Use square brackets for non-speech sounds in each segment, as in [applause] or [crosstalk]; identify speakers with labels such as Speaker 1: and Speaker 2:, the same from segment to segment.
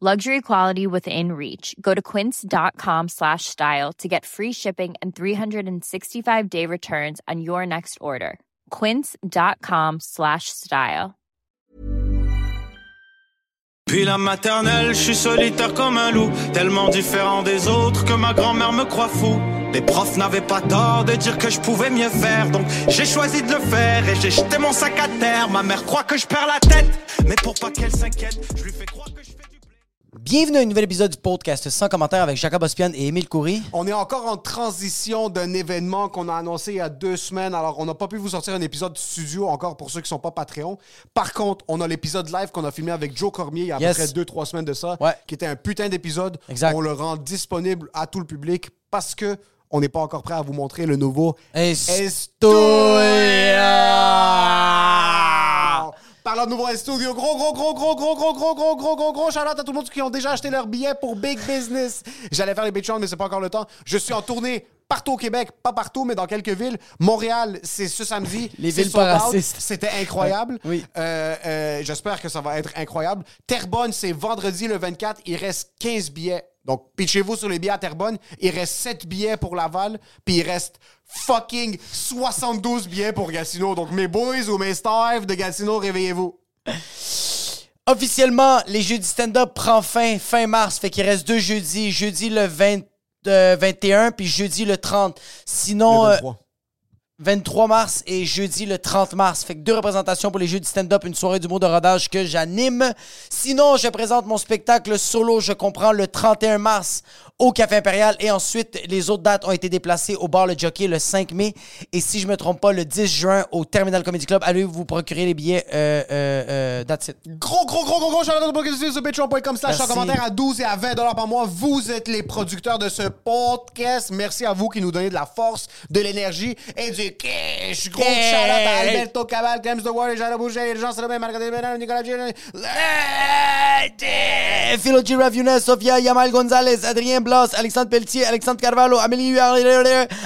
Speaker 1: Luxury quality within reach. Go to quince.com slash style to get free shipping and 365 day returns on your next order. Quince.com slash style.
Speaker 2: Puis la maternelle, je suis solitaire comme un loup, tellement différent des autres que ma grand-mère me croit fou. Les profs n'avaient pas tort de dire que je pouvais mieux faire, donc j'ai choisi de le faire et j'ai jeté mon sac à terre. Ma mère croit que je perds la tête, mais pour pas qu'elle s'inquiète, je lui fais croire que je fais du blé.
Speaker 3: Bienvenue à un nouvel épisode du podcast sans commentaires avec Jacob Ospian et Émile Coury.
Speaker 4: On est encore en transition d'un événement qu'on a annoncé il y a deux semaines. Alors, on n'a pas pu vous sortir un épisode studio encore pour ceux qui sont pas Patreon. Par contre, on a l'épisode live qu'on a filmé avec Joe Cormier il y a
Speaker 3: Yes.
Speaker 4: à peu près deux, trois semaines de ça,
Speaker 3: Ouais.
Speaker 4: qui était un putain d'épisode.
Speaker 3: Exact.
Speaker 4: On le rend disponible à tout le public parce que on n'est pas encore prêt à vous montrer le nouveau
Speaker 3: Estoya!
Speaker 4: Parlant de nouveau Estudio, gros, gros, gros, gros, gros, gros, gros, gros, gros, gros, gros, shout out à tout le monde qui ont déjà acheté leur billet pour Big Business. J'allais faire les Patreons, mais c'est pas encore le temps. Je suis en tournée partout au Québec, pas partout, mais dans quelques villes. Montréal, c'est ce samedi.
Speaker 3: Les
Speaker 4: C'est
Speaker 3: villes
Speaker 4: sold
Speaker 3: pas
Speaker 4: out.
Speaker 3: racistes.
Speaker 4: C'était incroyable.
Speaker 3: Oui.
Speaker 4: Euh, euh, J'espère que ça va être incroyable. Terrebonne, c'est vendredi le 24. Il reste 15 billets. Donc, pitchez-vous sur les billets à Terrebonne. Il reste 7 billets pour Laval. Puis il reste fucking 72 billets pour Gatineau. Donc, mes boys ou mes stars de Gatineau, réveillez-vous.
Speaker 3: Officiellement, les jeudis stand-up prend fin fin mars, fait qu'il reste deux jeudis, jeudi le 20, euh, 21 puis jeudi le 30. Sinon euh, 23 mars et jeudi le 30 mars. Fait que deux représentations pour les jeux du stand-up, une soirée du mot de rodage que j'anime. Sinon, je présente mon spectacle solo, je comprends, le 31 mars au Café Impérial. Et ensuite, les autres dates ont été déplacées au bar Le Jockey le 5 mai. Et si je me trompe pas, le 10 juin au Terminal Comedy Club. Allez vous procurer les billets. Euh, euh, euh, that's it.
Speaker 4: Gros, gros, gros, gros, gros, shout out au sur patreon.com slash en
Speaker 3: Merci.
Speaker 4: commentaire à 12 et à 20 dollars par mois. Vous êtes les producteurs de ce podcast. Merci à vous qui nous donnez de la force, de l'énergie et du cash. Gros shout
Speaker 3: Cash.
Speaker 4: à Alberto Cabal, James The Warrior, Jean Boucher, Jean Salomé, Marc Desbénard, Nicolas Gérard.
Speaker 3: Eh, Philo G. Ravunet, Sofia Yamal Gonzalez, Adrien Blas, Alexandre Pelletier, Alexandre Carvalho, Amélie Huard,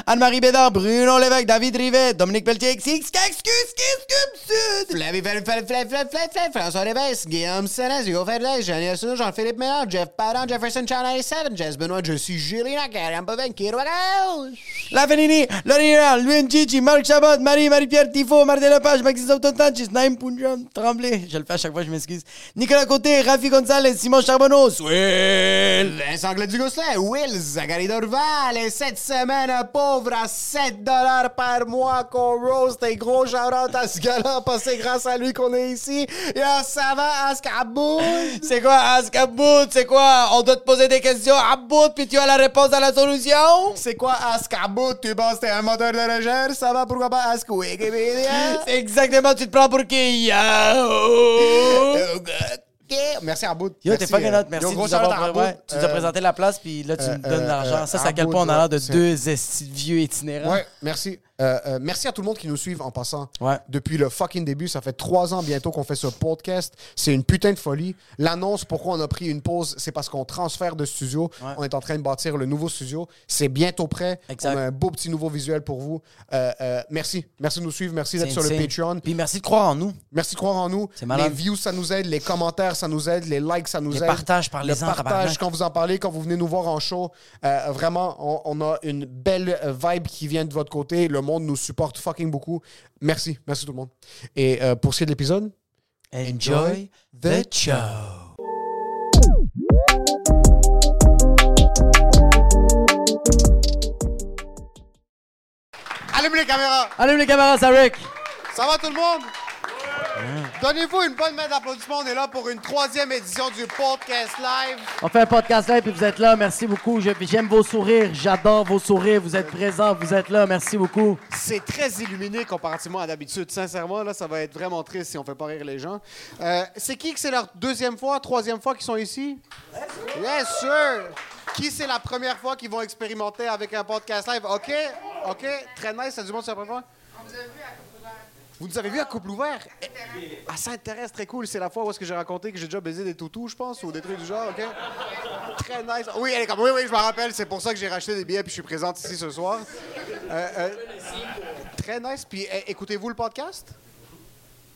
Speaker 3: Anne-Marie Bédard, Bruno Lévesque, David Rivet, Dominique Pelletier, Xix, Cax, Cus, Cus, Cus, Sud.
Speaker 4: Flavie, Flavie, Flavie, Flavie, Flavie, Flavie, Flavie, François Lévesque, Guillaume Sénès, Hugo Ferdinand, Jean Yassuno, Jean-Philippe Ménard, Jeff Parent, Jefferson Channel 7, Jess Benoît, je suis Julien, Karen Pavan, Kiro Gauche.
Speaker 3: La Fenini, Lorena, Luen Gigi, Marc Chabot, Marie, Marie-Pierre Tifo, Martin Lepage, Maxime Sauton-Tanchis, Naïm Punjam, Tremblay, je le fais à chaque fois, je m'excuse, Nicolas Côté, Rafi Gonzalez, Simon Charbonneau, Swill.
Speaker 4: Vincent Gladugosselin, Will, Zachary Dorval, et cette semaine, un pauvre à 7 par mois qu'on roast, et gros shout-out à ce gars-là, parce que c'est grâce à lui qu'on est ici, et à ça va, à ce qu'aboule.
Speaker 3: C'est quoi, Ask Aboud, c'est quoi? On doit te poser des questions, Aboud, puis tu as la réponse à la solution?
Speaker 4: C'est quoi Ascabou? Tu penses que t'es un moteur de recherche? Ça va, pourquoi pas Ask Wikipédia?
Speaker 3: C'est exactement, tu te prends pour qui? Euh, Yahoo!
Speaker 4: Ok, Merci à Bout.
Speaker 3: Yo, t'es fucking hot, merci
Speaker 4: Yo,
Speaker 3: de
Speaker 4: gros
Speaker 3: nous avoir
Speaker 4: shout-out à
Speaker 3: pré- ouais,
Speaker 4: Aboud.
Speaker 3: Tu nous as
Speaker 4: Euh,
Speaker 3: présenté la place, puis là, tu nous donnes
Speaker 4: euh,
Speaker 3: l'argent.
Speaker 4: euh,
Speaker 3: Ça, c'est à quel
Speaker 4: Aboud,
Speaker 3: point on a l'air de
Speaker 4: c'est-
Speaker 3: deux estis de vieux itinérants.
Speaker 4: Ouais, merci. Euh, euh, merci à tout le monde qui nous suit en passant.
Speaker 3: Ouais.
Speaker 4: Depuis le fucking début, ça fait trois ans bientôt qu'on fait ce podcast. C'est une putain de folie. L'annonce, pourquoi on a pris une pause, c'est parce qu'on transfère de studio. On est en train de bâtir le nouveau studio. C'est bientôt prêt.
Speaker 3: Exact.
Speaker 4: On a un beau petit nouveau visuel pour vous. Euh, euh, merci. Merci de nous suivre. Merci
Speaker 3: C'est
Speaker 4: d'être sur le
Speaker 3: insane.
Speaker 4: Patreon.
Speaker 3: Puis merci de croire en nous.
Speaker 4: Merci de croire en nous.
Speaker 3: C'est malade.
Speaker 4: Les views, ça nous aide. Les commentaires, ça nous aide. Les likes, ça nous
Speaker 3: Les
Speaker 4: aide.
Speaker 3: partages, parlez-en,
Speaker 4: Le partage,
Speaker 3: tabarnak.
Speaker 4: quand vous en parlez, quand vous venez nous voir en show. euh, vraiment, on, on a une belle euh, vibe qui vient de votre côté. Le monde nous supporte fucking beaucoup. Merci. Merci tout le monde. Et euh, pour ce qui est de l'épisode,
Speaker 3: Enjoy the show.
Speaker 4: Allume les caméras.
Speaker 3: Allume les caméras, ça, Rick.
Speaker 4: Ça va tout le monde? Donnez-vous une bonne main d'applaudissements. On est là pour une troisième édition du podcast live.
Speaker 3: On fait un podcast live puis vous êtes là. Merci beaucoup. Je- J'aime vos sourires. J'adore vos sourires. Vous êtes présents. Vous êtes là. Merci beaucoup.
Speaker 4: C'est très illuminé comparativement à d'habitude. Sincèrement, là, ça va être vraiment triste si on fait pas rire les gens. Euh, c'est qui que c'est leur deuxième fois, troisième fois qu'ils sont ici? Yes, sir! Qui c'est la première fois qu'ils vont expérimenter avec un podcast live? OK? OK? Très nice. C'est du monde sur la première fois? Vous nous avez vu à couple ouvert Eh, À Sainte-Thérèse, très cool. C'est la fois où est-ce que j'ai raconté que j'ai déjà baisé des toutous, je pense, ou des trucs du genre, OK? Très nice. Oui, elle est comme, oui, oui, je me rappelle. C'est pour ça que j'ai racheté des billets puis je suis présente ici ce soir. Euh, euh, très nice. Puis eh, écoutez-vous le podcast?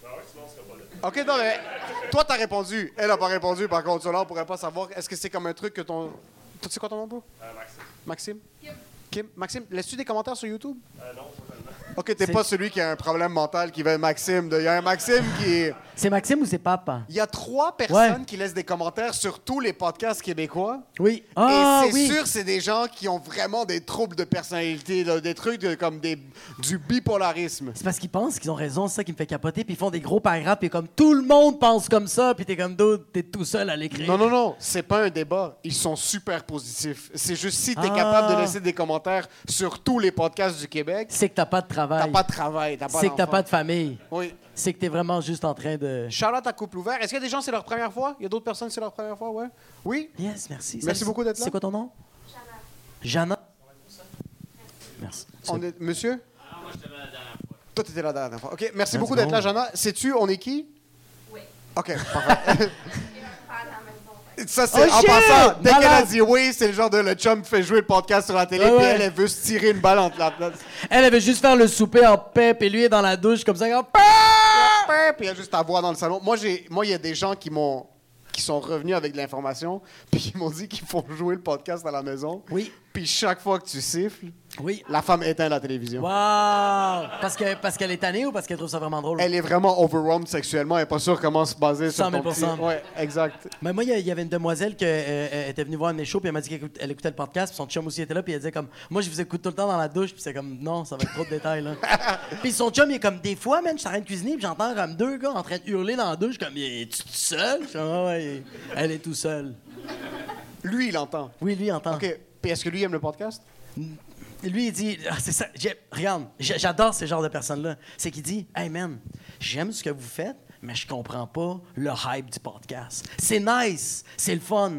Speaker 4: Ah OK, non, mais toi, t'as répondu. Elle n'a pas répondu, par contre. Là, on pourrait pas savoir. Est-ce que c'est comme un truc que ton... Tu sais quoi ton nom, bro? Euh, Maxime. Maxime? Kim. Maxime, laisses-tu des commentaires sur YouTube? Euh, non, OK, t'es pas celui qui a un problème mental qui veut Maxime. de- Il y a un Maxime qui...
Speaker 3: C'est Maxime ou c'est Papa?
Speaker 4: Il y a trois personnes
Speaker 3: Ouais.
Speaker 4: qui laissent des commentaires sur tous les podcasts québécois.
Speaker 3: Ah Oui.
Speaker 4: Et c'est sûr, c'est des gens qui ont vraiment des troubles de personnalité, là, des trucs de- comme des, du bipolarisme.
Speaker 3: C'est parce qu'ils pensent qu'ils ont raison, c'est ça qui me fait capoter, puis ils font des gros paragraphes, puis comme tout le monde pense comme ça, puis t'es comme d'autres, t'es tout seul à l'écrire.
Speaker 4: Non, non, non, c'est pas un débat. Ils sont super positifs. C'est juste si tu es
Speaker 3: Ah.
Speaker 4: capable de laisser des commentaires sur tous les podcasts du Québec,
Speaker 3: C'est que t'as pas de
Speaker 4: t'as
Speaker 3: travail.
Speaker 4: pas de travail, t'as pas
Speaker 3: C'est que t'as
Speaker 4: d'enfant.
Speaker 3: pas de famille.
Speaker 4: Oui.
Speaker 3: C'est que t'es vraiment juste en train de.
Speaker 4: Charlotte à couple ouvert. Est-ce qu'il y a des gens, c'est leur première fois? Il y a d'autres personnes, c'est leur première fois, ouais? Oui?
Speaker 3: Yes, merci.
Speaker 4: Merci beaucoup d'être là.
Speaker 3: C'est quoi ton nom? Jana. Merci.
Speaker 4: On est- Monsieur? Toi, t'étais là la dernière fois. OK, merci, beaucoup
Speaker 3: c'est
Speaker 4: d'être
Speaker 3: bon.
Speaker 4: là, Jana. Sais-tu, on est qui? Oui. [laughs] OK, parfait. Ça, c'est
Speaker 3: Oh,
Speaker 4: en
Speaker 3: shit!
Speaker 4: passant, dès qu'elle a
Speaker 3: Malade.
Speaker 4: dit oui, c'est le genre de le chum fait jouer le podcast sur la télé,
Speaker 3: Ah
Speaker 4: puis
Speaker 3: ouais.
Speaker 4: elle, elle veut se tirer une balle entre la place.
Speaker 3: Elle avait juste faire le souper en paix, puis lui est dans la douche comme ça. comme-
Speaker 4: Puis il y a juste à voir dans le salon. Moi, j'ai, moi, il y a des gens qui m'ont, qui sont revenus avec de l'information, [laughs] puis qui m'ont dit qu'ils font jouer le podcast à la maison.
Speaker 3: Oui.
Speaker 4: Puis chaque fois que tu siffles,
Speaker 3: Oui.
Speaker 4: la femme éteint la télévision.
Speaker 3: Wow! Parce que parce qu'elle est tannée ou parce qu'elle trouve ça vraiment drôle?
Speaker 4: Elle est vraiment overwhelmed sexuellement. Elle n'est pas sûre comment se baser sur
Speaker 3: 100
Speaker 4: ton
Speaker 3: 000
Speaker 4: petit... Ouais, exact.
Speaker 3: Mais moi, il y a- il y avait une demoiselle qui était venue voir un de mes shows, puis elle m'a dit qu'elle écoute- elle écoutait le podcast, puis son chum aussi était là, puis elle disait comme, moi, je vous écoute tout le temps dans la douche, puis c'est comme, non, ça va être trop de détails, là. puis son chum, il est comme, des fois, man, je suis en train de cuisiner, puis j'entends comme deux gars en train de hurler dans la douche, comme, es-tu tout seul? Je suis comme, Ah ouais, elle est tout seule.
Speaker 4: Lui, il entend.
Speaker 3: Oui, lui, il entend.
Speaker 4: OK. Puis est-ce que lui aime le podcast?
Speaker 3: Et Lui, il dit, Ah, c'est ça, j'ai- regarde, j'a- j'adore ce genre de personnes-là. C'est qu'il dit, hey man, j'aime ce que vous faites, mais je comprends pas le hype du podcast. C'est nice, c'est le fun.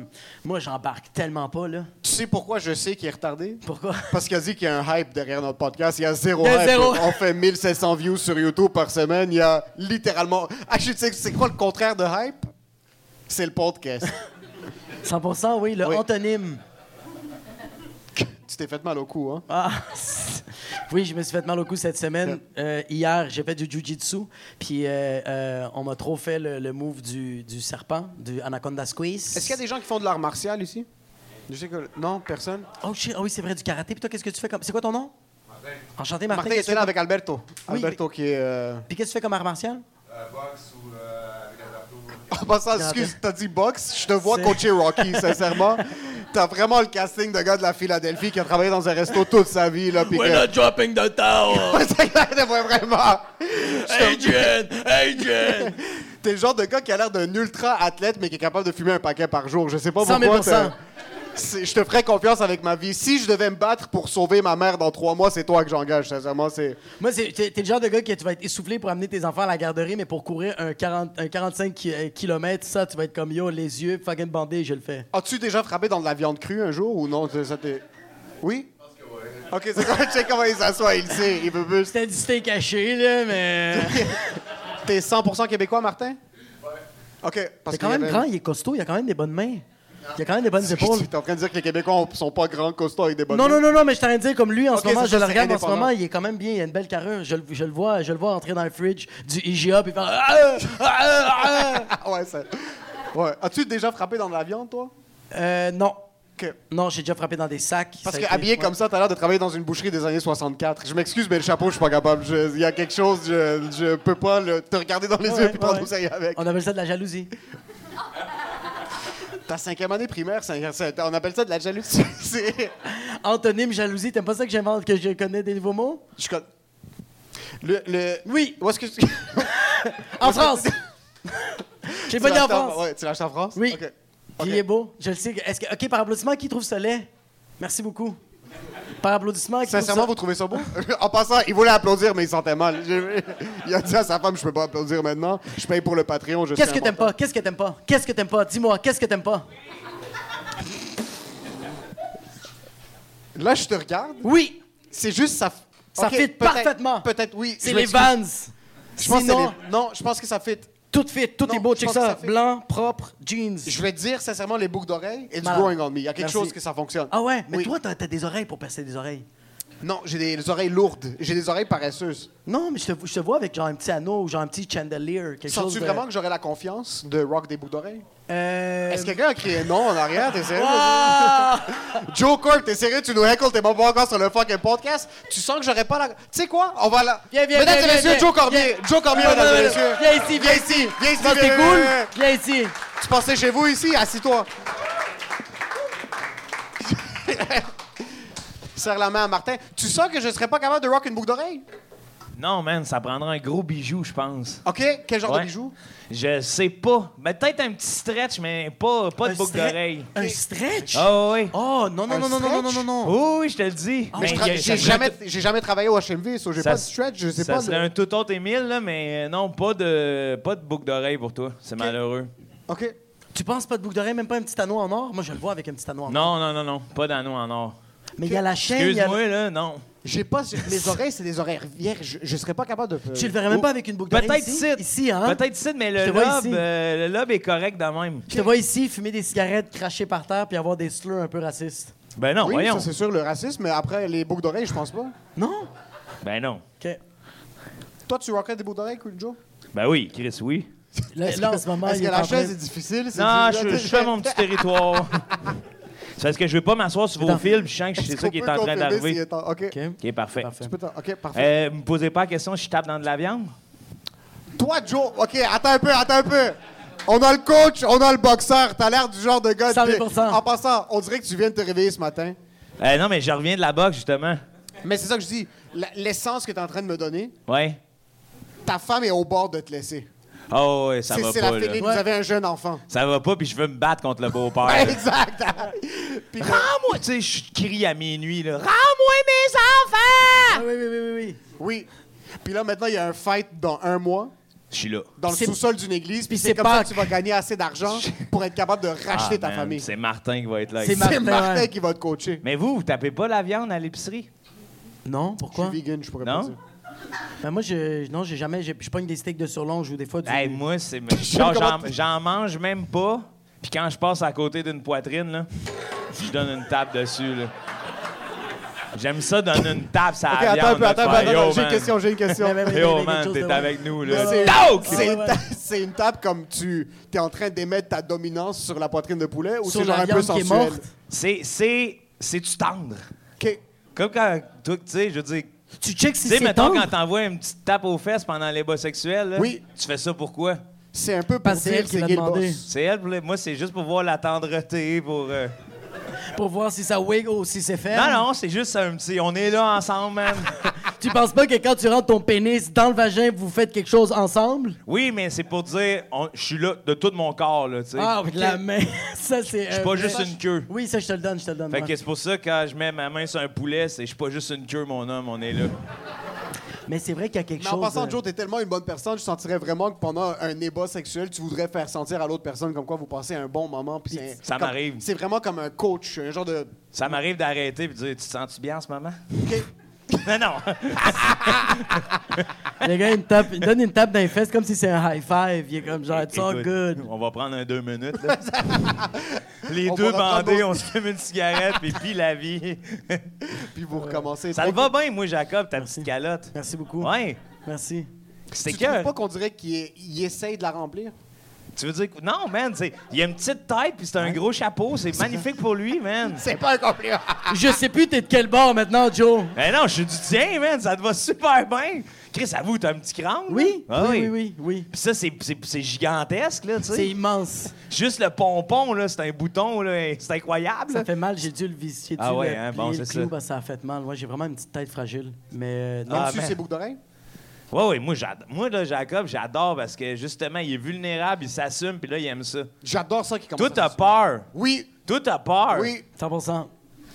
Speaker 3: Moi, j'embarque tellement pas, là.
Speaker 4: Tu sais pourquoi je sais qu'il est retardé?
Speaker 3: Pourquoi?
Speaker 4: Parce qu'il a dit qu'il y a un hype derrière notre podcast. Il y a zéro
Speaker 3: Il y a
Speaker 4: hype.
Speaker 3: zéro.
Speaker 4: On fait 1700 views sur YouTube par semaine. Il y a littéralement... Ah, je sais, c'est quoi le contraire de hype? C'est le podcast. [laughs]
Speaker 3: 100 oui, le
Speaker 4: Oui.
Speaker 3: antonyme.
Speaker 4: tu t'es fait mal au cou, hein?
Speaker 3: Ah, [laughs] oui, je me suis fait mal au cou cette semaine. Euh, hier, j'ai fait du jujitsu, puis euh, euh, on m'a trop fait le, le move du, du serpent, du anaconda squeeze.
Speaker 4: Est-ce qu'il y a des gens qui font de l'art martial ici? Je sais que... Non, personne?
Speaker 3: Oh shit, ah oui, c'est vrai, du karaté. Puis toi, qu'est-ce que tu fais comme... C'est quoi ton nom? Enchanté, Martin. qu'est-ce que
Speaker 4: Martin était
Speaker 3: tu
Speaker 4: là
Speaker 3: fais-
Speaker 4: avec Alberto.
Speaker 3: Oui,
Speaker 4: Alberto qui est... euh,
Speaker 3: Puis qu'est-ce que tu fais comme art martial?
Speaker 4: En passant, excuse, t'as dit boxe, je te vois coacher Rocky, sincèrement. T'as vraiment le casting de gars de la Philadelphie qui a travaillé dans un resto toute sa vie, là, pis que...
Speaker 3: dropping the towel!
Speaker 4: [laughs] Ouais, vraiment! Je te- [laughs]
Speaker 3: Adrian!
Speaker 4: T'es le genre de gars qui a l'air d'un ultra-athlète, mais qui est capable de fumer un paquet par jour. Je sais pas
Speaker 3: 100 000
Speaker 4: pourquoi... t'as- C'est- Je te ferais confiance avec ma vie. Si je devais me battre pour sauver ma mère dans trois mois, c'est toi que j'engage, sincèrement. C'est...
Speaker 3: Moi, c'est- t'es t'es le genre de gars que tu vas être essoufflé pour amener tes enfants à la garderie, mais pour courir un, 40, un 45 km, ça, tu vas être comme yo, les yeux fucking bandés, je le fais.
Speaker 4: As-tu déjà frappé dans de la viande crue un jour ou non? Ça t'est- Oui? Ok, c'est quoi? Check comment il s'assoit, il sait, il peut plus.
Speaker 3: C'était du steak caché, là,
Speaker 4: [laughs]
Speaker 3: mais.
Speaker 4: T'es 100% québécois, Martin? OK. Parce
Speaker 3: C'est quand même grand, il est costaud, il a quand même des bonnes mains. Il a quand même des bonnes
Speaker 4: [laughs]
Speaker 3: épaules.
Speaker 4: T'es en train de dire que les Québécois ont- sont Ah. pas grands, costauds avec des bonnes
Speaker 3: Non, non, non, non, mais je t'en dire, comme lui, en
Speaker 4: Ok,
Speaker 3: ce moment,
Speaker 4: c'est
Speaker 3: je
Speaker 4: ça,
Speaker 3: le
Speaker 4: c'est
Speaker 3: regarde en ce
Speaker 4: indépendant.
Speaker 3: moment, il est quand même bien, il a une belle carrure. Je, le- je le vois, je le vois entrer dans le fridge du IGA, puis faire. Ah, ah, ah, ah.
Speaker 4: Ah [laughs] ouais, ça... Ouais. As-tu déjà frappé dans de la viande, toi?
Speaker 3: Euh, non.
Speaker 4: OK.
Speaker 3: Non, j'ai déjà frappé dans des sacs.
Speaker 4: Parce
Speaker 3: Ça
Speaker 4: que
Speaker 3: a été-
Speaker 4: habillé comme ça, t'as l'air de travailler dans une boucherie des années 64. Je m'excuse, mais le chapeau, je suis pas capable. Je- Il y a quelque chose, je, je peux pas le- te regarder dans les
Speaker 3: Ouais,
Speaker 4: yeux et prendre
Speaker 3: ouais.
Speaker 4: au sérieux avec.
Speaker 3: On appelle ça de la jalousie.
Speaker 4: Ta cinquième année primaire, c'est- c'est- on appelle ça de la jalousie. [laughs] C'est-
Speaker 3: Antonyme jalousie, t'aimes pas ça que j'invente, que je connais des nouveaux mots?
Speaker 4: Je con-
Speaker 5: Le, le...
Speaker 3: Oui,
Speaker 5: Où
Speaker 3: [laughs]
Speaker 5: est-ce que tu...
Speaker 3: en
Speaker 4: [laughs]
Speaker 3: France. J'ai pas dit en
Speaker 5: l'achètes
Speaker 3: France.
Speaker 5: Ouais, tu l'achètes en France?
Speaker 3: Oui.
Speaker 5: Ok.
Speaker 3: Il est beau. Je le sais. que- Est-ce que... OK, par applaudissement, qui trouve ça laid? Merci beaucoup. Par applaudissement, qui
Speaker 5: Sincèrement, vous
Speaker 3: trouve
Speaker 5: trouvez ça beau? [laughs] en passant, il voulait applaudir, mais il sentait mal. J'ai- Il a dit à sa femme, je peux pas applaudir maintenant. Je paye pour le Patreon. je
Speaker 3: ça... Qu'est-ce
Speaker 5: suis
Speaker 3: que t'aimes
Speaker 5: important.
Speaker 3: pas? Qu'est-ce que t'aimes pas? Qu'est-ce que t'aimes pas? Dis-moi, qu'est-ce que t'aimes pas?
Speaker 5: Là, je te regarde.
Speaker 3: Oui,
Speaker 5: C'est juste ça...
Speaker 3: Ça
Speaker 5: Ok,
Speaker 3: fit
Speaker 5: peut-être-
Speaker 3: parfaitement.
Speaker 5: Peut-être, oui.
Speaker 3: c'est
Speaker 5: je
Speaker 3: les Vans.
Speaker 5: m'excuse. Je pense que c'est
Speaker 3: Sinon,
Speaker 5: les- Non, je pense que ça fit.
Speaker 3: tout fit, tout
Speaker 5: Non,
Speaker 3: est beau.
Speaker 5: je
Speaker 3: Check
Speaker 5: pense que
Speaker 3: ça.
Speaker 5: ça fait-
Speaker 3: Blanc, propre, jeans.
Speaker 5: Je vais te dire sincèrement, les boucles d'oreilles, it's
Speaker 3: Malade.
Speaker 5: growing on me. Il y a quelque
Speaker 3: Merci.
Speaker 5: chose que ça fonctionne.
Speaker 3: Ah ouais? Mais
Speaker 5: Oui.
Speaker 3: toi, t'as t'as des oreilles pour percer des oreilles.
Speaker 5: Non, j'ai des les oreilles lourdes. J'ai des oreilles paresseuses.
Speaker 3: Non, mais je te, je te vois avec genre un petit anneau ou genre un petit chandelier, quelque chose
Speaker 5: Sens-tu
Speaker 3: de-
Speaker 5: vraiment que j'aurais la confiance de rock des boucles d'oreilles?
Speaker 3: Euh,
Speaker 5: Est-ce que quelqu'un a crié non en arrière? T'es sérieux?
Speaker 3: Ah!
Speaker 5: Joe Corp, t'es sérieux? Tu nous heckles, t'es pas bon encore sur le fucking podcast? Tu sens que j'aurais pas la. Tu sais quoi? On va la.
Speaker 3: Viens, viens,
Speaker 5: Mesdames
Speaker 3: viens,
Speaker 5: et messieurs,
Speaker 3: viens,
Speaker 5: Joe Cormier!
Speaker 3: viens.
Speaker 5: Joe Cormier,
Speaker 3: Non,
Speaker 5: mesdames
Speaker 3: non,
Speaker 5: et
Speaker 3: non,
Speaker 5: messieurs!
Speaker 3: viens ici,
Speaker 5: viens ici! Viens ici!
Speaker 3: Ça,
Speaker 5: viens,
Speaker 3: c'est
Speaker 5: viens,
Speaker 3: cool.
Speaker 5: viens.
Speaker 3: Viens ici.
Speaker 5: Tu passais chez vous ici? Assis-toi!
Speaker 3: [laughs]
Speaker 5: Serre la main à Martin. Tu sens que je serais pas capable de rock une boucle d'oreille?
Speaker 6: Non, man, ça prendra un gros bijou, je pense.
Speaker 5: OK? Quel genre
Speaker 6: Ouais.
Speaker 5: de bijoux?
Speaker 6: Je sais pas. Mais peut-être un petit stretch, mais pas, pas de boucle
Speaker 3: stre-
Speaker 6: d'oreille.
Speaker 3: Un stretch?
Speaker 6: Ah oh, oui.
Speaker 3: Oh, non, non,
Speaker 5: Un
Speaker 3: non, non, non, non, non, non, non.
Speaker 6: Oh, oui, je te le dis.
Speaker 5: Mais Ah, je
Speaker 6: Mais
Speaker 5: tra-
Speaker 6: y a-
Speaker 5: j'ai
Speaker 6: ça serait
Speaker 5: jamais,
Speaker 6: un tout-
Speaker 5: j'ai jamais travaillé au HMV, so j'ai
Speaker 6: ça
Speaker 5: pas de
Speaker 6: s-
Speaker 5: stretch, je sais
Speaker 6: ça
Speaker 5: pas.
Speaker 6: serait
Speaker 5: de-
Speaker 6: un tout autre Émile, là, mais non, pas de, pas de boucle d'oreille pour toi. C'est malheureux.
Speaker 5: OK.
Speaker 3: Tu penses pas de boucle d'oreille, même pas un petit anneau en or? Moi, je le vois avec un petit anneau en or.
Speaker 6: Non, non, non, non. Pas d'anneau en or.
Speaker 3: Mais il y a la chaîne, il y a
Speaker 6: Excuse-moi, là, non.
Speaker 5: J'ai pas. Mes oreilles, c'est des oreilles vierges. Je serais pas capable de.
Speaker 3: Tu le verrais même pas avec une boucle d'oreille
Speaker 6: Peut-être
Speaker 3: ici?
Speaker 6: ici.
Speaker 3: Ici, hein?
Speaker 6: Peut-être ici, mais
Speaker 3: Je
Speaker 6: le
Speaker 3: te vois
Speaker 6: lobe,
Speaker 3: ici.
Speaker 6: euh, le lobe est correct de même.
Speaker 3: Je te vois ici fumer des cigarettes, cracher par terre, puis avoir des slurs un peu racistes.
Speaker 6: Ben non,
Speaker 5: Oui,
Speaker 6: voyons.
Speaker 5: ça c'est sûr, le racisme, mais après, les boucles d'oreilles, je pense pas.
Speaker 3: Non?
Speaker 6: ben non.
Speaker 3: OK.
Speaker 5: Toi, tu rockais des boucles d'oreilles, Cool Joe?
Speaker 6: Ben oui, Chris, oui.
Speaker 3: Là, là, en ce moment,
Speaker 5: Est-ce
Speaker 3: Ah, il
Speaker 5: que
Speaker 3: est
Speaker 5: la
Speaker 3: en train-
Speaker 5: chaise est difficile? c'est
Speaker 6: Non,
Speaker 5: dur,
Speaker 6: je,
Speaker 5: là, [laughs]
Speaker 6: je fais mon petit territoire. C'est parce que je veux pas m'asseoir sur vos
Speaker 3: Attends.
Speaker 6: fils, puis je sens que c'est
Speaker 5: Est-ce
Speaker 6: ça
Speaker 5: qu'on
Speaker 6: qui est
Speaker 5: peut
Speaker 6: en train
Speaker 5: confirmer s'il
Speaker 6: d'arriver.
Speaker 5: est en- OK.
Speaker 3: OK.
Speaker 6: Ok, parfait.
Speaker 3: Parfait.
Speaker 5: Tu peux t'en- OK, parfait.
Speaker 6: Euh, me posez pas la question si je tape dans de la viande.
Speaker 5: Toi, Joe, OK, attends un peu, attends un peu. On a le coach, on a le boxeur. T'as l'air du genre de gars.
Speaker 3: 100 000
Speaker 5: En passant, on dirait que tu viens de te réveiller ce matin.
Speaker 6: Euh, non, mais je reviens de la boxe, justement.
Speaker 5: Mais c'est ça que je dis. la- L'essence que t'es en train de me donner,
Speaker 6: Ouais.
Speaker 5: ta femme est au bord de te laisser.
Speaker 6: Oh, ouais, ça
Speaker 5: C'est
Speaker 6: va
Speaker 5: c'est la
Speaker 6: pas,
Speaker 5: Philippe,
Speaker 6: là.
Speaker 5: vous avez un
Speaker 3: [laughs]
Speaker 5: jeune enfant.
Speaker 6: Ça va pas, puis je veux me battre contre le beau-père. là.
Speaker 5: Exact. Puis le-
Speaker 6: Rends-moi! Tu sais, je crie à minuit, là. Rends-moi mes enfants!
Speaker 3: Ah, oui, oui, oui, oui, oui.
Speaker 5: Oui. Puis là, maintenant, il y a un fight dans un mois,
Speaker 6: Je suis là.
Speaker 5: dans le
Speaker 3: C'est-
Speaker 5: sous-sol d'une église.
Speaker 3: Puis
Speaker 5: Puis c'est
Speaker 3: c'est
Speaker 5: comme ça
Speaker 3: Pâques.
Speaker 5: que tu vas gagner
Speaker 3: [laughs]
Speaker 5: assez d'argent pour être capable de racheter
Speaker 6: Ah,
Speaker 5: ta
Speaker 6: man,
Speaker 5: famille. C'est
Speaker 6: C'est Martin qui va être là.
Speaker 3: C'est
Speaker 5: Martin,
Speaker 3: Martin, ouais.
Speaker 5: qui va te coacher.
Speaker 6: Mais vous, vous tapez pas la viande à l'épicerie?
Speaker 3: Non,
Speaker 5: Je suis
Speaker 3: pourquoi?
Speaker 5: vegan, je pourrais
Speaker 6: Non?
Speaker 5: pas dire.
Speaker 3: Ben moi, je, non, j'ai jamais, j'ai- je pogne des steaks de surlonge ou des fois du...
Speaker 6: Hey,
Speaker 5: [laughs]
Speaker 6: moi, c'est. Genre,
Speaker 5: comment
Speaker 6: j'en,
Speaker 5: tu-
Speaker 6: j'en mange même pas. Puis quand je passe à côté d'une poitrine, là, je donne une tape dessus, là. J'aime ça, donner une tape, ça
Speaker 5: Ok, attends un peu, attends, un peu, attends, attends, j'ai une question, j'ai une
Speaker 3: Ouais,
Speaker 5: question.
Speaker 3: ouais, ouais, ouais,
Speaker 6: Yo,
Speaker 3: quelque
Speaker 6: man,
Speaker 3: chose
Speaker 6: t'es
Speaker 3: de-
Speaker 6: avec nous, là.
Speaker 5: C'est
Speaker 6: Talk!
Speaker 5: c'est une
Speaker 3: ouais.
Speaker 5: ta- c'est une table comme tu es en train d'émettre ta dominance sur la poitrine de poulet ou
Speaker 3: Sur
Speaker 5: c'est genre
Speaker 3: la
Speaker 5: un peu
Speaker 3: viande qui est
Speaker 5: sensuel?
Speaker 3: morte.
Speaker 6: C'est. C'est. C'est-tu tendre?
Speaker 5: Ok.
Speaker 6: Comme quand. Toi, tu sais, je veux dire.
Speaker 3: Tu checks si
Speaker 6: Tu sais,
Speaker 3: c'est
Speaker 6: mettons,
Speaker 3: tendre?
Speaker 6: quand t'envoies une petite tape aux fesses pendant les bas sexuels, là,
Speaker 5: Oui.
Speaker 6: tu fais ça pourquoi?
Speaker 5: C'est un peu pour
Speaker 3: Parce que c'est
Speaker 5: dire
Speaker 3: elle qui
Speaker 5: c'est
Speaker 3: l'a
Speaker 5: qui le
Speaker 3: demandé.
Speaker 5: boss.
Speaker 6: C'est elle, pour les- moi, c'est juste pour voir la tendreté, pour... euh,
Speaker 3: Pour voir si ça wiggle ou si
Speaker 5: Euh.
Speaker 3: c'est ferme.
Speaker 6: Non, non, c'est juste un petit... On est là ensemble, man.
Speaker 3: Tu penses pas que quand tu rentres ton pénis dans le vagin, vous faites quelque chose ensemble?
Speaker 6: oui, mais c'est pour dire, on- je suis là de tout mon corps, là, tu sais.
Speaker 3: Ah, oui, de la main. [laughs] Ça, c'est... Je
Speaker 6: suis pas juste une queue.
Speaker 3: Oui, ça, je te le donne, je te le donne.
Speaker 6: Fait
Speaker 3: ouais.
Speaker 6: que c'est pour ça, quand je mets ma main sur un poulet, c'est je suis pas juste une queue, mon homme, on est là.
Speaker 3: Mais c'est vrai qu'il y a quelque
Speaker 5: Mais
Speaker 3: chose... euh,
Speaker 5: en passant,
Speaker 3: de-
Speaker 5: Joe, t'es tellement une bonne personne, je sentirais vraiment que pendant un ébat sexuel, tu voudrais faire sentir à l'autre personne comme quoi vous passez un bon moment. puis c'est-
Speaker 6: Ça
Speaker 5: comme-
Speaker 6: m'arrive.
Speaker 5: C'est vraiment comme un coach, un genre de.
Speaker 6: Ça m'arrive d'arrêter et de dire, tu te sens-tu bien en ce moment?
Speaker 5: Ok.
Speaker 6: [laughs] non, non.
Speaker 3: Le gars, il, me tape, il donne une tape dans les fesses comme si c'est un high five. Il est comme genre, it's all
Speaker 6: Écoute,
Speaker 3: good.
Speaker 6: On va prendre un deux minutes,
Speaker 5: [laughs]
Speaker 6: là. Les
Speaker 5: On
Speaker 6: deux
Speaker 5: va reprendre
Speaker 6: bandés,
Speaker 5: nos-
Speaker 6: on se fume une cigarette, puis puis
Speaker 5: [laughs]
Speaker 6: la vie.
Speaker 5: Puis vous recommencez.
Speaker 6: Euh, Ça te va bien, moi, Jacob, ta
Speaker 3: Merci.
Speaker 6: petite calotte.
Speaker 3: Merci beaucoup.
Speaker 6: Ouais,
Speaker 3: Merci.
Speaker 6: c'est
Speaker 5: Tu trouves
Speaker 6: que...
Speaker 5: pas qu'on dirait qu'il est- il essaye de la remplir?
Speaker 6: Tu veux dire que... Non, man, c'est- il a une petite tête puis c'est un gros
Speaker 5: [laughs]
Speaker 6: chapeau. C'est magnifique pour lui, man.
Speaker 5: C'est pas un compliment.
Speaker 3: Je sais plus t'es de quel bord maintenant, Joe.
Speaker 6: Mais Ben non, je suis du tien, man. Ça te va super bien. Chris, avoue, t'as un petit crâne?
Speaker 3: Oui?
Speaker 6: là? Ah
Speaker 3: oui, oui, oui, oui.
Speaker 6: Puis ça, c'est- c'est c'est gigantesque, là, tu
Speaker 3: C'est
Speaker 6: sais.
Speaker 3: immense.
Speaker 6: Juste le pompon, là, c'est un bouton, là. C'est incroyable.
Speaker 3: Ça fait mal, j'ai dû le visser.
Speaker 6: Ah ouais, hein, bon,
Speaker 3: le
Speaker 6: c'est
Speaker 3: clou,
Speaker 6: ça.
Speaker 3: parce que ça a fait mal. Ouais, j'ai vraiment une petite tête fragile. Mais euh, non,
Speaker 6: Ah,
Speaker 5: tu
Speaker 6: man.
Speaker 5: ses boucles d'oreilles?
Speaker 6: Ouais, ouais, moi, j'adore. Moi, là, Jacob, j'adore parce que justement, il est vulnérable, il s'assume, puis là, il aime ça.
Speaker 5: J'adore ça qui
Speaker 6: Toi,
Speaker 5: commence.
Speaker 6: t'as
Speaker 5: à
Speaker 6: peur.
Speaker 5: Oui,
Speaker 6: Toi, t'as peur.
Speaker 5: oui.
Speaker 3: 100%.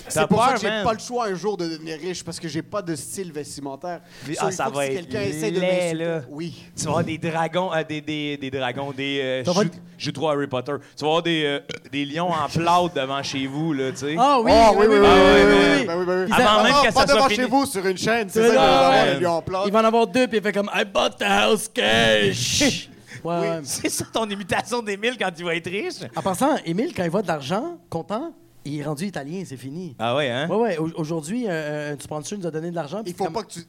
Speaker 6: T'as
Speaker 5: C'est pour ça
Speaker 6: peur,
Speaker 5: que j'ai
Speaker 6: man.
Speaker 5: pas le choix un jour de devenir riche parce que j'ai pas de style vestimentaire.
Speaker 6: Mais-
Speaker 5: So,
Speaker 6: ah,
Speaker 5: il
Speaker 6: ça
Speaker 5: faut que
Speaker 6: va
Speaker 5: si
Speaker 6: être
Speaker 5: quelqu'un essaie de
Speaker 6: laid,
Speaker 5: m'insulter-
Speaker 6: là.
Speaker 5: Oui.
Speaker 6: Tu vas avoir des dragons, euh, des, des, des dragons, des. Euh,
Speaker 3: Ça va
Speaker 6: chou-
Speaker 3: être-
Speaker 6: choutrous Harry Potter. Tu vas avoir des, euh, des lions en plâtre devant chez vous, là, tu sais.
Speaker 3: Ah oui,
Speaker 5: Ah,
Speaker 3: oui, oui, oui, oui,
Speaker 6: Ah, ouais, mais-
Speaker 3: oui,
Speaker 5: Ben oui, ben oui.
Speaker 3: Ils Avant
Speaker 5: Ah,
Speaker 6: même
Speaker 5: non, pas
Speaker 6: que ça soit
Speaker 5: devant
Speaker 6: fini.
Speaker 5: chez vous sur une chaîne, c'est
Speaker 3: Mais
Speaker 5: ça que
Speaker 3: non,
Speaker 5: va avoir
Speaker 6: ouais.
Speaker 5: le lion en
Speaker 3: Il
Speaker 5: plâtre.
Speaker 3: va en avoir deux, puis il fait comme « I bought the house
Speaker 5: [laughs]
Speaker 3: cash! » Ouais, ouais.
Speaker 6: C'est ça ton imitation d'Émile quand il va être riche?
Speaker 3: En passant, Émile, quand il voit de l'argent, content, il est rendu italien, c'est fini.
Speaker 6: Ah ouais, hein?
Speaker 3: Ouais, ouais, au- aujourd'hui, euh, un sponsor nous a donné de l'argent. puis
Speaker 5: Il faut
Speaker 3: comme-
Speaker 5: pas que tu.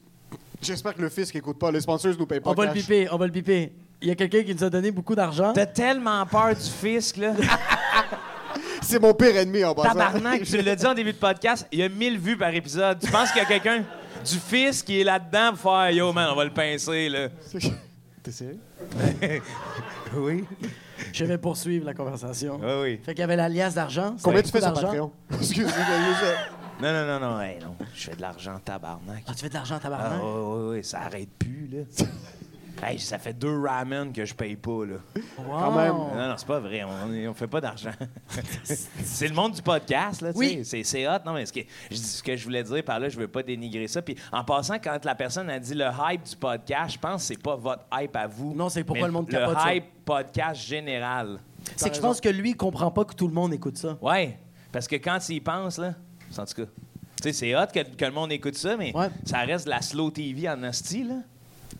Speaker 5: J'espère que le fisc écoute pas. Les sponsors nous payent pas.
Speaker 3: On va le
Speaker 5: cash.
Speaker 3: piper, on va le piper. Il y a quelqu'un qui nous a donné beaucoup d'argent.
Speaker 6: T'as tellement peur du fisc, [laughs] là.
Speaker 5: C'est mon pire ennemi en bas.
Speaker 6: Tabarnak, tu l'as dit en début de podcast, il y a 1000 vues par épisode. Tu penses qu'il y a quelqu'un du fisc qui est là-dedans pour faire Yo, man, on va le pincer, là.
Speaker 5: T'es sérieux?
Speaker 6: [laughs] Oui.
Speaker 3: Je vais poursuivre la conversation.
Speaker 6: Oui, oui.
Speaker 3: Fait qu'il y avait l'alias d'argent.
Speaker 5: Combien
Speaker 3: c'était
Speaker 5: tu fais sur
Speaker 3: beaucoup d'argent.
Speaker 5: Patreon? [laughs] Excuse-moi, je-
Speaker 6: Non, non, non, non, hey, non. Je fais de l'argent, tabarnak.
Speaker 3: Ah, tu fais de l'argent,
Speaker 6: Ah,
Speaker 3: tabarnak.
Speaker 6: oui, oui, oui, ça arrête plus,
Speaker 3: [laughs]
Speaker 6: là. hey, ça fait deux ramen que je paye pas, là.
Speaker 3: Wow.
Speaker 5: même.
Speaker 6: Non, non, c'est pas vrai. On, on fait
Speaker 3: [laughs]
Speaker 6: pas d'argent. c'est le monde du podcast, là, tu
Speaker 3: Oui.
Speaker 6: sais. C'est- C'est hot. Non, mais ce que, je dis- ce que je voulais dire par là, je veux pas dénigrer ça. Puis en passant, quand la personne a dit le hype du podcast, je pense que c'est pas votre hype à vous.
Speaker 3: Non, c'est pourquoi
Speaker 6: mais
Speaker 3: le monde
Speaker 6: Le
Speaker 3: capote ça.
Speaker 6: hype podcast général.
Speaker 3: C'est que je pense que lui, il comprend pas que tout le monde écoute ça.
Speaker 6: Ouais. Parce que quand il pense, là, en tout cas... Tu sais, c'est hot que, que le monde écoute ça, mais
Speaker 3: Ouais.
Speaker 6: ça reste de la slow TV en hostie, là.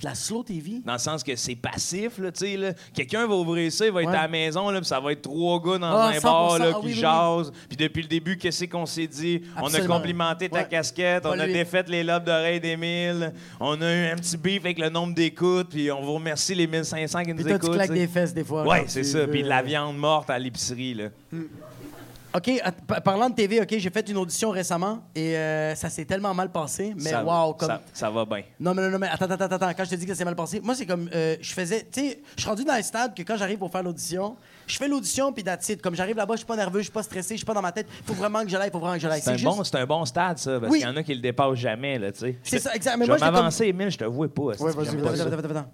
Speaker 3: De la slow TV.
Speaker 6: Dans le sens que c'est passif, là, tu sais, là. Quelqu'un va ouvrir ça, il va être
Speaker 3: Ouais.
Speaker 6: à la maison, là, puis ça va être trois gars dans
Speaker 3: Ah,
Speaker 6: un bar,
Speaker 3: 100%,
Speaker 6: là,
Speaker 3: ah
Speaker 6: qui
Speaker 3: oui, oui, oui.
Speaker 6: jasent. Puis depuis le début, qu'est-ce qu'on s'est dit? On
Speaker 3: Absolument.
Speaker 6: a complimenté ta
Speaker 3: Ouais.
Speaker 6: casquette,
Speaker 3: Pas
Speaker 6: on a
Speaker 3: lui.
Speaker 6: défait les lobes d'oreilles d'Émile, on a eu un petit beef avec le nombre d'écoutes, puis on vous remercie les 1500 qui
Speaker 3: Puis
Speaker 6: nous
Speaker 3: toi, tu
Speaker 6: écoutent.
Speaker 3: claques
Speaker 6: tu sais.
Speaker 3: des fesses des fois.
Speaker 6: Ouais,
Speaker 3: quand
Speaker 6: c'est
Speaker 3: tu
Speaker 6: ça.
Speaker 3: veux,
Speaker 6: Puis de la
Speaker 3: euh,
Speaker 6: viande morte à l'épicerie, là.
Speaker 3: OK, à- pa- parlant de TV, OK, j'ai fait une audition récemment et euh, ça s'est tellement mal passé, mais
Speaker 6: Ça-
Speaker 3: wow, comme...
Speaker 6: Ça, ça va bien.
Speaker 3: Non, mais non, non, mais attends, attends, attends, attends. Quand je te dis que ça s'est mal passé, moi, c'est comme, euh, je faisais, tu sais, je suis rendu dans un stade que quand j'arrive pour faire l'audition, je fais l'audition, puis d'attitude. Comme j'arrive là-bas, je suis pas nerveux, je suis pas stressé, je suis pas dans ma tête. Faut vraiment que je l'aille, faut vraiment que je l'aille.
Speaker 6: C'est un,
Speaker 3: juste-
Speaker 6: bon, c'est un bon stade, ça, parce
Speaker 3: Oui.
Speaker 6: qu'il y en a qui le dépassent jamais, là, tu sais.
Speaker 3: C'est
Speaker 6: Je-
Speaker 3: ça, exact. Mais
Speaker 6: je
Speaker 3: moi,
Speaker 6: vais
Speaker 3: j'étais comme-
Speaker 6: m'avancer, Émile, je te vois pas.
Speaker 5: Ouais,
Speaker 6: c'est-
Speaker 5: vas-y,
Speaker 3: Attends, attends,
Speaker 5: vas-y.
Speaker 3: attends, attends, attends.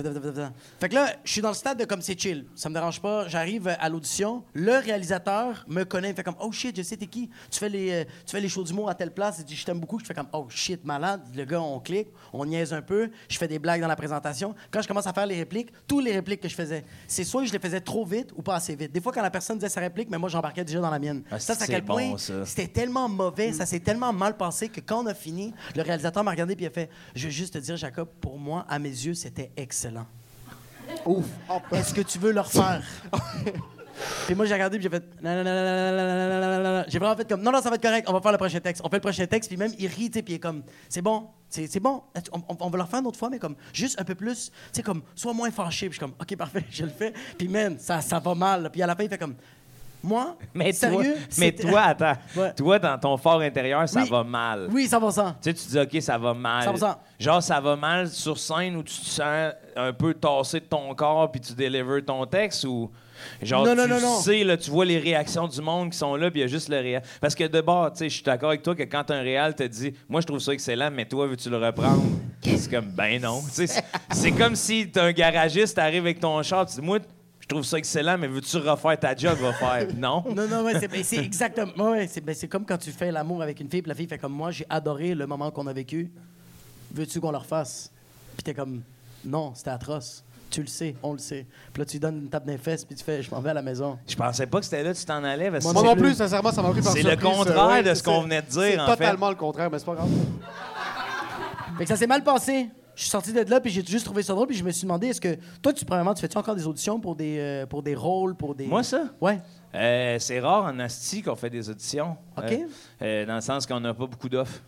Speaker 3: Attends, attends, attends, attends. Fait que là, je suis dans le stade de comme c'est chill. Ça me dérange pas. J'arrive à l'audition. Le réalisateur me connaît. Il fait comme Oh shit, je sais t'es qui. Tu fais les, euh, tu fais les shows d'humour à telle place. Il dit Je t'aime beaucoup. Je fais comme Oh shit, malade. Le gars, on clique, on niaise un peu. Je fais des blagues dans la présentation. Quand je commence à faire les répliques, tous les répliques que je faisais, c'est soit je les faisais trop vite ou pas assez vite. Des fois, quand la personne disait sa réplique, mais moi, j'embarquais déjà dans la mienne.
Speaker 6: Ah,
Speaker 3: ça, c'est à
Speaker 6: c'est
Speaker 3: quel
Speaker 6: bon,
Speaker 3: point
Speaker 6: ça.
Speaker 3: c'était tellement mauvais, ça s'est tellement mal passé que quand on a fini, le réalisateur m'a regardé puis il a fait Je veux juste te dire, Jacob, pour moi, à mes yeux, c'était excellent.
Speaker 5: Ouf. Oh, ben,
Speaker 3: Est-ce que tu veux le refaire Puis moi, j'ai regardé puis j'ai fait Non, non, non, non, non, non, non, non, non, non, non, non. J'ai vraiment fait comme Non, non, ça va être correct, on va faire le prochain texte. On fait le prochain texte, puis même, il rit, tu sais, puis il est comme C'est bon, c'est c'est bon, on, on- on va le refaire une autre fois, mais comme juste un peu plus, tu sais, comme Sois moins fâché. Puis je suis comme Ok, parfait, je le fais. Puis man, ça, ça va mal. là. Puis à la fin, il fait comme Moi,
Speaker 6: Mais
Speaker 3: sérieux,
Speaker 6: toi, mais
Speaker 3: c'était-
Speaker 6: toi, attends.
Speaker 3: [laughs] Ouais.
Speaker 6: Toi, dans ton fort intérieur, ça
Speaker 3: Oui.
Speaker 6: va mal.
Speaker 3: Oui, 100
Speaker 6: Tu sais, tu dis, OK, ça va mal.
Speaker 3: 100%.
Speaker 6: Genre, ça va mal sur scène où tu te sens un peu tassé de ton corps puis tu délivres ton texte ou. Genre,
Speaker 3: Non, non,
Speaker 6: tu
Speaker 3: non, non.
Speaker 6: sais, là, tu vois les réactions du monde qui sont là, puis il y a juste le réel. Parce que de bord, tu sais, je suis d'accord avec toi que quand un réel te dit, moi, je trouve ça excellent, mais toi, veux-tu le reprendre? c'est comme, ben non. Tu sais, c'est- c'est comme si t'es un garagiste, t'arrives avec ton char, tu dis, moi, je trouve ça excellent, mais veux-tu refaire ta job? Va faire, non.
Speaker 3: Non, non, ouais, c'est ben,
Speaker 6: [laughs]
Speaker 3: c'est exactement. Ouais, c'est ben, c'est comme quand tu fais l'amour avec une fille, puis la fille fait comme moi, j'ai adoré le moment qu'on a vécu. Veux-tu qu'on le refasse? Puis t'es comme, non, c'était atroce. Tu le sais, on le sait. Puis là, tu lui donnes une tape des fesses, puis tu fais, je m'en vais à la maison.
Speaker 6: Je pensais pas que c'était là que tu t'en allais. parce que
Speaker 5: Moi
Speaker 6: c'est-
Speaker 5: non plus, sincèrement, ça m'a pris par
Speaker 6: C'est le
Speaker 5: surprise.
Speaker 6: contraire
Speaker 5: ouais,
Speaker 6: de ce qu'on
Speaker 5: c'est-
Speaker 6: venait de dire,
Speaker 5: C'est
Speaker 6: en fait.
Speaker 5: totalement le contraire, mais c'est pas grave.
Speaker 3: Fait que ça s'est mal passé. Je suis sorti de là, puis j'ai juste trouvé ça drôle, puis je me suis demandé, est-ce que toi, tu, premièrement, tu fais-tu encore des auditions pour des, euh, pour des rôles, pour des.
Speaker 6: Moi, ça?
Speaker 3: Ouais.
Speaker 6: Euh, c'est rare en Asti qu'on fait des auditions.
Speaker 3: OK.
Speaker 6: Euh, euh, dans le sens qu'on n'a pas beaucoup d'offres.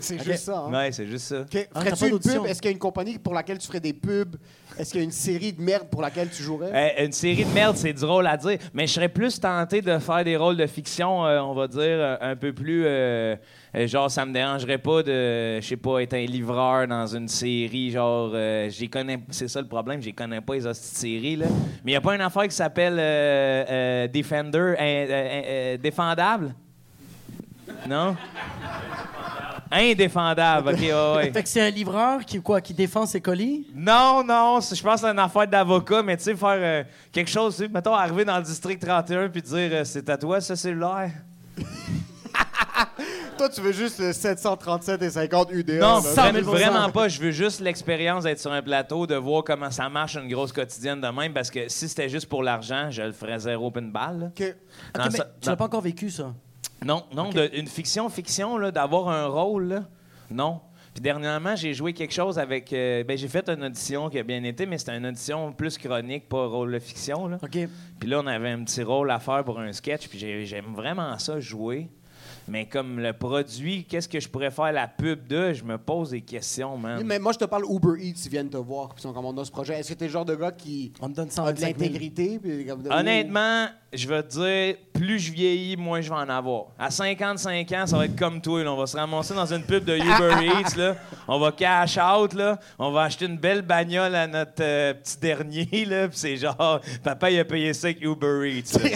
Speaker 5: C'est
Speaker 3: Ok.
Speaker 5: juste ça. hein.
Speaker 6: Ouais, c'est juste ça.
Speaker 5: Ok.
Speaker 3: Ah, t'as pas
Speaker 5: Ferais-tu une
Speaker 3: d'audition.
Speaker 5: pub? Est-ce qu'il y a une compagnie pour laquelle tu ferais des pubs? Est-ce qu'il y a une série de merde pour laquelle tu jouerais?
Speaker 6: Euh, une série de merde, c'est drôle à dire, mais je serais plus tenté de faire des rôles de fiction, euh, on va dire, euh, un peu plus. euh, euh, genre, ça me dérangerait pas de, je sais pas, être un livreur dans une série. Genre, euh, j'y connais. C'est ça le problème, j'y connais pas les hosties de séries, là. Mais il a pas une affaire qui s'appelle euh, euh, Defender, euh, euh, euh, Défendable? Non? Indéfendable, OK, ouais, ouais.
Speaker 3: Fait que c'est un livreur qui, quoi, qui défend ses colis?
Speaker 6: Non, non, c'est- je pense que c'est une affaire d'avocat, mais tu sais, faire euh, quelque chose, tu sais, mettons, arriver dans le district 31 puis dire euh, c'est à toi ce cellulaire.
Speaker 5: Toi, tu veux juste le 737 et 50 UDA.
Speaker 6: Non,
Speaker 5: là.
Speaker 6: vra-
Speaker 3: 100 000
Speaker 6: vraiment pas. Je veux juste l'expérience d'être sur un plateau, de voir comment ça marche une grosse quotidienne de même, parce que si c'était juste pour l'argent, je le ferais zéro open balle. là.
Speaker 5: Que-
Speaker 6: Dans
Speaker 3: Ok, mais
Speaker 6: ça-
Speaker 3: tu l'as
Speaker 6: dans-
Speaker 3: pas encore vécu, ça.
Speaker 6: Non, non, de- une fiction, fiction, là, d'avoir un rôle, là, non. Puis dernièrement, j'ai joué quelque chose avec. euh, ben, j'ai fait une audition qui a bien été, mais c'était une audition plus chronique, pas rôle de fiction, là.
Speaker 3: OK.
Speaker 6: Puis là, on avait un petit rôle à faire pour un sketch, puis j'ai- j'aime vraiment ça jouer. Mais comme le produit, qu'est-ce que je pourrais faire la pub de? Je me pose des questions, man.
Speaker 5: Mais moi, je te parle Uber Eats, ils viennent te voir, puis ils sont comme on a ce projet. Est-ce que t'es le genre de gars qui
Speaker 3: On me donne
Speaker 5: a de
Speaker 3: 125 000.
Speaker 5: l'intégrité? puis comme de-
Speaker 6: Honnêtement, je vais te dire, plus je vieillis, moins je vais en avoir. À 55 ans, ça va être comme toi. là. On va se ramasser dans une pub de Uber
Speaker 5: [laughs]
Speaker 6: Eats. Là. On va cash out. Là. On va acheter une belle bagnole à notre euh, petit dernier. Là. Puis c'est genre, papa, il a payé ça avec Uber Eats.
Speaker 5: [laughs]
Speaker 6: là.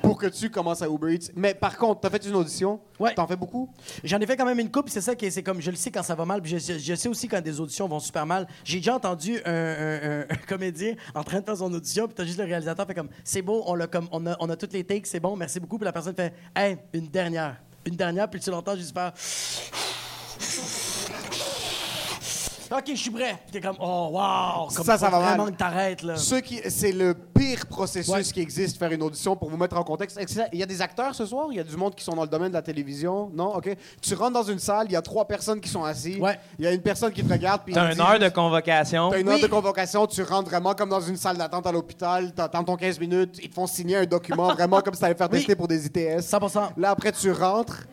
Speaker 5: pour que tu commences à Uber Eats. Mais par contre, t'as fait une audition?
Speaker 3: Ouais.
Speaker 5: T'en fais beaucoup?
Speaker 3: J'en ai fait quand même une coupe, c'est ça qui est- c'est comme je le sais quand ça va mal, puis je, je- je sais aussi quand des auditions vont super mal. J'ai déjà entendu un, un- un- [laughs] un comédien en train de faire son audition, puis t'as juste le réalisateur fait comme c'est beau, on l'a comme on a, on a toutes les takes, c'est bon, merci beaucoup, puis la personne fait hey une dernière, une dernière, puis tu l'entends juste faire. [laughs] Ok, je suis prêt. Puis T'es comme oh wow, comme
Speaker 5: Ça, ça
Speaker 3: faut
Speaker 5: va mal.
Speaker 3: vraiment que t'arrêtes là.
Speaker 5: Ceux qui, c'est le pire processus
Speaker 3: Ouais.
Speaker 5: qui existe, faire une audition pour vous mettre en contexte. Est-ce que ça- Il y a des acteurs ce soir, il y a du monde qui sont dans le domaine de la télévision. Non, ok. Tu rentres dans une salle, il y a trois personnes qui sont assises.
Speaker 3: Ouais.
Speaker 5: Il y a une personne qui te regarde. puis il
Speaker 6: T'as
Speaker 5: dit
Speaker 6: une heure de convocation.
Speaker 5: T'as une
Speaker 3: Oui.
Speaker 5: heure de convocation, tu rentres vraiment comme dans une salle d'attente à l'hôpital, t'attends ton 15 minutes, ils te font signer un document vraiment comme si t'allais faire
Speaker 3: Oui.
Speaker 5: tester pour des ITS.
Speaker 3: 100%.
Speaker 5: Là, après, tu rentres.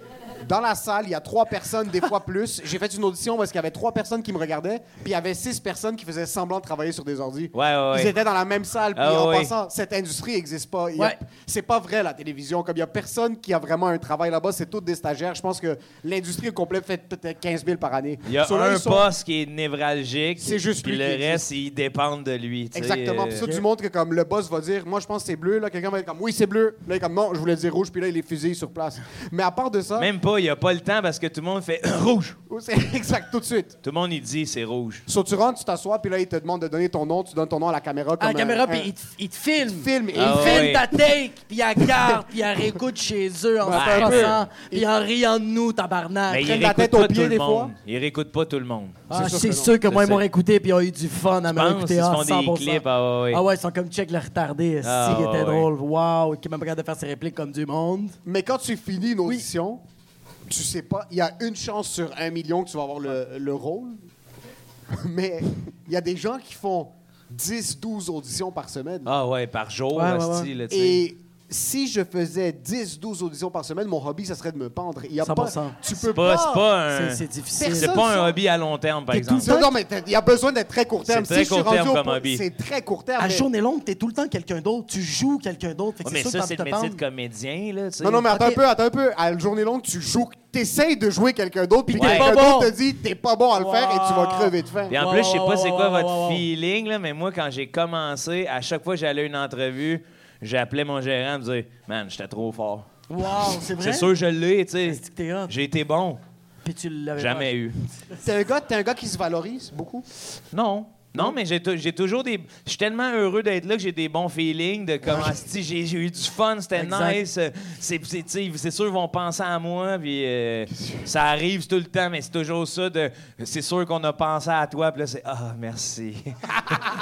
Speaker 5: Dans la salle, il y a trois personnes, des fois plus. J'ai fait une audition parce qu'il y avait trois personnes qui me regardaient, puis il y avait six personnes qui faisaient semblant de travailler sur des ordi.
Speaker 6: Ouais, ouais, ouais.
Speaker 5: Ils étaient dans la même salle. Puis
Speaker 6: Ah,
Speaker 5: en
Speaker 6: ouais.
Speaker 5: passant, cette industrie n'existe pas. Il y a-
Speaker 3: Ouais.
Speaker 5: C'est pas vrai, la télévision. Comme il y a personne qui a vraiment un travail là-bas, c'est toutes des stagiaires. Je pense que l'industrie au complet fait peut-être 15 000 par année.
Speaker 6: Il y a
Speaker 5: So, là,
Speaker 6: un
Speaker 5: ils sont-
Speaker 6: poste qui est névralgique.
Speaker 5: C'est juste
Speaker 6: puis
Speaker 5: lui
Speaker 6: le
Speaker 5: qui existe.
Speaker 6: reste, ils dépendent de lui. tu sais,
Speaker 5: Exactement.
Speaker 6: euh,
Speaker 5: Puis ça, tu montres que comme le boss va dire, moi je pense que c'est bleu, là, quelqu'un va être comme, oui, c'est bleu. Là, il est comme, non, je voulais dire rouge, puis là, il est fusillé sur place. Mais à part de ça, [laughs]
Speaker 6: Même pas, il n'y a pas le temps parce que tout le monde fait [clears throat] rouge.
Speaker 5: c'est exact, tout de suite.
Speaker 6: Tout le monde, il dit c'est rouge.
Speaker 5: So, tu rentres, tu t'assois, puis là, il te demande de donner ton nom, tu donnes ton nom à la caméra. Comme
Speaker 3: à la Ah, caméra,
Speaker 5: un-
Speaker 3: puis
Speaker 5: un-
Speaker 3: il, te- il te filme.
Speaker 5: Il te filme,
Speaker 3: il
Speaker 5: ah
Speaker 3: te filme
Speaker 6: ouais.
Speaker 3: ta take, puis il regarde, puis il réécoute chez eux en
Speaker 5: Ouais,
Speaker 3: se
Speaker 5: un peu.
Speaker 3: passant, puis en riant de nous,
Speaker 6: Mais
Speaker 3: tabarnak.
Speaker 6: il
Speaker 5: traîne la
Speaker 6: réécoute
Speaker 5: tête aux
Speaker 6: pas tout
Speaker 5: pieds,
Speaker 6: le
Speaker 5: des fois.
Speaker 6: monde. Il réécoute pas tout le monde.
Speaker 3: Ah,
Speaker 5: sûr
Speaker 3: c'est
Speaker 5: que
Speaker 3: sûr que moi,
Speaker 6: C'est
Speaker 3: ils m'ont
Speaker 6: ça.
Speaker 3: écouté, puis ils ont eu du fun à
Speaker 6: penses?
Speaker 3: m'avoir écouté.
Speaker 6: Ils se
Speaker 3: ah,
Speaker 6: font des
Speaker 3: 100%.
Speaker 6: clips, ah ouais, ouais.
Speaker 3: Ah ils sont comme check le retardé.
Speaker 6: Ah
Speaker 3: si, il
Speaker 6: ouais,
Speaker 3: était
Speaker 6: ouais.
Speaker 3: drôle. Waouh, qui m'a pas capable de faire ses répliques comme du monde.
Speaker 5: Mais quand tu finis une audition, tu sais pas, il y a une chance sur un million que tu vas avoir le, le rôle. [laughs] Mais il y a des gens qui font 10, 12 auditions par semaine.
Speaker 6: Ah ouais, par jour,
Speaker 3: Ouais, ouais,
Speaker 6: hostie, là, tu sais.
Speaker 5: Et si je faisais 10, 12 auditions par semaine, mon hobby, ça serait de me pendre. Il y a pas,
Speaker 3: 100%.
Speaker 5: tu peux
Speaker 6: C'est pas, c'est pas un.
Speaker 3: C'est- C'est difficile.
Speaker 5: Personne-
Speaker 6: C'est pas un hobby à long terme, par
Speaker 3: T'es
Speaker 6: exemple.
Speaker 3: tout
Speaker 5: Non, non, mais t'as- il y a besoin d'être très court terme. si
Speaker 6: C'est très
Speaker 5: je suis
Speaker 6: court
Speaker 5: rendu
Speaker 6: terme
Speaker 5: au
Speaker 6: comme
Speaker 5: point-
Speaker 6: hobby.
Speaker 5: C'est très court terme.
Speaker 3: À
Speaker 5: mais-
Speaker 3: journée longue, t'es tout le temps quelqu'un d'autre. Tu joues quelqu'un d'autre. Fait que
Speaker 6: Ouais, mais
Speaker 3: c'est sûr
Speaker 6: ça,
Speaker 3: que
Speaker 6: c'est
Speaker 3: t'as
Speaker 6: le
Speaker 3: envie de
Speaker 6: métier
Speaker 3: te
Speaker 6: de
Speaker 3: pendre.
Speaker 6: comédien, là, tu sais.
Speaker 5: Non, non, mais attends
Speaker 3: Ok.
Speaker 5: un peu, attends un peu. À une journée longue, tu joues, t'essayes de jouer quelqu'un d'autre, puis
Speaker 3: Puis t'es
Speaker 5: quelqu'un
Speaker 3: pas
Speaker 5: d'autre
Speaker 3: bon.
Speaker 5: te dit t'es pas bon à le faire et tu vas crever de faim.
Speaker 6: Puis en
Speaker 3: Ouais,
Speaker 6: plus, je sais
Speaker 3: ouais,
Speaker 6: pas
Speaker 3: ouais,
Speaker 6: c'est quoi
Speaker 3: ouais,
Speaker 6: votre
Speaker 3: ouais, ouais.
Speaker 6: feeling, là, mais moi, quand j'ai commencé, à chaque fois que j'allais à une entrevue, j'appelais mon gérant me dire Man, j'étais trop fort.
Speaker 3: Waouh, c'est vrai.
Speaker 6: [laughs] C'est sûr, je l'ai, tu sais.
Speaker 3: Est-ce que t'es hot?
Speaker 6: J'ai été bon.
Speaker 3: Puis tu l'avais
Speaker 6: Jamais eu.
Speaker 5: T'es un, gars- t'es un gars qui se valorise beaucoup.
Speaker 6: Non. Non, mais j'ai tou- j'ai toujours des. Je suis tellement heureux d'être là que j'ai des bons feelings de comme Asti, j'ai j'ai eu du fun, c'était
Speaker 3: Exact.
Speaker 6: nice. euh, C'est c'est- tu sais, c'est sûr ils vont penser à moi,
Speaker 3: [laughs]
Speaker 6: puis euh, ça arrive tout le temps, mais c'est toujours ça de. C'est sûr qu'on a pensé à toi, puis là c'est ah
Speaker 5: [laughs]
Speaker 6: merci. [laughs]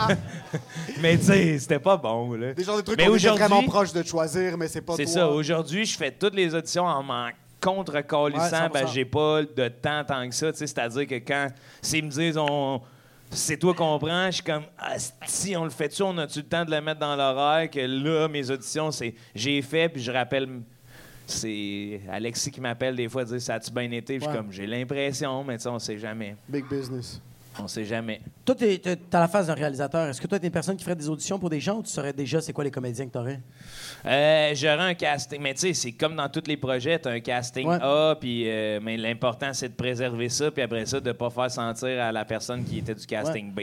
Speaker 6: mais tu sais, c'était pas bon là.
Speaker 5: Des genres de trucs
Speaker 6: mais
Speaker 5: qu'on était
Speaker 6: aujourd'hui-
Speaker 5: vraiment proche de choisir, mais c'est pas toi.
Speaker 6: c'est ça. Aujourd'hui, je fais toutes les auditions en m'en contre-colissant.
Speaker 3: Ouais, 100%.
Speaker 6: j'ai pas de temps tant que ça. tu sais, C'est-à-dire que quand s'ils me disent on. C'est toi qu'on prend, je suis comme Ah, si on le fait-tu, on a-tu le temps de le mettre dans l'horaire que là, mes auditions, c'est j'ai fait, puis je rappelle c'est Alexis qui m'appelle des fois dire ça a-tu bien été? Puis je suis
Speaker 3: Ouais.
Speaker 6: comme j'ai l'impression, mais tu sais, on sait jamais.
Speaker 5: Big business.
Speaker 6: On sait jamais.
Speaker 3: Toi, t'es- t'es- t'as la face d'un réalisateur. Est-ce que toi, t'es une personne qui ferait des auditions pour des gens ou tu saurais déjà c'est quoi les comédiens que t'aurais?
Speaker 6: Euh, J'aurais un casting. Mais tu sais, c'est comme dans tous les projets, t'as un casting
Speaker 3: Ouais.
Speaker 6: A, puis euh, mais l'important, c'est de préserver ça, puis après ça, de pas faire sentir à la personne qui était du casting B.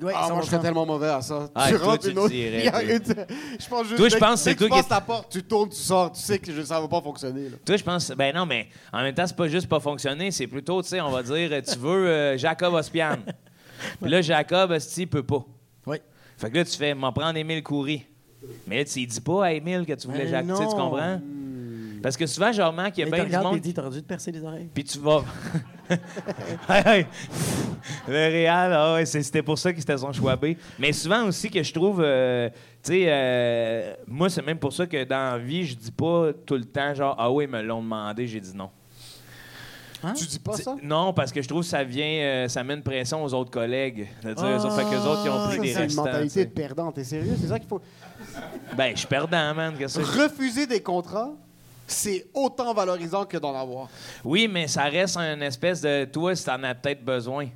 Speaker 3: Ouais,
Speaker 5: Ah,
Speaker 3: ça
Speaker 5: moi,
Speaker 3: va
Speaker 5: je serais
Speaker 3: bien.
Speaker 5: tellement mauvais à ça.
Speaker 6: Ah,
Speaker 5: tu
Speaker 6: toi,
Speaker 5: rentres
Speaker 6: tu
Speaker 5: une autre.
Speaker 6: dirais,
Speaker 5: il y a
Speaker 6: toi.
Speaker 5: une- Je pense juste.
Speaker 6: Toi, je
Speaker 5: dès-
Speaker 6: pense que c'est
Speaker 5: dès
Speaker 6: toi
Speaker 5: tu
Speaker 6: qui-
Speaker 5: passes ta porte, tu tournes, tu sors. Tu sais que je- ça va pas fonctionner. là.
Speaker 6: Toi, je pense. Ben non, mais en même temps, c'est pas juste pas fonctionner, c'est plutôt, tu sais, on va dire, tu veux euh, Jacob
Speaker 3: [laughs]
Speaker 6: Ospian. Puis là, Jacob, Osti, il peut pas.
Speaker 3: Oui.
Speaker 6: Fait que là, tu fais, m'en prendre Émile Coury. Mais là, tu dis pas à Émile que tu voulais
Speaker 3: Mais
Speaker 6: Jacob. Tu sais, tu
Speaker 3: Ben non.
Speaker 6: comprends? Parce que souvent, je remarque qu'il y a
Speaker 3: Mais
Speaker 6: bien
Speaker 3: tu
Speaker 6: du
Speaker 3: regardes,
Speaker 6: monde.
Speaker 3: il dit, t'aurais dû te percer les oreilles.
Speaker 6: Puis tu vas. [laughs] Hey, hey. Le Real, ah ouais, c'est- c'était pour ça que c'était son choix B. Mais souvent aussi que je trouve, euh, tu sais, euh, moi c'est même pour ça que dans la vie, je dis pas tout le temps genre ah oui, ils me l'ont demandé, j'ai dit non.
Speaker 5: Tu dis pas ça?
Speaker 6: Non, parce que je trouve que ça vient, euh, ça met une pression aux autres collègues. De dire, eux autres- fait que les autres, ils ont
Speaker 5: Ah, Ça,
Speaker 6: pris des
Speaker 5: c'est une
Speaker 6: restants. tu
Speaker 5: mentalité
Speaker 6: sais.
Speaker 5: de perdant. T'es sérieux? C'est ça qu'il faut.
Speaker 6: Ben, je suis perdant, man. qu'est-ce que c'est?
Speaker 5: Refuser des contrats, c'est autant valorisant que d'en avoir.
Speaker 6: Oui, mais ça reste une espèce de toi si t'en as peut-être besoin.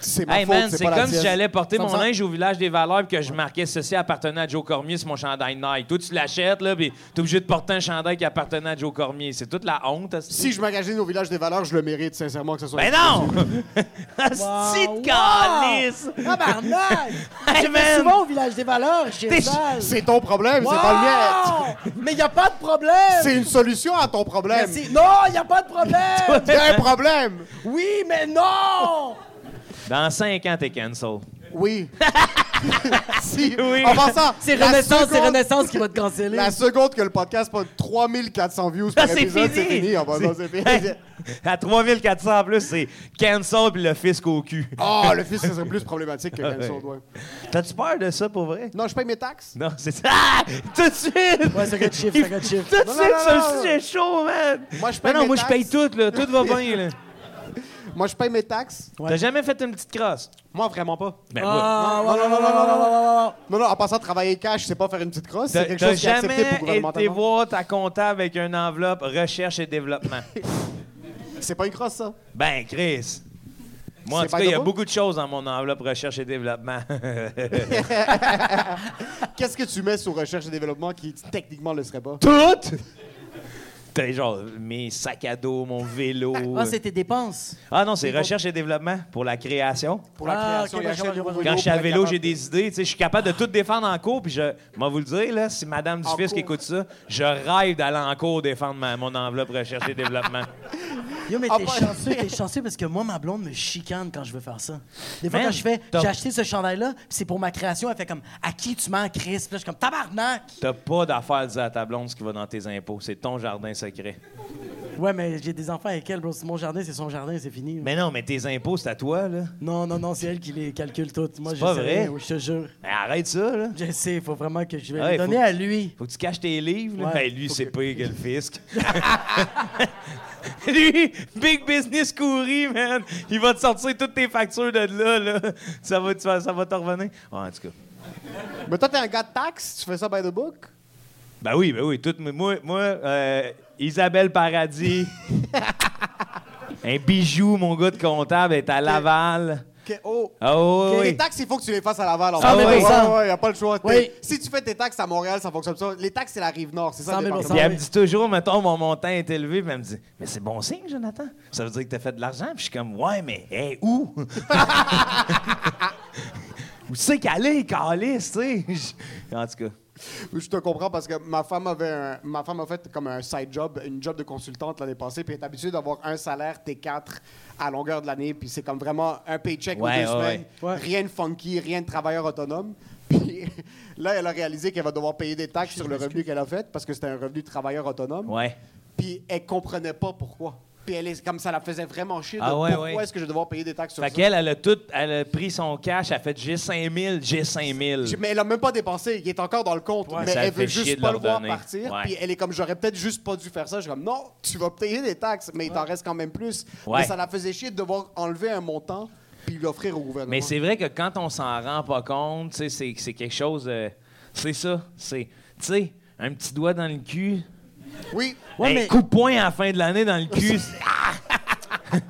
Speaker 5: C'est ma
Speaker 6: Hey
Speaker 5: faute,
Speaker 6: man,
Speaker 5: c'est
Speaker 6: c'est
Speaker 5: pas la
Speaker 6: comme si
Speaker 5: tienne.
Speaker 6: j'allais porter
Speaker 3: Ça me
Speaker 6: mon
Speaker 3: semble-
Speaker 6: linge au village des valeurs et que je marquais ceci appartenait à Joe Cormier sur mon chandail Nike. Toi, tu l'achètes, là, puis t'es obligé de porter un chandail qui appartenait à Joe Cormier. C'est toute la honte. hostie.
Speaker 5: Si je magasine au village des valeurs, je le mérite sincèrement que ce soit.
Speaker 6: Ben [laughs] non! Hostie de calice!
Speaker 3: Ah, Tabarnak!
Speaker 6: [laughs] Hey,
Speaker 3: Je
Speaker 6: man!
Speaker 3: vais souvent au village des valeurs, j'ai
Speaker 6: T'es- Ah!
Speaker 3: mal.
Speaker 5: C'est ton problème, c'est pas le mien.
Speaker 3: Wow! Mais y a pas de problème!
Speaker 5: C'est une solution à ton problème.
Speaker 3: Merci. Non, y a pas de problème!
Speaker 6: [laughs]
Speaker 5: Il y a un problème.
Speaker 3: oui, mais non!
Speaker 6: Dans 5 ans, t'es cancel. [laughs]
Speaker 5: Oui. si.
Speaker 6: Oui.
Speaker 5: En passant,
Speaker 3: C'est
Speaker 5: la
Speaker 3: Renaissance, c'est
Speaker 5: seconde-
Speaker 3: Renaissance qui va te canceller.
Speaker 5: La seconde que le podcast passe 3400 views
Speaker 6: Ah,
Speaker 5: par épisode, c'est fini. En passant, c'est
Speaker 6: [laughs] C'est-
Speaker 5: fini.
Speaker 6: à 3400 en plus, c'est cancel puis le fisc au cul.
Speaker 5: Oh, le fils, ça serait plus problématique que Hanson,
Speaker 6: Ah, ouais.
Speaker 5: ouais.
Speaker 6: T'as-tu peur de ça pour vrai?
Speaker 5: Non, je paye mes taxes.
Speaker 6: Non, c'est ça. Ah! Tout de suite!
Speaker 3: Ouais, ça gars de chiffre, ça gars de chiffre.
Speaker 6: Tout de
Speaker 5: Non,
Speaker 6: suite,
Speaker 5: non,
Speaker 6: ça
Speaker 5: non,
Speaker 6: aussi,
Speaker 5: non.
Speaker 6: c'est chaud, man!
Speaker 5: Moi, je paye
Speaker 6: Ben non,
Speaker 5: mes
Speaker 6: moi, je paye
Speaker 5: taxes.
Speaker 6: tout, là. Tout va bien, là.
Speaker 5: Moi, je paye mes taxes.
Speaker 6: T'as jamais fait une petite crosse?
Speaker 5: Moi, vraiment pas.
Speaker 6: Ben,
Speaker 3: Ah,
Speaker 5: Non,
Speaker 3: ouais,
Speaker 5: non,
Speaker 3: ouais,
Speaker 5: non,
Speaker 3: ouais,
Speaker 5: non, non,
Speaker 3: ouais,
Speaker 5: non,
Speaker 3: ouais, ouais, ouais.
Speaker 5: Non, non, en passant, travailler cash, c'est pas faire une petite crosse.
Speaker 6: T'as
Speaker 5: C'est quelque
Speaker 6: t'as
Speaker 5: chose qui est accepté
Speaker 6: jamais
Speaker 5: pour
Speaker 6: été
Speaker 5: gouvernementalement.
Speaker 6: voir ta comptable avec une enveloppe recherche
Speaker 5: [laughs]
Speaker 6: et développement.
Speaker 5: C'est pas une crosse, ça.
Speaker 6: ben, Chris. Moi, en
Speaker 5: C'est
Speaker 6: tout
Speaker 5: by
Speaker 6: cas, il y
Speaker 5: the
Speaker 6: a
Speaker 5: book?
Speaker 6: beaucoup de choses dans mon enveloppe recherche et développement. [laughs]
Speaker 5: Qu'est-ce que tu mets sur recherche et développement qui techniquement le serait pas?
Speaker 6: Toutes? T'as genre mes sacs à dos, mon vélo.
Speaker 3: Ah, c'est tes dépenses.
Speaker 6: Ah non, c'est recherche et développement pour la création.
Speaker 5: Pour la
Speaker 3: Ah,
Speaker 5: création,
Speaker 3: ok,
Speaker 5: il
Speaker 3: ben,
Speaker 5: achète
Speaker 3: je vois,
Speaker 5: des
Speaker 3: je vois.
Speaker 6: Quand je suis à
Speaker 5: pour être
Speaker 6: vélo,
Speaker 5: capable
Speaker 6: j'ai des idées. Tu sais, Je suis capable de tout défendre en cours. Puis je vais vous le dire, là, si Madame
Speaker 5: En
Speaker 6: Dufis qui
Speaker 5: cours.
Speaker 6: écoute ça, je rêve d'aller en cours défendre ma- mon enveloppe recherche et développement.
Speaker 3: Yo, mais
Speaker 5: Ah,
Speaker 3: t'es
Speaker 5: pas-
Speaker 3: chanceux, t'es chanceux parce que moi, ma blonde me chicane quand je veux faire ça. Des fois,
Speaker 6: Man,
Speaker 3: quand je fais,
Speaker 6: t'as-
Speaker 3: j'ai acheté ce chandail-là, puis c'est pour ma création, elle fait comme, à qui tu mens, Chris? Puis là, je suis comme, tabarnak!
Speaker 6: T'as pas d'affaire à dire à ta blonde ce qui va dans tes impôts. C'est ton jardin secret.
Speaker 3: Ouais, mais j'ai des enfants avec elle, bro. C'est mon jardin, c'est son jardin, c'est fini.
Speaker 6: Mais non, mais tes impôts, c'est à toi, là.
Speaker 3: Non, non, non, c'est elle qui les calcule toutes. Moi,
Speaker 6: C'est
Speaker 3: je
Speaker 6: pas
Speaker 3: sais
Speaker 6: vrai?
Speaker 3: rien, oui, je te jure.
Speaker 6: Mais arrête ça, là.
Speaker 3: Je sais, il faut vraiment que je vais
Speaker 6: Ouais,
Speaker 3: les donner
Speaker 6: faut-
Speaker 3: à lui.
Speaker 6: Faut que tu caches tes livres. là.
Speaker 3: Ouais.
Speaker 6: Ben, lui, c'est pire que le fisc. [laughs] lui, big business courri, man. Il va te sortir toutes tes factures de là, là. Ça va, tu vas- ça va te revenir. Ouais, en tout cas.
Speaker 5: Mais toi, t'es un gars de taxes, tu fais ça by the book?
Speaker 6: Ben oui, ben oui. toutes mes- moi, moi euh, Isabelle
Speaker 5: [laughs]
Speaker 6: Paradis, un bijou, mon gars de comptable, est à Laval.
Speaker 5: Que- oh.
Speaker 6: Ah oui,
Speaker 5: Que
Speaker 6: oui.
Speaker 5: Les taxes, il faut que tu les fasses à Laval. en
Speaker 3: 100
Speaker 5: fait.
Speaker 3: 000
Speaker 5: ouais, ouais, ouais, y a pas le choix. T'es-
Speaker 3: Oui.
Speaker 5: Si tu fais tes taxes à Montréal, ça fonctionne comme ça. Les taxes, c'est la rive nord, c'est ça.
Speaker 3: 100
Speaker 5: le
Speaker 3: 000
Speaker 5: département.
Speaker 6: Puis elle me
Speaker 3: oui.
Speaker 6: dit toujours, mettons, mon montant est élevé. Puis elle me dit, mais c'est bon signe, Jonathan. Ça veut dire que t'as fait de l'argent. Puis je suis comme, ouais, mais hey, où?
Speaker 5: [laughs]
Speaker 6: où c'est qu'elle est, calice, tu sais? Je- En tout cas.
Speaker 5: Je te comprends parce que ma femme avait un- ma femme a fait comme un side job, une job de consultante l'année passée, puis elle est habituée d'avoir un salaire T4 à longueur de l'année, puis c'est comme vraiment un paycheck ou deux
Speaker 6: Ouais, ouais,
Speaker 5: semaines, rien de funky, rien de travailleur autonome. [laughs] Puis là, elle a réalisé qu'elle va devoir payer des taxes sur le revenu qu'elle a fait parce que c'était un revenu de travailleur autonome.
Speaker 6: Ouais.
Speaker 5: Puis elle comprenait pas pourquoi. Puis elle est comme ça la faisait vraiment chier. de
Speaker 6: Ah ouais,
Speaker 5: pourquoi
Speaker 6: ouais.
Speaker 5: est-ce que je vais devoir payer des taxes sur
Speaker 6: Fait
Speaker 5: ça?
Speaker 6: qu'elle, elle a tout, elle a pris son cash, elle a fait j'ai 5000, j'ai 5000.
Speaker 5: J'ai- Mais elle a même pas dépensé, il est encore dans le compte. mais
Speaker 6: Ça
Speaker 5: elle
Speaker 6: fait
Speaker 5: veut
Speaker 6: chier
Speaker 5: juste
Speaker 6: de
Speaker 5: pas
Speaker 6: leur
Speaker 5: le voir
Speaker 6: donner.
Speaker 5: partir.
Speaker 6: Ouais.
Speaker 5: Puis elle est comme j'aurais peut-être juste pas dû faire ça. Je suis comme non, tu vas payer des taxes, mais il t'en reste quand même plus.
Speaker 6: Ouais.
Speaker 5: Mais ça la faisait chier de devoir enlever un montant puis l'offrir au gouvernement.
Speaker 6: Mais c'est vrai que quand on s'en rend pas compte, tu sais, c'est c'est quelque chose. euh, c'est ça. C'est. Tu sais, un petit doigt dans le cul.
Speaker 5: Oui.
Speaker 3: Ouais,
Speaker 6: un
Speaker 3: mais-
Speaker 6: coup de poing à la fin de l'année dans le cul. c'est- Ah!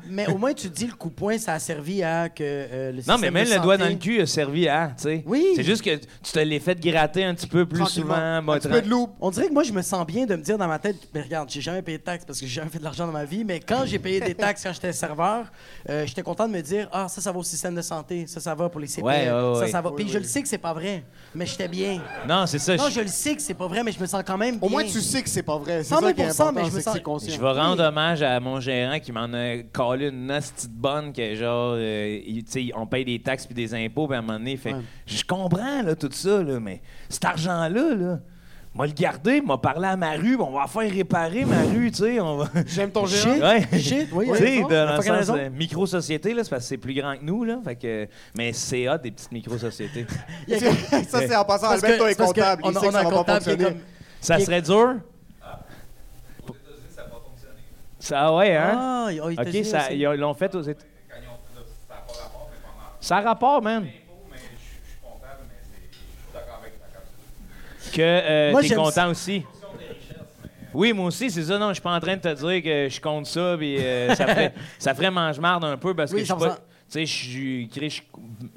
Speaker 3: mais au moins, tu dis le coup de poing, ça a servi à que euh, le
Speaker 6: [laughs] Non,
Speaker 3: système
Speaker 6: mais même
Speaker 3: de
Speaker 6: le doigt dans
Speaker 3: santé-
Speaker 6: le cul a servi à, tu sais.
Speaker 3: Oui.
Speaker 6: C'est juste que tu te l'es fait gratter un petit peu plus
Speaker 5: Tranquillement.
Speaker 6: souvent.
Speaker 5: Un
Speaker 6: moi,
Speaker 5: petit peu de
Speaker 6: tra-
Speaker 5: loup.
Speaker 3: On dirait que moi, je me sens bien de me dire dans ma tête, mais regarde, j'ai jamais payé de taxes parce que j'ai jamais fait de l'argent dans ma vie, mais quand j'ai
Speaker 5: [laughs]
Speaker 3: payé des taxes quand j'étais serveur, euh, j'étais content de me dire, ah, ça, ça va au système de santé, ça, ça va pour les CPE,
Speaker 6: Ouais, ouais,
Speaker 3: ça,
Speaker 6: ouais.
Speaker 3: ça va. Puis je le sais que c'est pas vrai, mais j'étais bien.
Speaker 6: Non, c'est ça.
Speaker 3: Non,
Speaker 6: je-
Speaker 3: je le sais que c'est pas vrai, mais je me sens quand même bien.
Speaker 5: Au moins, tu sais que c'est pas vrai. C'est
Speaker 3: 100 000
Speaker 5: ça qui est important,
Speaker 3: mais je me
Speaker 5: c'est que
Speaker 3: sens-
Speaker 5: c'est conscient.
Speaker 6: Je vais rendre hommage à mon gérant qui m'en a collé une petite bonne que genre, euh, il- tu sais, on paye des taxes puis des impôts, puis à un moment donné, il fait Je comprends là, tout ça, là, mais cet argent-là, là, m'a le garder, m'a parlé à ma rue, puis on va faire réparer ma rue, tu
Speaker 3: [laughs]
Speaker 6: sais. on va-
Speaker 5: J'aime ton
Speaker 3: Shit,
Speaker 5: gérant.
Speaker 6: Ouais.
Speaker 3: shit, oui, il a
Speaker 6: Tu sais,
Speaker 3: raison, il a
Speaker 6: dans le
Speaker 3: fucking
Speaker 6: sens
Speaker 3: raison.
Speaker 6: euh, micro-société, là, c'est parce que c'est plus grand que nous, là. Fait que, mais c'est hot, des
Speaker 3: [laughs]
Speaker 6: petites micro-sociétés.
Speaker 5: [laughs] ça, c'est en passant.
Speaker 3: Parce que-
Speaker 5: Alberto est
Speaker 3: c'est parce que
Speaker 5: comptable.
Speaker 3: on
Speaker 5: Il
Speaker 3: a-
Speaker 5: sait
Speaker 3: on
Speaker 5: que
Speaker 3: a
Speaker 5: ça
Speaker 3: un
Speaker 5: va pas
Speaker 3: comptable qui est
Speaker 5: fonctionner.
Speaker 3: comme-
Speaker 6: Ça
Speaker 3: Qui est-
Speaker 6: serait dur? Ça, ouais, hein?
Speaker 3: Ah, il- oh, il t'a
Speaker 6: ok,
Speaker 3: dit
Speaker 6: ça,
Speaker 3: aussi.
Speaker 6: ils l'ont fait aux États. Ça a rapport, man. Que euh,
Speaker 3: Moi,
Speaker 6: t'es
Speaker 3: j'aime
Speaker 6: content
Speaker 3: ça.
Speaker 6: aussi. Oui, moi aussi, c'est ça. Non, je suis pas en train de te dire que je compte ça, puis euh,
Speaker 3: [laughs]
Speaker 6: ça ferait, ça ferait mange-marde un peu parce
Speaker 3: Oui,
Speaker 6: que je suis
Speaker 3: 100%.
Speaker 6: pas. Tu sais, je suis- crée, je-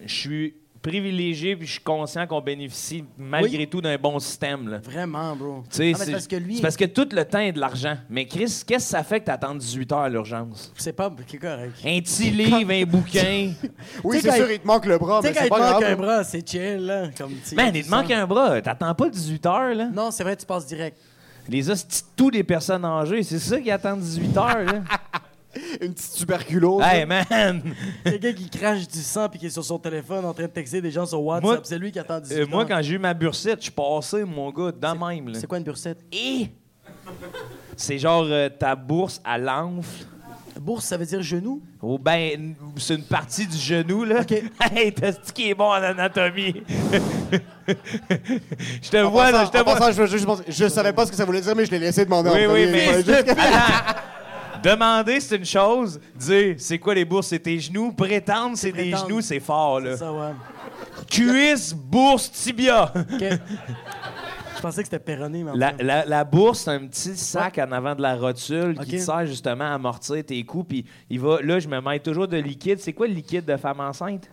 Speaker 6: je suis privilégié puis je suis conscient qu'on bénéficie malgré tout d'un bon système. Là.
Speaker 3: Vraiment, bro.
Speaker 6: Tu sais,
Speaker 3: Ah, mais c'est parce que lui,
Speaker 6: c'est parce que tout le temps est de l'argent. Mais Chris, qu'est-ce que ça fait que t'attends 18 heures à l'urgence?
Speaker 3: c'est pas c'est correct. Tu
Speaker 6: Un petit livre, un
Speaker 5: [laughs]
Speaker 6: bouquin.
Speaker 5: Oui,
Speaker 3: Tu sais,
Speaker 5: c'est
Speaker 3: quand
Speaker 5: sûr, il te manque le bras,
Speaker 3: sais,
Speaker 5: mais
Speaker 3: quand
Speaker 5: c'est
Speaker 3: il te
Speaker 5: pas
Speaker 3: manque un
Speaker 5: grave.
Speaker 3: bras, c'est chill, là. Comme, tu sais,
Speaker 6: Man, il
Speaker 3: tu
Speaker 6: te manque
Speaker 3: sens-
Speaker 6: un bras. T'attends pas 18 heures, là.
Speaker 3: Non, c'est vrai, tu passes direct.
Speaker 6: Les hosties de tous des personnes âgées, c'est ça qui attendent 18
Speaker 5: [laughs]
Speaker 6: heures, là.
Speaker 5: Une petite tuberculose. [laughs]
Speaker 6: hey, man!
Speaker 3: Quelqu'un qui crache du sang puis qui est sur son téléphone en train de texter des gens sur WhatsApp.
Speaker 6: Moi-
Speaker 3: c'est lui qui attend 18
Speaker 6: Euh, moi,
Speaker 3: ans.
Speaker 6: quand j'ai eu ma bursette, je suis passé, mon gars, dans même, là.
Speaker 3: C'est quoi une bursette? Eh!
Speaker 6: Et... C'est genre euh, ta bourse à l'enfle.
Speaker 3: Bourse, ça veut dire genou?
Speaker 6: Oh, ben, n- c'est une partie du genou, là. [laughs] hey, t'as ce qui est bon en anatomie. [laughs] je te
Speaker 5: En
Speaker 6: vois,
Speaker 5: passant-
Speaker 6: là, je te
Speaker 5: en
Speaker 6: vois.
Speaker 5: passant, je veux juste penser- je savais pas ce que ça voulait dire, mais je l'ai laissé demander.
Speaker 6: Oui,
Speaker 5: en
Speaker 6: oui,
Speaker 5: premier.
Speaker 6: mais.
Speaker 5: Il fallait juste-
Speaker 6: Attends. Demander, c'est une chose. Dire, c'est quoi les bourses, c'est tes genoux. Prétendre, c'est des
Speaker 3: prétendre.
Speaker 6: genoux, c'est fort, là.
Speaker 3: Ça, ouais.
Speaker 6: Cuisse, bourse, tibia.
Speaker 3: OK. Je pensais que c'était péronné, mais en
Speaker 6: La,
Speaker 3: tout cas.
Speaker 6: la- la bourse, c'est un petit sac en avant de la rotule
Speaker 3: Ok.
Speaker 6: qui te sert justement à amortir tes coups. Puis il va, là, je me mets toujours de liquide. C'est quoi le liquide de femme enceinte?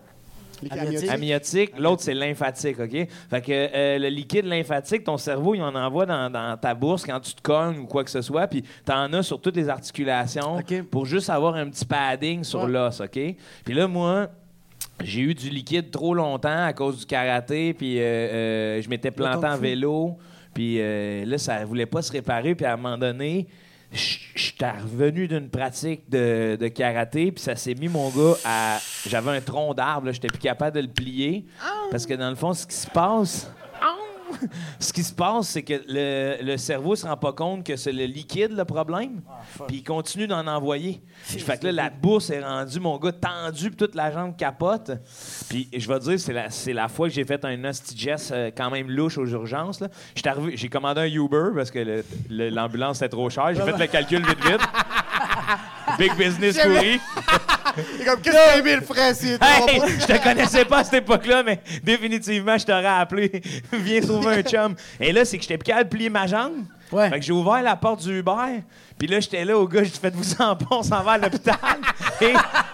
Speaker 5: Les
Speaker 3: Amniotique.
Speaker 5: amniotiques.
Speaker 6: Amniotique. L'autre, c'est lymphatique, OK? Fait que euh, le liquide lymphatique, ton cerveau, il en envoie dans, dans ta bourse quand tu te cognes ou quoi que ce soit. Puis t'en as sur toutes les articulations
Speaker 3: Ok.
Speaker 6: pour juste avoir un petit padding sur
Speaker 3: Ouais.
Speaker 6: l'os, OK? Puis là, moi... J'ai eu du liquide trop longtemps à cause du karaté, puis euh, euh, je m'étais planté
Speaker 3: kung
Speaker 6: en
Speaker 3: fu.
Speaker 6: vélo, puis euh, là, ça voulait pas se réparer, puis à un moment donné, je je suis revenu d'une pratique de, de karaté, puis ça s'est mis mon gars à... J'avais un tronc d'arbre, là, j'étais plus capable de le plier, parce que dans le fond, ce qui se passe... Ce qui se passe, c'est que le, le cerveau se rend pas compte que c'est le liquide le problème, puis il continue d'en envoyer. Fait que là, la bourse est rendue, mon gars, tendu, puis toute la jambe capote. Puis je vais te dire, c'est la, c'est la fois que j'ai fait un hostie geste euh, quand même louche aux urgences. là. J'étais arrivé- J'ai commandé un Uber parce que le- le- l'ambulance était trop chère. J'ai fait le calcul vite, vite. Big business pourri.
Speaker 5: Il est comme, qu'est-ce que t'as aimé, le frère, si il te
Speaker 6: Hey,
Speaker 5: rend pas-
Speaker 6: je te connaissais pas à cette époque-là, mais définitivement, je t'aurais appelé. [laughs] Viens sauver un chum. Et là, c'est que j'étais plus capable de plier ma jambe.
Speaker 3: Ouais.
Speaker 6: Fait que j'ai ouvert la porte du Uber. Puis là, j'étais là au gars, j'ai fait vous en pas, on s'en va
Speaker 3: [laughs]
Speaker 6: à l'hôpital. Et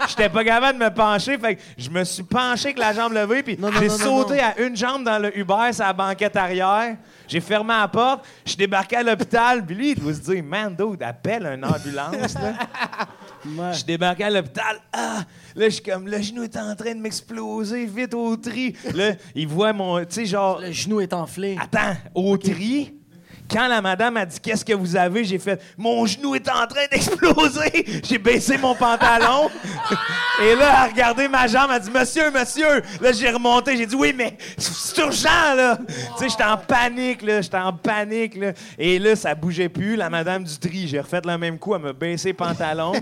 Speaker 6: j'étais pas capable de me pencher. Fait que je me suis penché avec la jambe levée. Puis
Speaker 3: Non, non,
Speaker 6: j'ai
Speaker 3: non, non,
Speaker 6: sauté
Speaker 3: non.
Speaker 6: à une jambe dans le Uber, sur la banquette arrière. J'ai fermé la porte. Je débarqué à l'hôpital. Puis lui, il doit se dire, man, dude, appelle une ambulance, là.
Speaker 3: Ouais.
Speaker 6: Je débarquais à l'hôpital. Ah! Là, je suis comme, le genou est en train de m'exploser, vite au tri. Là, il voit mon. Tu sais, genre,
Speaker 3: Le genou est enflé.
Speaker 6: attends, au tri. Quand la madame a dit qu'est-ce que vous avez, j'ai fait mon genou est en train d'exploser. J'ai baissé mon pantalon
Speaker 3: Ah!
Speaker 6: et là elle a regardé ma jambe, elle a dit monsieur monsieur. Là j'ai remonté, j'ai dit oui mais c'est urgent là. Tu sais j'étais en panique là, j'étais en panique là. Et là ça bougeait plus. La madame du tri, j'ai refait le même coup, elle me baissé le pantalon.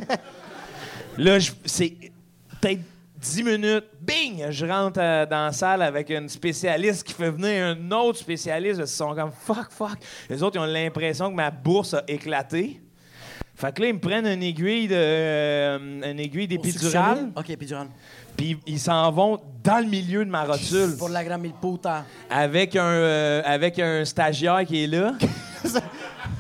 Speaker 6: Là, je- c'est peut-être 10 minutes, bing, je rentre euh, dans la salle avec une spécialiste qui fait venir un autre spécialiste. Ils sont comme fuck, fuck. Les autres, ils ont l'impression que ma bourse a éclaté. Fait que là, ils me prennent une aiguille, de, euh, une aiguille
Speaker 3: Pour
Speaker 6: d'épidurale,
Speaker 3: suctionner. OK, épidural.
Speaker 6: puis ils s'en vont dans le milieu de ma rotule
Speaker 3: Pour la gramme mille puta. [laughs]
Speaker 6: avec un, euh, avec un stagiaire qui est là.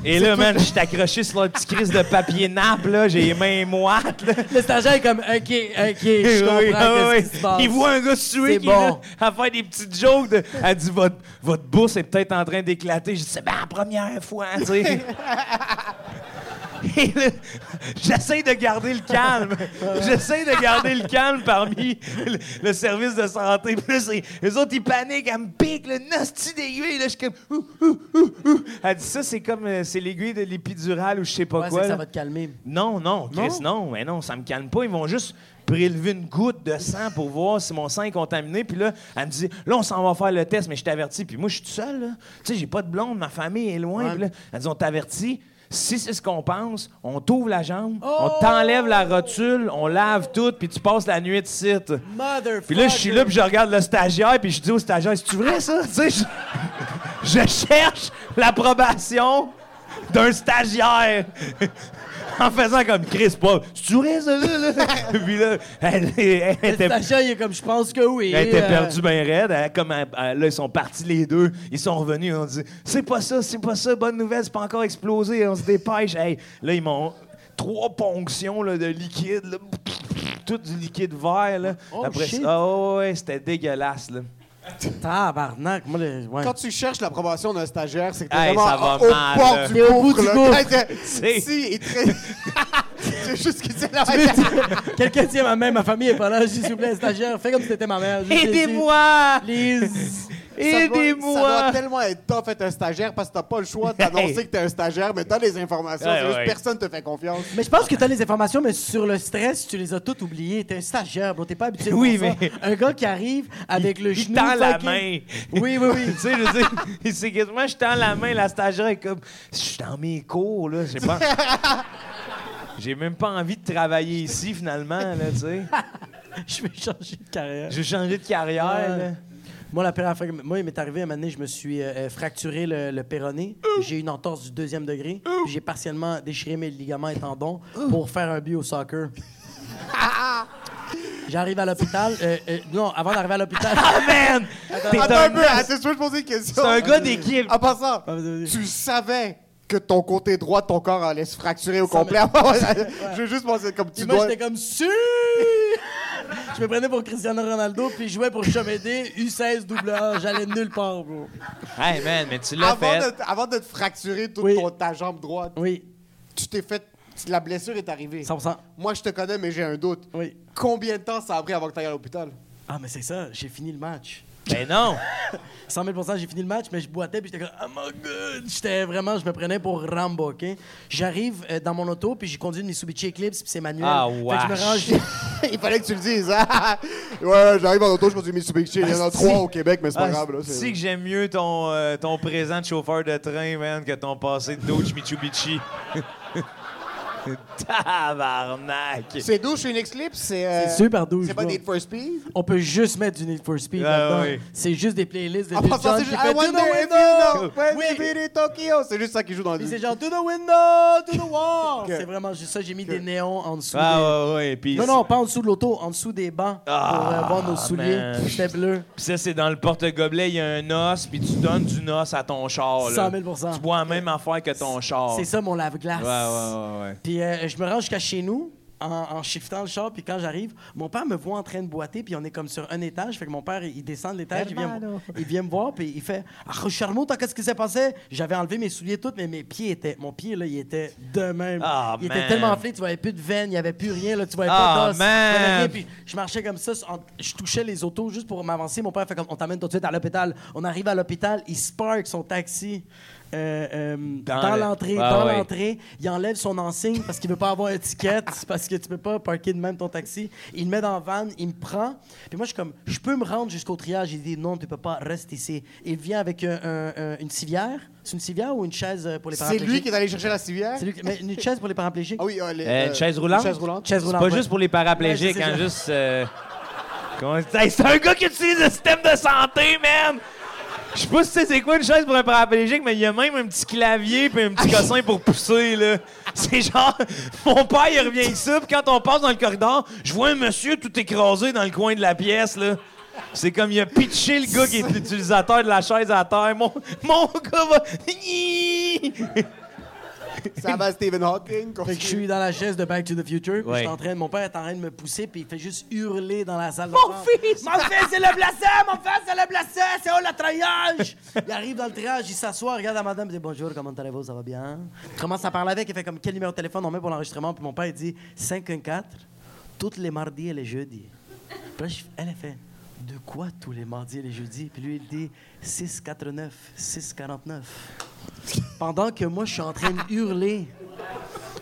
Speaker 6: Et là, man, je suis accroché sur le petit crise de papier nappe, là. J'ai les mains moites, là.
Speaker 3: [laughs] Le stagiaire est comme, OK, OK,
Speaker 6: Oui,
Speaker 3: je comprends
Speaker 6: oui, Ah
Speaker 3: qu'est-ce
Speaker 6: oui,
Speaker 3: qui
Speaker 6: oui.
Speaker 3: se passe.
Speaker 6: Il voit un gars suer
Speaker 3: C'est
Speaker 6: qui est là
Speaker 3: bon.
Speaker 6: à faire des petites jokes. De, elle dit votre, votre bourse est peut-être en train d'éclater. Je dis c'est ben la première fois, tu
Speaker 3: [laughs]
Speaker 6: sais. Et là, J'essaie de garder le calme. J'essaie de garder le calme parmi le, le service de santé. Puis là, c'est- les autres, ils paniquent. Elle me pique le nasty d'aiguille. Là, je suis comme... Ouh, ouh, ouh, ouh. Elle dit ça, c'est comme... euh, C'est l'aiguille de l'épidurale ou je sais pas
Speaker 3: Ouais, c'est
Speaker 6: quoi.
Speaker 3: que ça
Speaker 6: là.
Speaker 3: va te calmer.
Speaker 6: Non, non, Chris, non. mais non, ça me calme pas. Ils vont juste prélever une goutte de sang pour voir si mon sang est contaminé. Puis là, elle me dit, là, on s'en va faire le test, mais je t'avertis. Puis moi, je suis tout seul, là. Tu sais, j'ai pas de blonde, ma famille est loin. Puis là, elle dit, on t'avertit. Si c'est ce qu'on pense, on t'ouvre la jambe, on t'enlève la rotule, on lave tout, puis tu passes la nuit de site.
Speaker 3: Motherfucker.
Speaker 6: Puis là, je suis là, puis je regarde le stagiaire, puis je dis au stagiaire, c'est-tu vrai, ça? [laughs] Tu sais, je, je cherche l'approbation d'un stagiaire. en faisant comme Chris Paul. C'est-tu vrai, ça, là? là? puis là, elle, elle
Speaker 3: Le
Speaker 6: était...
Speaker 3: stagiaire, il est comme, je pense que oui.
Speaker 6: Elle était
Speaker 3: euh,
Speaker 6: perdue bien raide. Elle, comme elle- elle- là, ils sont partis les deux. Ils sont revenus. On dit C'est pas ça, c'est pas ça. Bonne nouvelle, c'est pas encore explosé. On se dépêche. Hey, là, ils m'ont trois ponctions là, de liquide. là. Tout du liquide vert. Là. Après
Speaker 3: shit.
Speaker 6: ça, oh, ouais, c'était dégueulasse. Là.
Speaker 3: Euh, Tabarnak, moi, le- ouais.
Speaker 5: [laughs] Quand tu cherches l'approbation d'un stagiaire, c'est que t'es
Speaker 6: Hey,
Speaker 5: vraiment
Speaker 6: ça va
Speaker 5: au
Speaker 6: mal,
Speaker 5: bord
Speaker 6: là.
Speaker 5: du
Speaker 3: T'es au bout
Speaker 5: gouffre,
Speaker 3: du
Speaker 5: là.
Speaker 3: gouffre.
Speaker 6: [laughs]
Speaker 5: Hey, t'es-
Speaker 6: C'est-
Speaker 5: Si, il [laughs] te- C'est juste que c'est la
Speaker 3: Quelqu'un tient ma main, ma famille est pas là, s'il vous plaît, stagiaire, fais comme si t'étais ma mère. Je-
Speaker 6: Aidez-moi
Speaker 3: Please.
Speaker 5: Ça doit- Ça
Speaker 6: Aidez-moi
Speaker 5: doit tellement être tough être un stagiaire parce que t'as pas le choix d'annoncer
Speaker 6: Hey.
Speaker 5: que t'es un stagiaire, mais t'as les informations.
Speaker 6: Ouais,
Speaker 5: c'est juste
Speaker 6: ouais.
Speaker 5: personne te fait confiance.
Speaker 3: Mais je pense que t'as les informations, mais sur le stress, tu les as toutes oubliées. T'es un stagiaire, bro. T'es pas habitué.
Speaker 6: Oui,
Speaker 3: pour ça.
Speaker 6: mais-
Speaker 3: Un gars qui arrive avec le
Speaker 6: il
Speaker 3: genou.
Speaker 6: tend la
Speaker 3: fucking-
Speaker 6: main.
Speaker 3: Oui, oui, oui. [laughs]
Speaker 6: [laughs] tu sais, je veux dire, il sait que moi, je tends la main, la stagiaire est comme, je suis dans mes cours, là,
Speaker 5: [laughs]
Speaker 6: j'ai pas... J'ai même pas envie de travailler ici, finalement, là, tu sais.
Speaker 3: Je vais changer de carrière.
Speaker 6: J'ai changé de carrière, là.
Speaker 3: Ouais. Moi, la première fois que- moi, il m'est arrivé un moment donné, je me suis euh, euh, fracturé le, le péroné. J'ai eu une entorse du deuxième degré. Puis J'ai partiellement déchiré mes ligaments et tendons pour faire un but au
Speaker 5: [laughs]
Speaker 3: soccer. J'arrive à l'hôpital. euh, euh, non, avant d'arriver à l'hôpital. [laughs]
Speaker 6: Ah, man! T'es
Speaker 5: Attends
Speaker 6: un-
Speaker 5: un peu, attends, je peux te poser une question.
Speaker 6: C'est un Ah, gars d'équipe.
Speaker 5: En passant,
Speaker 3: vas-y, vas-y.
Speaker 5: tu savais que ton côté droit de ton corps allait se fracturer au
Speaker 3: Ça
Speaker 5: complet. je veux juste penser comme
Speaker 3: Puis
Speaker 5: [laughs] tu
Speaker 3: moi,
Speaker 5: dois.
Speaker 3: j'étais comme su. Je me prenais pour Cristiano Ronaldo, puis je jouais pour Chomédé, U16 double A. J'allais nulle part, bro.
Speaker 6: Hey, man, mais tu l'as
Speaker 5: Avant
Speaker 6: fait.
Speaker 5: de, avant de te fracturer toute
Speaker 3: Oui.
Speaker 5: ton- ta jambe droite,
Speaker 3: Oui,
Speaker 5: tu t'es fait. La blessure est arrivée.
Speaker 3: 100%.
Speaker 5: Moi, je te connais, mais j'ai un doute.
Speaker 3: Oui.
Speaker 5: Combien de temps ça a pris avant que tu ailles à l'hôpital? [laughs]
Speaker 3: Ah, mais c'est ça, j'ai fini le match.
Speaker 6: Ben non!
Speaker 3: 100 000 j'ai fini le match, mais je boitais, puis j'étais comme, oh my god! J'étais vraiment, je me prenais pour Rambo, OK? J'arrive euh, dans mon auto, puis j'ai conduit une Mitsubishi Eclipse, puis c'est manuel.
Speaker 6: Ah,
Speaker 3: Fait que je me
Speaker 6: wesh.
Speaker 3: range. [laughs]
Speaker 5: Il fallait que tu le dises. hein? ouais, j'arrive en auto, je conduis Mitsubishi. Il y en a
Speaker 6: Asti.
Speaker 5: trois [laughs] au Québec, mais c'est pas
Speaker 6: Ah,
Speaker 5: grave. Là,
Speaker 6: tu sais que j'aime mieux ton, euh, ton présent de chauffeur de train, man, que ton passé de Dodge Mitsubishi. [laughs] Tabarnak!
Speaker 5: C'est douche, une Eclipse, c'est. euh,
Speaker 3: C'est super douche,
Speaker 5: C'est pas
Speaker 3: bro.
Speaker 5: des for Speed?
Speaker 3: On peut juste mettre du Need for Speed
Speaker 6: Ah,
Speaker 3: là-dedans.
Speaker 6: oui.
Speaker 3: C'est juste des playlists de
Speaker 5: En
Speaker 3: Lil
Speaker 5: passant,
Speaker 3: Jon
Speaker 5: Ah, c'est
Speaker 3: qui
Speaker 5: juste.
Speaker 3: fait
Speaker 5: I
Speaker 3: To the
Speaker 5: wonder if
Speaker 3: window!
Speaker 5: you know when
Speaker 3: Oui.
Speaker 5: we beat in Tokyo. C'est juste ça qui joue dans le
Speaker 3: Puis c'est
Speaker 5: livre.
Speaker 3: genre, to the window, to the wall! C'est vraiment juste ça, j'ai mis des néons en dessous. des-
Speaker 6: Ah, ouais, ouais, pis
Speaker 3: Non, non, pas en dessous de l'auto, en dessous des bancs pour euh, voir nos souliers.
Speaker 6: Ah, man.
Speaker 3: C'était bleu.
Speaker 6: Pis ça, c'est dans le porte-gobelet, il y a un os, puis tu donnes du os à ton char. là.
Speaker 3: 100 000
Speaker 6: Tu bois la même affaire que ton char.
Speaker 3: C'est ça mon lave-glace.
Speaker 6: Oh. Ouais, ouais, ouais. ouais.
Speaker 3: Puis euh, je me range jusqu'à chez nous en, en shiftant le char. Puis quand j'arrive, mon père me voit en train de boiter. Puis on est comme sur un étage. Fait que mon père, il descend de l'étage. Il, vient me- il vient me voir. Puis il fait Ah, Charmont, t'as qu'est-ce qui s'est passé J'avais enlevé mes souliers toutes, mais mes pieds étaient. Mon pied, là, il était de même.
Speaker 6: Ah,
Speaker 3: il
Speaker 6: man.
Speaker 3: était tellement enflé, tu voyais plus de veines, il n'y avait plus rien. Là, tu voyais
Speaker 6: Ah,
Speaker 3: pas d'os. tu
Speaker 6: man.
Speaker 3: voyais rien, Puis je marchais comme ça. en- je touchais les autos juste pour m'avancer. Mon père fait comme On t'amène tout de suite à l'hôpital. On arrive à l'hôpital. Il spark son taxi. euh, euh,
Speaker 6: Dans
Speaker 3: dans
Speaker 6: le-
Speaker 3: l'entrée,
Speaker 6: Ah,
Speaker 3: dans
Speaker 6: ouais.
Speaker 3: l'entrée entrée, il enlève son enseigne parce qu'il veut pas avoir
Speaker 5: [laughs]
Speaker 3: étiquette, parce que tu peux pas parker de même ton taxi. Il le met dans la van, il me prend. Puis moi, je suis comme, je peux me rendre jusqu'au triage. Il dit, non, tu peux pas, reste ici. Il vient avec un- un- un- une civière. C'est une civière ou une chaise euh, pour les
Speaker 5: C'est
Speaker 3: paraplégiques?
Speaker 5: lui qui est allé chercher la civière?
Speaker 3: C'est lui qui- mais une chaise pour les paraplégiques.
Speaker 5: Ah oui, euh, les-
Speaker 6: Euh,
Speaker 5: euh,
Speaker 6: une chaise roulante?
Speaker 5: Une chaise roulante.
Speaker 3: Chaise
Speaker 6: C'est
Speaker 3: roulante,
Speaker 6: pas
Speaker 3: ouais.
Speaker 6: juste pour les paraplégiques,
Speaker 3: Ouais, c'est
Speaker 6: hein,
Speaker 3: ça.
Speaker 6: juste. euh, comment- Hey, c'est un gars qui utilise le système de santé, man! Je sais pas si tu sais c'est quoi une chaise pour un paraplégique, mais il y a même un petit clavier puis un petit cossin pour pousser, là. C'est genre, mon père, il revient ici, puis quand on passe dans le corridor, je vois un monsieur tout écrasé dans le coin de la pièce, là. C'est comme il a pitché le gars qui est l'utilisateur de la chaise à terre. Mon, mon gars va...
Speaker 5: Ça va, Stephen Hawking.
Speaker 3: Fait que je suis dans la chaise de Back to the Future, puis
Speaker 6: Ouais.
Speaker 3: je suis en train de- mon père est en train de me pousser, puis il fait juste hurler dans la salle.
Speaker 7: Mon
Speaker 3: d'attente.
Speaker 7: fils!
Speaker 3: Mon fils, c'est le blessé! Mon fils, c'est le blessé! C'est où le triage? Il arrive dans le triage, il s'assoit, regarde la madame, il dit Bonjour, comment allez-vous? Ça va bien? Il commence à parler avec, il fait comme quel numéro de téléphone on met pour l'enregistrement, puis mon père, il dit 514, toutes les mardis et les jeudis. Puis là, je- elle, elle fait De quoi tous les mardis et les jeudis? Puis lui, il dit 649, 649. Pendant que moi, je suis en train de hurler.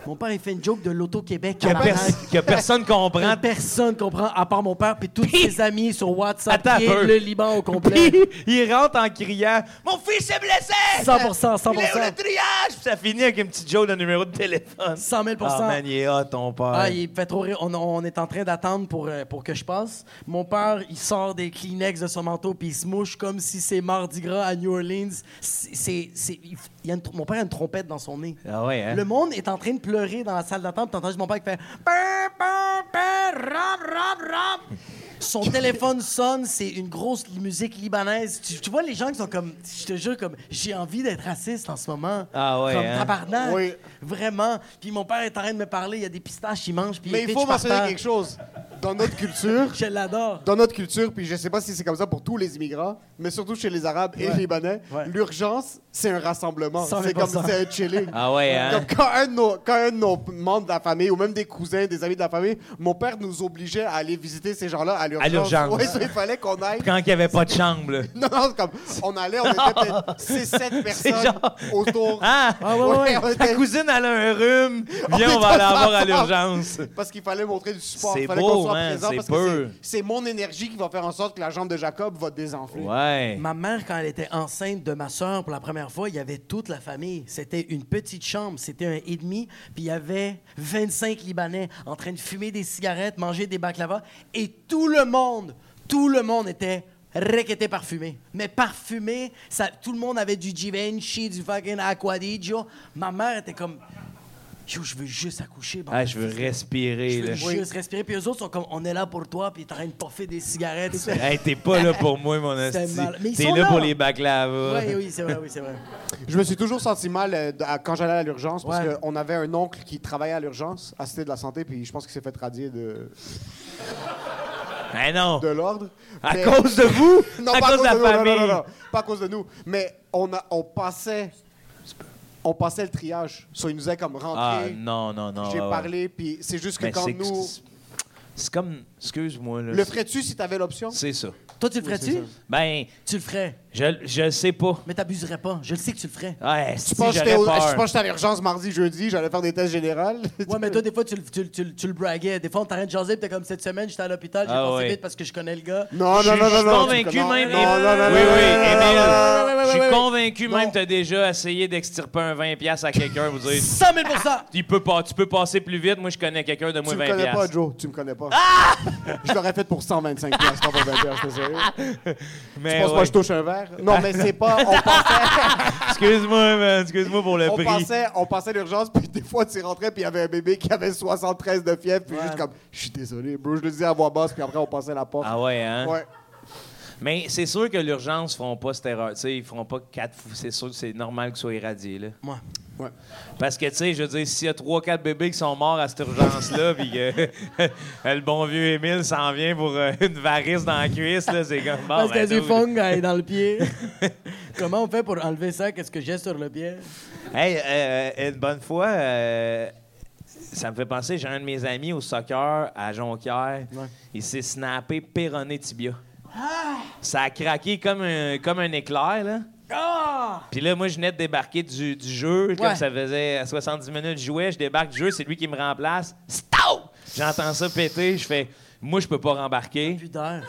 Speaker 3: Mon père, il fait une joke de l'Auto-Québec.
Speaker 6: Que,
Speaker 3: Tabarnak.
Speaker 6: pers- que personne comprend.
Speaker 3: Personne comprend, à part mon père puis
Speaker 6: [laughs]
Speaker 3: tous ses amis sur WhatsApp
Speaker 6: Attends un
Speaker 3: et
Speaker 6: peu.
Speaker 3: le Liban au complet.
Speaker 6: Puis, [laughs] il rentre en criant Mon fils est blessé
Speaker 3: 100%, 100%.
Speaker 6: Il est où le triage Puis ça finit avec une petite joke de numéro de téléphone.
Speaker 3: 100 000
Speaker 6: Ah, man, il est hot, ton père.
Speaker 3: Ah, il me fait trop rire. On, on est en train d'attendre pour, euh, pour que je passe. Mon père, il sort des Kleenex de son manteau puis il se mouche comme si c'est Mardi Gras à New Orleans. C'est, c'est- c'est- il f- il y a une tr- mon père a une trompette dans son nez.
Speaker 6: Ah ouais, hein?
Speaker 3: Le monde est en train de pleurer dans la salle d'attente. T'entends juste mon père qui fait Pim, pim, pim, ram, ram, ram.
Speaker 6: [laughs]
Speaker 3: Son téléphone sonne, c'est une grosse musique libanaise. Tu, tu vois les gens qui sont comme, je te jure, comme, j'ai envie d'être raciste en ce moment.
Speaker 6: Ah ouais,
Speaker 3: Comme
Speaker 6: hein?
Speaker 3: tabarnak.
Speaker 5: Oui.
Speaker 3: Vraiment. Puis mon père est en train de me parler, il y a des pistaches, il mange. Puis
Speaker 5: Mais il faut mentionner quelque chose.
Speaker 3: [laughs]
Speaker 5: Dans notre culture,
Speaker 3: Je l'adore.
Speaker 5: dans notre culture, puis je sais pas si c'est comme ça pour tous les immigrants, mais surtout chez les Arabes et les Libanais,
Speaker 3: Ouais.
Speaker 5: l'urgence, c'est un rassemblement.
Speaker 3: 100 000
Speaker 5: C'est comme c'est un chilling.
Speaker 6: Ah ouais, hein?
Speaker 5: Comme quand un, de nos, quand un de nos membres de la famille, ou même des cousins, des amis de la famille, mon père nous obligeait à aller visiter ces gens-là à l'urgence.
Speaker 6: À l'urgence.
Speaker 5: Ouais, ça, il fallait qu'on aille.
Speaker 6: Quand il n'y avait pas de chambre, là.
Speaker 5: [laughs] Non, non, c'est comme, on allait, on était peut-être
Speaker 6: [laughs]
Speaker 5: 6-7 personnes
Speaker 6: genre-
Speaker 5: autour.
Speaker 6: Ah!
Speaker 5: ouais, ouais, ouais.
Speaker 6: Ta cousine, elle a un rhume. Viens, on,
Speaker 5: est
Speaker 6: va aller
Speaker 5: tous
Speaker 6: avoir à
Speaker 5: ensemble.
Speaker 6: l'urgence.
Speaker 5: Parce qu'il fallait montrer du support.
Speaker 6: C'est
Speaker 5: Il fallait
Speaker 6: beau,
Speaker 5: qu'on soit
Speaker 6: man,
Speaker 5: présent
Speaker 6: c'est
Speaker 5: parce
Speaker 6: peu.
Speaker 5: que c'est c'est mon énergie qui va faire en sorte que la jambe de Jacob va désenfler.
Speaker 6: Ouais.
Speaker 3: Ma mère, quand elle était enceinte de ma soeur pour la première fois, il y avait toute la famille. C'était une petite chambre, c'était un et demi, puis il y avait 25 Libanais en train de fumer des cigarettes, manger des baklavas, et tout le monde, tout le monde était requêté parfumé. Mais parfumé, ça, tout le monde avait du Givenchy, du fucking Acquadigio. Ma mère était comme... Yo, je veux juste accoucher. bande
Speaker 6: Ah,
Speaker 3: de
Speaker 6: je veux
Speaker 3: fils.
Speaker 6: respirer,
Speaker 3: Je veux
Speaker 6: là.
Speaker 3: juste respirer. Puis eux autres sont comme, on est là pour toi, puis ils sont en train de poffer des cigarettes.
Speaker 6: Hey, t'es pas là pour moi, mon asti.
Speaker 3: mal- Mais ils
Speaker 6: T'es
Speaker 3: sont
Speaker 6: là
Speaker 3: là.
Speaker 6: pour les baklavas.
Speaker 3: Ouais, oui, c'est vrai, oui, c'est vrai.
Speaker 5: Je me suis toujours senti mal euh, d- à- quand j'allais à l'urgence parce
Speaker 3: Ouais.
Speaker 5: qu'on avait un oncle qui travaillait à l'urgence, à Cité de la Santé, puis je pense qu'il s'est fait radier de,
Speaker 6: Ah non!
Speaker 5: de l'ordre.
Speaker 6: À
Speaker 5: Mais-
Speaker 6: cause de vous?
Speaker 5: Non,
Speaker 6: à
Speaker 5: pas
Speaker 6: cause de la
Speaker 5: nous, non, non,
Speaker 6: famille?
Speaker 5: Non, non, non, pas à cause de nous. Mais on, a, on passait. On passait le triage. So, il nous a comme
Speaker 6: Ah
Speaker 5: rentré.
Speaker 6: non, non, non.
Speaker 5: J'ai
Speaker 6: ouais, ouais.
Speaker 5: parlé, puis c'est juste que
Speaker 6: Mais
Speaker 5: quand
Speaker 6: c'est-
Speaker 5: nous.
Speaker 6: C'est comme... Excuse-moi, là.
Speaker 5: Le ferais-tu si t'avais l'option?
Speaker 6: C'est ça.
Speaker 3: Toi, tu le ferais-tu?
Speaker 6: Ben,
Speaker 3: tu le ferais.
Speaker 6: je, je sais pas.
Speaker 3: Mais t'abuserais pas. Je le sais que tu le ferais.
Speaker 6: Ouais, si
Speaker 5: Je pense que j'étais
Speaker 6: j'aurais
Speaker 5: au-
Speaker 6: peur.
Speaker 5: je pense que j'étais à l'urgence mardi, jeudi, j'allais faire des tests généraux.
Speaker 3: Ouais, mais toi, des fois, tu le, tu, le- tu le- tu le braguais. Des fois, on t'arrête de jaser, pis t'es comme cette semaine, j'étais à l'hôpital, j'ai
Speaker 6: Ah
Speaker 3: pensé
Speaker 6: ouais.
Speaker 3: vite parce que je connais le gars.
Speaker 5: Non, non,
Speaker 6: Je
Speaker 5: non, non,
Speaker 6: suis
Speaker 5: non.
Speaker 6: convaincu
Speaker 5: non,
Speaker 6: même.
Speaker 5: Non, non, non, non,
Speaker 6: oui, oui,
Speaker 5: non, non,
Speaker 6: Émile.
Speaker 5: non, non, non, non,
Speaker 6: je suis
Speaker 5: non, non,
Speaker 6: convaincu même que t'as déjà essayé d'extirper un 20$ à quelqu'un pour dire
Speaker 3: 100 000
Speaker 6: tu peux, pas, tu peux passer plus vite, moi je connais quelqu'un de moins Ah!
Speaker 5: Tu
Speaker 6: 20$.
Speaker 5: me connais pas, Joe. Tu me connais pas. Je l'aurais fait pour 125 piastres, pas pour 20 piastres, c'est
Speaker 6: [laughs]
Speaker 5: sérieux. Tu
Speaker 6: Mais
Speaker 5: penses
Speaker 6: Ben ouais.
Speaker 5: pas que je touche un verre? Non, mais c'est pas...
Speaker 6: [laughs]
Speaker 5: On passait,
Speaker 6: Excuse-moi, man, excuse-moi pour le
Speaker 5: on
Speaker 6: prix.
Speaker 5: passait, on passait l'urgence, puis des fois, tu rentrais, puis il y avait un bébé qui avait 73 de fièvre, puis juste comme... Je suis désolé, bro. Je le disais à voix basse, puis après, on passait la porte.
Speaker 6: Ah ouais, hein?
Speaker 5: Ouais.
Speaker 6: Mais c'est sûr que l'urgence feront pas cette erreur. Tu sais, ils feront pas quatre fous. C'est sûr que c'est normal qu'ils soient irradiés, là.
Speaker 3: Ouais.
Speaker 5: Ouais.
Speaker 6: Parce que, tu sais, je veux dire, s'il y a trois, quatre bébés qui sont morts à cette urgence-là, [laughs] puis que le bon vieux Émile s'en vient pour euh, une varice dans la cuisse, là, c'est comme. Bon,
Speaker 3: parce
Speaker 6: ben,
Speaker 3: que du
Speaker 6: dude.
Speaker 3: fong est dans le
Speaker 6: [laughs]
Speaker 3: pied. Comment on fait pour enlever ça? Qu'est-ce que j'ai sur le pied?
Speaker 6: Hey, euh, euh, une bonne fois, euh, ça me fait penser, j'ai un de mes amis au soccer à Jonquière. Il s'est snappé péroné tibia.
Speaker 3: Ah!
Speaker 6: Ça a craqué comme un, comme un éclair, là. Puis là, moi, je venais de débarquer du, du jeu. Comme
Speaker 3: Ah! Ouais.
Speaker 6: ça faisait 70 minutes, je jouais, je débarque du jeu, c'est lui qui me remplace. Stop! J'entends ça péter, je fais, moi, je peux pas rembarquer.
Speaker 3: Ah, Putain.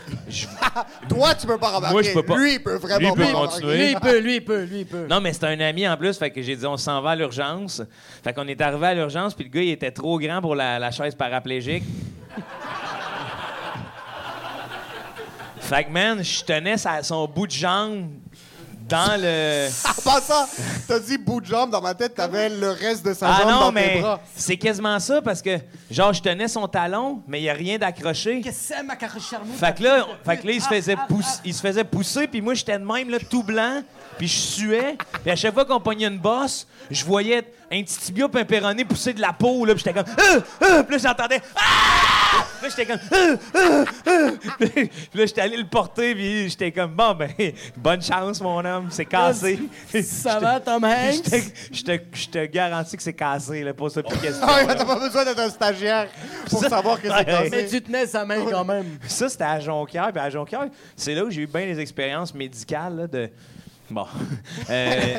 Speaker 5: Toi, tu peux pas remarquer.
Speaker 6: Moi, je peux pas.
Speaker 5: Lui, il peut vraiment
Speaker 6: Lui, il peut
Speaker 5: pas remarquer.
Speaker 6: continuer.
Speaker 3: Lui, il peut, lui, il peut, lui, il peut.
Speaker 6: Non, mais c'était un ami en plus, fait que j'ai dit on s'en va à l'urgence. Fait qu'on est arrivé à l'urgence, puis le gars, il était trop grand pour la, la chaise paraplégique. fait que, man, je tenais sa- son bout de jambe dans le.
Speaker 5: En passant, t'as dit bout de jambe dans ma tête, t'avais le reste de sa
Speaker 6: Ah
Speaker 5: jambe
Speaker 6: non,
Speaker 5: dans tes
Speaker 6: mais
Speaker 5: bras. [laughs]
Speaker 6: c'est quasiment ça, parce que, genre, je tenais son talon, mais il n'y a rien d'accroché.
Speaker 3: Qu'est-ce que c'est, ma carre charmante?
Speaker 6: Fait que
Speaker 3: Ah,
Speaker 6: là, fait que là, il se faisait pousser, il se faisait pousser, puis moi j'étais de même là, tout blanc, puis je suais, puis à chaque fois qu'on pognait une bosse, je voyais un petit tibia pepperoni poussé de la peau, là, puis j'étais comme, euh, euh, puis là, j'entendais, ah! Puis là, j'étais comme, euh, euh, euh. [laughs] Puis là, j'étais allé le porter, puis j'étais comme, bon, ben, bonne chance, mon homme, c'est cassé. [laughs]
Speaker 3: Ça va, Tom Hanks?
Speaker 6: Je te, je te- je te garantis que c'est cassé, là, pose-toi plus de questions.
Speaker 5: Ah,
Speaker 6: là.
Speaker 5: t'as pas besoin d'être un stagiaire pour savoir que c'est
Speaker 6: Ouais.
Speaker 3: Ah, Mais
Speaker 5: cassé.
Speaker 3: tu tenais sa main quand même.
Speaker 6: Ça, c'était à Jonquière. Puis à Jonquière, c'est là où j'ai eu bien les expériences médicales là, de. [laughs] Bon. Euh,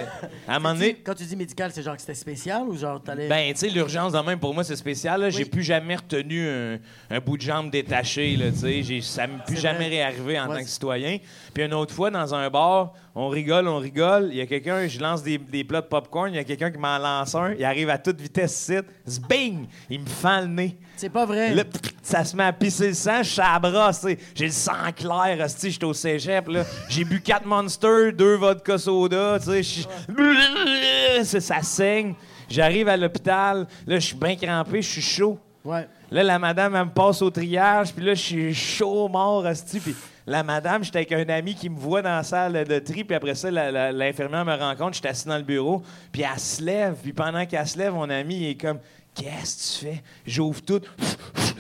Speaker 6: à [laughs] un moment
Speaker 3: Tu-
Speaker 6: donné.
Speaker 3: Quand tu dis médical, c'est genre que c'était spécial ou genre t'allais.
Speaker 6: Ben, tu sais, l'urgence, dans même, pour moi, c'est spécial. là. J'ai plus jamais retenu un, un bout de jambe détaché, là, tu sais. J'ai- Ça m'est plus
Speaker 3: C'est
Speaker 6: jamais
Speaker 3: vrai.
Speaker 6: réarrivé en
Speaker 3: Ouais,
Speaker 6: tant que
Speaker 3: c'est-
Speaker 6: citoyen. Puis une autre fois, dans un bar, on rigole, on rigole. Il y a quelqu'un, je lance des, des plats de popcorn. Il y a quelqu'un qui m'en lance un. Il arrive à toute vitesse, site. Zbing! Il me fend le nez.
Speaker 3: c'est pas vrai.
Speaker 6: Là, pff, ça se met à pisser le sang, je suis à la brosse, tu sais. J'ai le sang clair, hostie, j'étais au cégep, là. J'ai bu quatre Monster, deux vodka soda, tu sais. je suis- Ça- Ça saigne. J'arrive à l'hôpital, là, je suis bien crampé, je suis chaud.
Speaker 3: Ouais.
Speaker 6: Là, la madame, elle me passe au triage, puis là, je suis chaud, mort, hostie. Puis la madame, j'étais avec un ami qui me voit dans la salle de tri, puis après ça, la- la- l'infirmière me rencontre, j'étais assis dans le bureau, puis elle se lève, puis pendant qu'elle se lève, mon ami, il est comme. Qu'est-ce que tu fais? J'ouvre tout.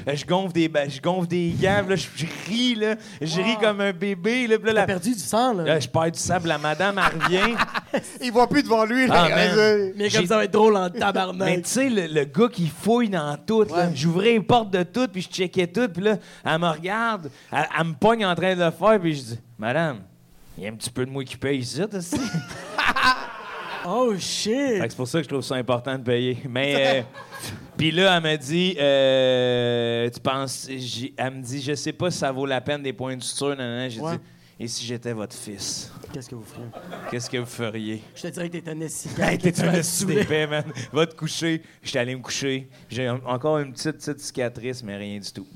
Speaker 6: Je gonfle des, ba- je gonfle des gants. puis là, je, je ris, là. Je ris comme un bébé. Là, puis là,
Speaker 3: T'as
Speaker 6: la-
Speaker 3: perdu du sang, là.
Speaker 6: là, je perds du sable. La madame, elle revient.
Speaker 5: Il voit plus devant lui. là.
Speaker 6: Ah, man.
Speaker 5: Euh,
Speaker 3: Mais
Speaker 6: j'ai-
Speaker 3: comme ça va être drôle en
Speaker 6: Mais
Speaker 3: tabarnak.
Speaker 6: tu sais, le, le gars qui fouille dans tout, là. j'ouvrais les portes de tout, puis je checkais tout, puis là, elle me regarde, elle, elle me pogne en train de le faire, puis je dis Madame, il y a un petit peu de moi qui paye ici, t'as [laughs] dit?
Speaker 3: Oh shit.
Speaker 6: Fait que c'est pour ça que je trouve ça important de payer. [laughs] Mais. euh, Puis là, elle m'a dit, euh, tu penses. j'ai- Elle me dit, je sais pas si ça vaut la peine des points de suture, nanana. J'ai
Speaker 3: Ouais.
Speaker 6: dit, et si j'étais votre fils,
Speaker 3: Qu'est-ce que vous ferez?
Speaker 6: qu'est-ce que vous feriez?
Speaker 3: Je te dirais que t'es un
Speaker 6: Hey,
Speaker 3: essayant.
Speaker 6: t'es un stupé, man. Va te coucher. J'étais allé me coucher. J'ai en- encore une petite, petite cicatrice, mais rien du tout.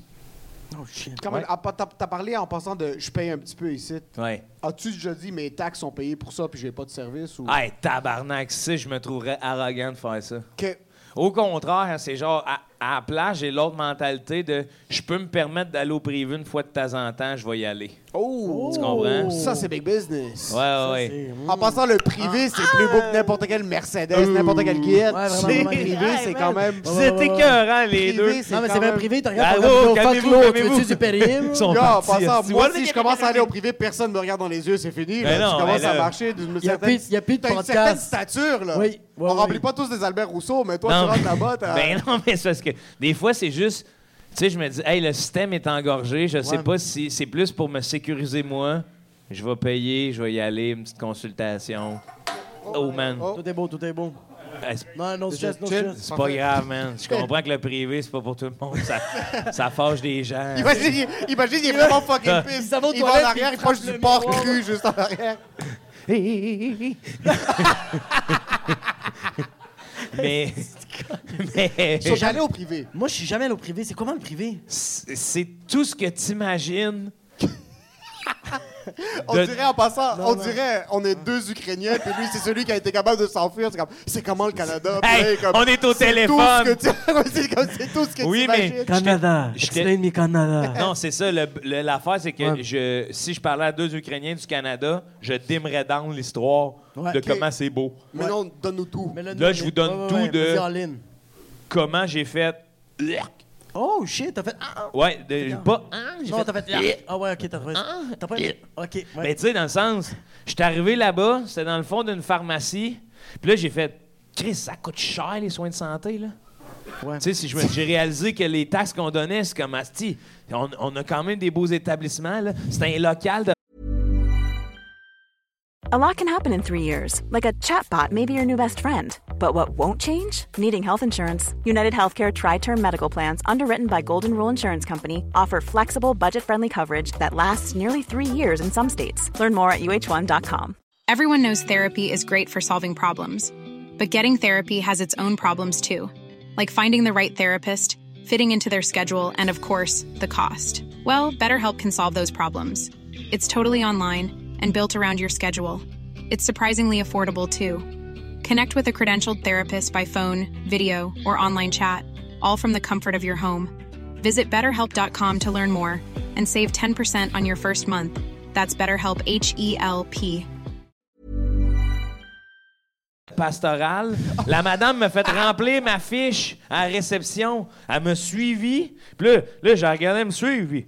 Speaker 3: Oh shit.
Speaker 5: Quand même, ah, pa- t'as t'as parlé en passant de je paye un petit peu ici.
Speaker 6: Ouais.
Speaker 5: As-tu déjà dit mes taxes sont payées pour ça puis j'ai pas de service ou
Speaker 6: Hey, tabarnak, si je me trouverais arrogant de faire ça.
Speaker 5: que
Speaker 6: Au contraire, c'est genre, à, à la plage, j'ai l'autre mentalité de je peux me permettre d'aller au privé une fois de temps en temps, je vais y aller.
Speaker 5: oh,
Speaker 6: Tu comprends?
Speaker 5: ça c'est big business.
Speaker 6: Ouais, ouais, ouais.
Speaker 5: En passant le privé, c'est plus beau que n'importe quel Mercedes, n'importe quel Guillette.
Speaker 3: Ouais, vraiment,
Speaker 5: C'est-
Speaker 3: vraiment.
Speaker 5: privé,
Speaker 3: Hey,
Speaker 5: c'est
Speaker 3: man.
Speaker 5: quand même
Speaker 3: Ouais,
Speaker 6: Vous
Speaker 3: ouais,
Speaker 6: êtes
Speaker 3: ouais, ouais.
Speaker 6: écœurants, les
Speaker 5: privé,
Speaker 6: deux.
Speaker 5: c'est
Speaker 3: Non, mais
Speaker 5: quand
Speaker 3: c'est bien
Speaker 5: même-
Speaker 3: privé, t'as
Speaker 6: Ah,
Speaker 3: regardé
Speaker 6: wow,
Speaker 3: comme fuck
Speaker 6: calmez-vous,
Speaker 3: l'autre,
Speaker 6: calmez-vous.
Speaker 3: veux-tu du péril?
Speaker 6: [laughs] Ils sont
Speaker 5: Gars, en
Speaker 6: partis,
Speaker 5: passant,
Speaker 6: hostie.
Speaker 5: moi,
Speaker 6: Ouais,
Speaker 5: si je commence à aller au privé, personne me regarde dans les yeux, c'est fini.
Speaker 6: Ben
Speaker 5: là.
Speaker 6: non,
Speaker 5: tu commences
Speaker 6: ben
Speaker 5: à
Speaker 6: là-
Speaker 5: marcher d'une
Speaker 3: Y a
Speaker 5: certaine...
Speaker 3: plus- y a plus de
Speaker 5: T'as une
Speaker 3: podcast.
Speaker 5: certaine stature, là.
Speaker 3: Oui, ouais,
Speaker 5: On
Speaker 3: ouais.
Speaker 5: remplit pas tous des Albert Rousseau, mais toi,
Speaker 6: Non,
Speaker 5: tu rentres
Speaker 6: mais-
Speaker 5: là-bas, t'as...
Speaker 6: Ben non, mais c'est parce que des fois, c'est juste. Tu sais, je me dis, hey, le système est engorgé, je sais
Speaker 3: Ouais.
Speaker 6: pas si c'est plus pour me sécuriser moi. Je vais payer, je vais y aller, une petite consultation. Oh man,
Speaker 5: oh.
Speaker 3: Tout est beau, tout est beau.
Speaker 6: Eh, c'est-
Speaker 3: Non, non stress, non
Speaker 5: Chill.
Speaker 3: stress.
Speaker 6: c'est pas grave, man. Je comprends que le privé, c'est pas pour tout le
Speaker 5: [laughs]
Speaker 6: monde. Ça, ça fâche des gens.
Speaker 5: [laughs] Imagine, imagine, il est vraiment
Speaker 6: Ah.
Speaker 5: fucking
Speaker 3: Il
Speaker 5: pisse.
Speaker 3: s'en va aux
Speaker 5: Il va
Speaker 3: toilettes,
Speaker 5: en arrière,
Speaker 3: il
Speaker 5: il proche
Speaker 3: frappe
Speaker 5: du
Speaker 3: le
Speaker 5: porc
Speaker 3: miroir.
Speaker 5: cru, juste en arrière.
Speaker 6: [laughs] mais. mais
Speaker 5: Ils sont jamais au privé.
Speaker 3: Moi, je suis jamais allé au privé. C'est comment le privé?
Speaker 6: c'est c'est tout ce que t'imagines
Speaker 5: On
Speaker 6: De-
Speaker 5: dirait en passant, on dirait, on est deux Ukrainiens, puis lui, c'est celui qui a été capable de s'enfuir. C'est comme, c'est comment le Canada? Puis
Speaker 6: Hey,
Speaker 5: là, il est comme,
Speaker 6: on est au
Speaker 5: c'est
Speaker 6: téléphone.
Speaker 5: Tout ce que [laughs] tu... c'est comme, c'est tout ce que
Speaker 6: Oui,
Speaker 5: tu
Speaker 6: mais-
Speaker 5: imagines.
Speaker 3: Canada.
Speaker 6: j'étais-
Speaker 3: Explain me Canada.
Speaker 6: Non, c'est ça. le- le- L'affaire, c'est que
Speaker 3: Euh. Ouais.
Speaker 6: je, si je parlais à deux Ukrainiens du Canada, je dimmerais dans l'histoire
Speaker 3: Ouais,
Speaker 6: de
Speaker 3: ok.
Speaker 6: comment c'est beau.
Speaker 5: Mais non, donne-nous tout.
Speaker 3: Mais
Speaker 6: Là, je vous donne tout de-
Speaker 3: vas-y, all in.
Speaker 6: Comment j'ai fait.
Speaker 3: Oh shit, t'as fait. Ah,
Speaker 6: Ouais, de- pas. hein,
Speaker 3: ah. Non, t'as fait. Ah ouais, ok, t'as fait. T'as pas. Ok,
Speaker 6: Mais
Speaker 3: ouais.
Speaker 6: Ben, tu sais, dans le sens, je suis arrivé là-bas, c'était dans le fond d'une pharmacie. Puis là, j'ai fait. Chris, ça coûte cher les soins de santé, là.
Speaker 3: Ouais.
Speaker 6: Tu sais, si je me- j'ai réalisé que les taxes qu'on donnait, c'est comme Asti. On, on a quand même des beaux établissements, là. C'est un local de
Speaker 7: A lot can happen in three years, like a chatbot may be your new best friend. But what won't change? Needing health insurance. United Healthcare Tri Term Medical Plans, underwritten by Golden Rule Insurance Company, offer flexible, budget friendly coverage that lasts nearly three years in some states. Learn more at uh1.com.
Speaker 8: Everyone knows therapy is great for solving problems, but getting therapy has its own problems too, like finding the right therapist, fitting into their schedule, and of course, the cost. Well, BetterHelp can solve those problems. It's totally online and built around your schedule. It's surprisingly affordable too. Connect with a credentialed therapist by phone, video, or online chat, all from the comfort of your home. Visit betterhelp.com to learn more and save 10% on your first month. That's BetterHelp, H E L P.
Speaker 6: pastorale. La madame m'a fait remplir ma fiche à la réception. Elle m'a suivi. Puis là, là j'ai regardé, elle me suivre. puis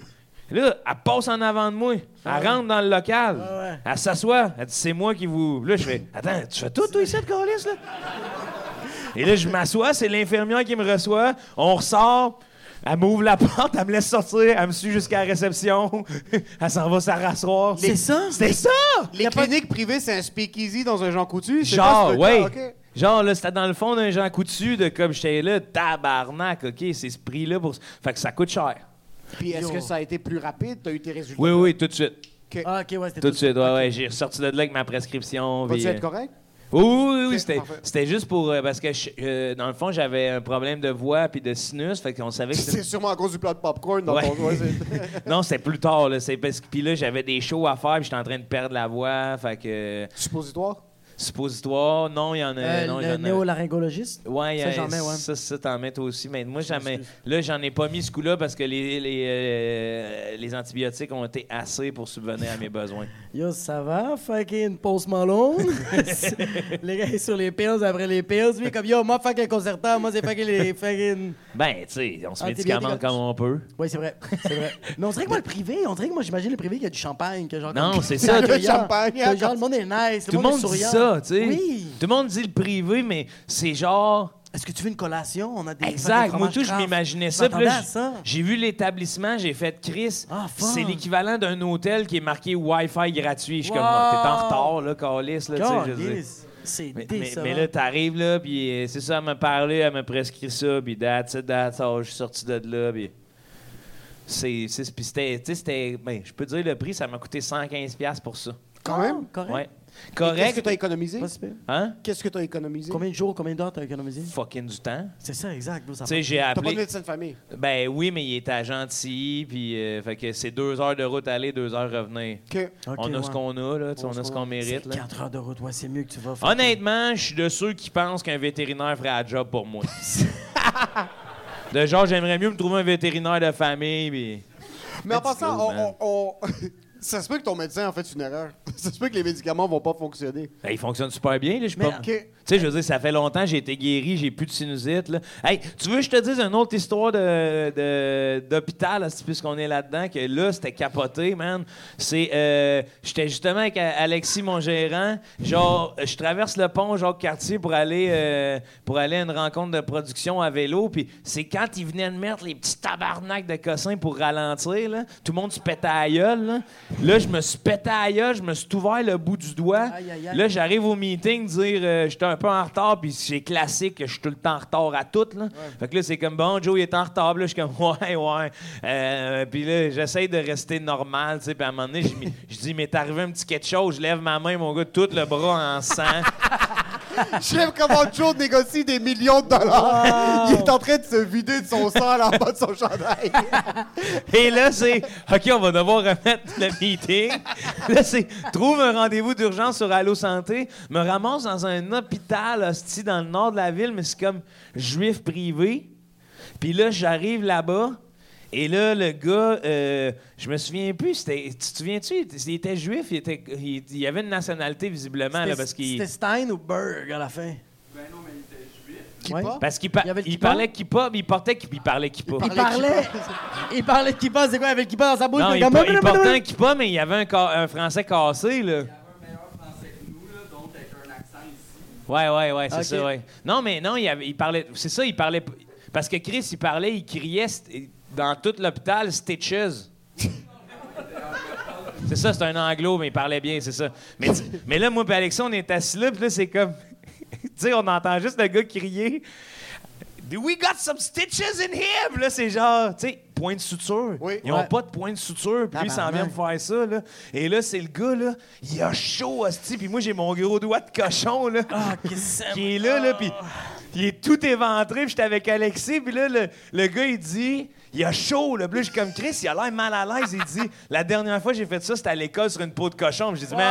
Speaker 6: Là, elle passe en avant de moi. Elle rentre dans le local.
Speaker 3: Ah ouais.
Speaker 6: Elle s'assoit. Elle dit C'est moi qui vous. Là, je fais Attends, tu fais tout, toi, ici, de calice, là et là, je m'assois, c'est l'infirmière qui me reçoit. On ressort. Elle m'ouvre la porte, elle me laisse sortir, elle me suit jusqu'à la réception. [laughs] elle s'en va s'arrasseoir.
Speaker 3: C'est ça?
Speaker 6: C'était ça!
Speaker 5: Les cliniques privées, c'est un speakeasy dans un Jean Coutu. c'est
Speaker 6: Genre,
Speaker 5: pas ce
Speaker 6: ouais.
Speaker 5: truc-là, ok.
Speaker 6: Genre, là, c'était dans le fond d'un Jean Coutu de comme j'étais là, tabarnak, OK, c'est ce prix-là pour. Fait que ça coûte cher.
Speaker 5: Puis est-ce que ça a été plus rapide? T'as eu tes résultats?
Speaker 6: Oui, oui, tout de suite.
Speaker 3: Ah, ok, ouais, c'était
Speaker 6: Tout de suite, ouais, ouais. J'ai ressorti de là avec ma prescription.
Speaker 5: Vas-tu
Speaker 6: puis, euh,
Speaker 5: être correct?
Speaker 6: Oui, oui, oui,
Speaker 5: Ok,
Speaker 6: c'était,
Speaker 5: parfait.
Speaker 6: c'était juste pour. euh, parce que, je- euh, dans le fond, j'avais un problème de voix puis de sinus, fait qu'on savait que c'était-
Speaker 5: C'est sûrement à cause du plat de popcorn dans
Speaker 6: Ouais.
Speaker 5: ton [laughs] ouais, c'est-
Speaker 6: [laughs] Non, c'est plus tard. Là. C'est parce que puis là, j'avais des shows à faire, puis j'étais en train de perdre la voix. Fait que
Speaker 5: Suppositoire?
Speaker 6: suppositoire, non, il y en a.
Speaker 3: Euh,
Speaker 6: Eh non, il y
Speaker 3: le
Speaker 6: en a-
Speaker 3: néolaryngologiste?
Speaker 6: Ouais, il y
Speaker 3: Ça,
Speaker 6: a-
Speaker 3: j'en mets, ouais.
Speaker 6: ça, ça, t'en mets toi aussi. Mais moi, jamais. Là, j'en ai pas mis ce coup-là parce que les, les, euh, les antibiotiques ont été assez pour subvenir à
Speaker 3: [laughs]
Speaker 6: mes besoins.
Speaker 3: Yo, ça va? Fucking Post Malone.
Speaker 6: [laughs]
Speaker 3: les gars, il est sur les pills, après les pills. Lui, comme yo, moi, fucking concertant, moi, c'est fucking les fucking.
Speaker 6: Ben, tu sais, on se
Speaker 3: Antibiotiques.
Speaker 6: médicamente comme on peut.
Speaker 3: Oui, c'est vrai. C'est vrai. Mais on dirait que moi, le privé, on dirait que moi, j'imagine le privé qu'il y a du champagne. Que genre,
Speaker 6: Non,
Speaker 3: comme-
Speaker 6: c'est
Speaker 3: [laughs]
Speaker 6: ça.
Speaker 3: que
Speaker 5: Le
Speaker 3: genre-
Speaker 5: champagne,
Speaker 3: que genre, le monde est nice.
Speaker 6: Tout le
Speaker 3: est
Speaker 6: monde dit
Speaker 3: souriant.
Speaker 6: ça, tu sais.
Speaker 3: Oui.
Speaker 6: Tout le monde dit le privé, mais c'est genre.
Speaker 3: Est-ce que tu veux une collation? On a des.
Speaker 6: Exact.
Speaker 3: fucking
Speaker 6: Moi, tout, je
Speaker 3: fromages
Speaker 6: m'imaginais
Speaker 3: Kraft.
Speaker 6: ça. Puis là,
Speaker 3: M'attendais à
Speaker 6: j-
Speaker 3: ça.
Speaker 6: J'ai vu l'établissement, j'ai fait Chris.
Speaker 3: Ah, fuck.
Speaker 6: c'est l'équivalent d'un hôtel qui est marqué Wi-Fi gratuit. Je suis
Speaker 3: Wow.
Speaker 6: comme, ah, t'es en retard, là, Calis. Là, tu sais, je veux dire.
Speaker 3: Calice. C'est
Speaker 6: mais, mais,
Speaker 3: décevant.
Speaker 6: mais là, t'arrives, là, puis euh, c'est ça, elle m'a parlé, elle m'a prescrit ça, puis that's it, that's all, je suis sorti de là, puis. C'est, c'est, puis c'était, tu sais, c'était, ben, je peux dire le prix, ça m'a coûté 115$ pour ça.
Speaker 5: Quand même?
Speaker 3: Ah, Correct.
Speaker 6: Ouais.
Speaker 5: Qu'est-ce que
Speaker 6: Correct.
Speaker 5: t'as économisé?
Speaker 3: Pas si pire.
Speaker 6: Hein?
Speaker 5: Qu'est-ce que t'as économisé?
Speaker 3: Combien de jours, combien d'heures t'as économisé?
Speaker 6: Fucking du temps.
Speaker 3: C'est ça, exact. bro, ça
Speaker 6: Tu sais, j'ai
Speaker 5: T'as pas de
Speaker 6: appelé.
Speaker 5: médecin de famille?
Speaker 6: Ben oui, mais il est à Gentilly, puis euh, fait que c'est deux heures de route aller, deux heures revenir.
Speaker 5: Que...
Speaker 3: Ok,
Speaker 6: on a
Speaker 3: ouais.
Speaker 6: ce qu'on a, là, tu sais, on a ce qu'on mérite.
Speaker 3: C'est
Speaker 6: là.
Speaker 3: 4 heures de route, ouais, c'est mieux que tu vas faire.
Speaker 6: Honnêtement, je suis de ceux qui pensent qu'un vétérinaire ferait un job pour moi. [laughs] de genre, j'aimerais mieux me trouver un vétérinaire de famille, puis...
Speaker 5: Mais en passant,
Speaker 6: go, man.
Speaker 5: on, on- [laughs] on- ça se peut que ton médecin a fait une erreur. [laughs] Ça se peut que les médicaments vont pas
Speaker 6: [laughs]
Speaker 5: fonctionner.
Speaker 6: Ben, il fonctionne super bien, là, je suis pas...
Speaker 5: Ok.
Speaker 6: Tu sais, je veux dire, ça fait longtemps, j'ai été guéri, j'ai plus de sinusite, là. Hey, tu veux que je te dise une autre histoire de, de- d'hôpital, là, si- puisqu'on est là-dedans, que là, c'était capoté, man. C'est, euh, j'étais justement avec euh, Alexis, mon gérant, genre, je traverse le pont Jacques-Cartier pour aller, euh, pour aller à une rencontre de production à vélo, puis c'est quand ils venaient de mettre les petits tabarnaks de cossins pour ralentir, là, tout le monde se pétait à la gueule, là. Là, je me suis pété à la gueule, je me suis ouvert le bout du doigt.
Speaker 3: Aïe, aïe, aïe.
Speaker 6: Hein? Là, j'arrive au meeting, dire euh, j'étais un peu en retard, puis c'est classique, que je suis tout le temps en retard à tout. Là. Fait que là, c'est comme bon, Joe, il est en retard, Puis là, je suis comme [laughs] ouais, ouais. Euh, puis là, j'essaye de rester normal, tu sais. Puis à un moment donné, je m'y- [laughs] je dis, mais t'es arrivé un petit quelque chose, je lève ma main, mon gars, tout le bras en sang.
Speaker 5: J'aime comment Joe négocie des millions de dollars. Il est en train de se vider de son sang là, en bas de son chandail.
Speaker 6: Et là, c'est OK, on va devoir remettre le meeting. Là, c'est trouve un rendez-vous d'urgence sur Allo Santé, me ramasse dans un hôpital hostie dans le nord de la ville, mais c'est comme juif privé. Puis là, j'arrive là-bas. Et là, le gars, euh, je me souviens plus, c'était, tu te souviens-tu, il était- il était juif, il, était, il, il avait une nationalité visiblement, là,
Speaker 3: C'était-
Speaker 6: parce qu'il...
Speaker 3: C'était Stein ou Berg à la fin? Ben non, mais
Speaker 6: Parce qu'il par-
Speaker 3: Il y avait le
Speaker 6: il
Speaker 3: kippa?
Speaker 6: parlait kippa, mais il portait kippa, il parlait kippa.
Speaker 3: il était juif. Ouais. Il parlait. Il parlait de kippa, c'est quoi? Il avait le kippa dans sa bouche.
Speaker 6: Non,
Speaker 3: mais
Speaker 6: il,
Speaker 3: comme-
Speaker 6: por- il portait un kippa, mais il y avait un, ca- un français cassé, là. Ouais, ouais, ouais, c'est
Speaker 3: Ok.
Speaker 6: ça, ouais. Non, mais non, il, avait- il parlait. C'est ça, il parlait. p- Parce que Chris, il parlait, il criait st- dans tout l'hôpital Stitches. [laughs] c'est ça, c'est un anglo, mais il parlait bien, c'est ça. Mais, tu- mais là, moi et Alexis, on est assis là, puis là, c'est comme. [laughs] tu sais, on entend juste le gars crier. Do we got some stitches in here? Puis Là, c'est genre, tu sais, point de suture.
Speaker 5: Oui.
Speaker 6: Ils ont
Speaker 5: Ouais.
Speaker 6: pas de point de suture, puis lui, il s'en vient me faire ça, là. Et là, c'est le gars, là, il a chaud, hostie, puis moi, j'ai mon gros doigt de cochon, là qui est là, là, puis il est tout éventré, puis j'étais avec Alexis, puis là, le, le gars, il dit, Il a chaud, le bleu. Je suis comme Chris, il a l'air mal à l'aise. Il dit La dernière fois que j'ai fait ça, c'était à l'école sur une peau de cochon. Puis J'ai dit Man,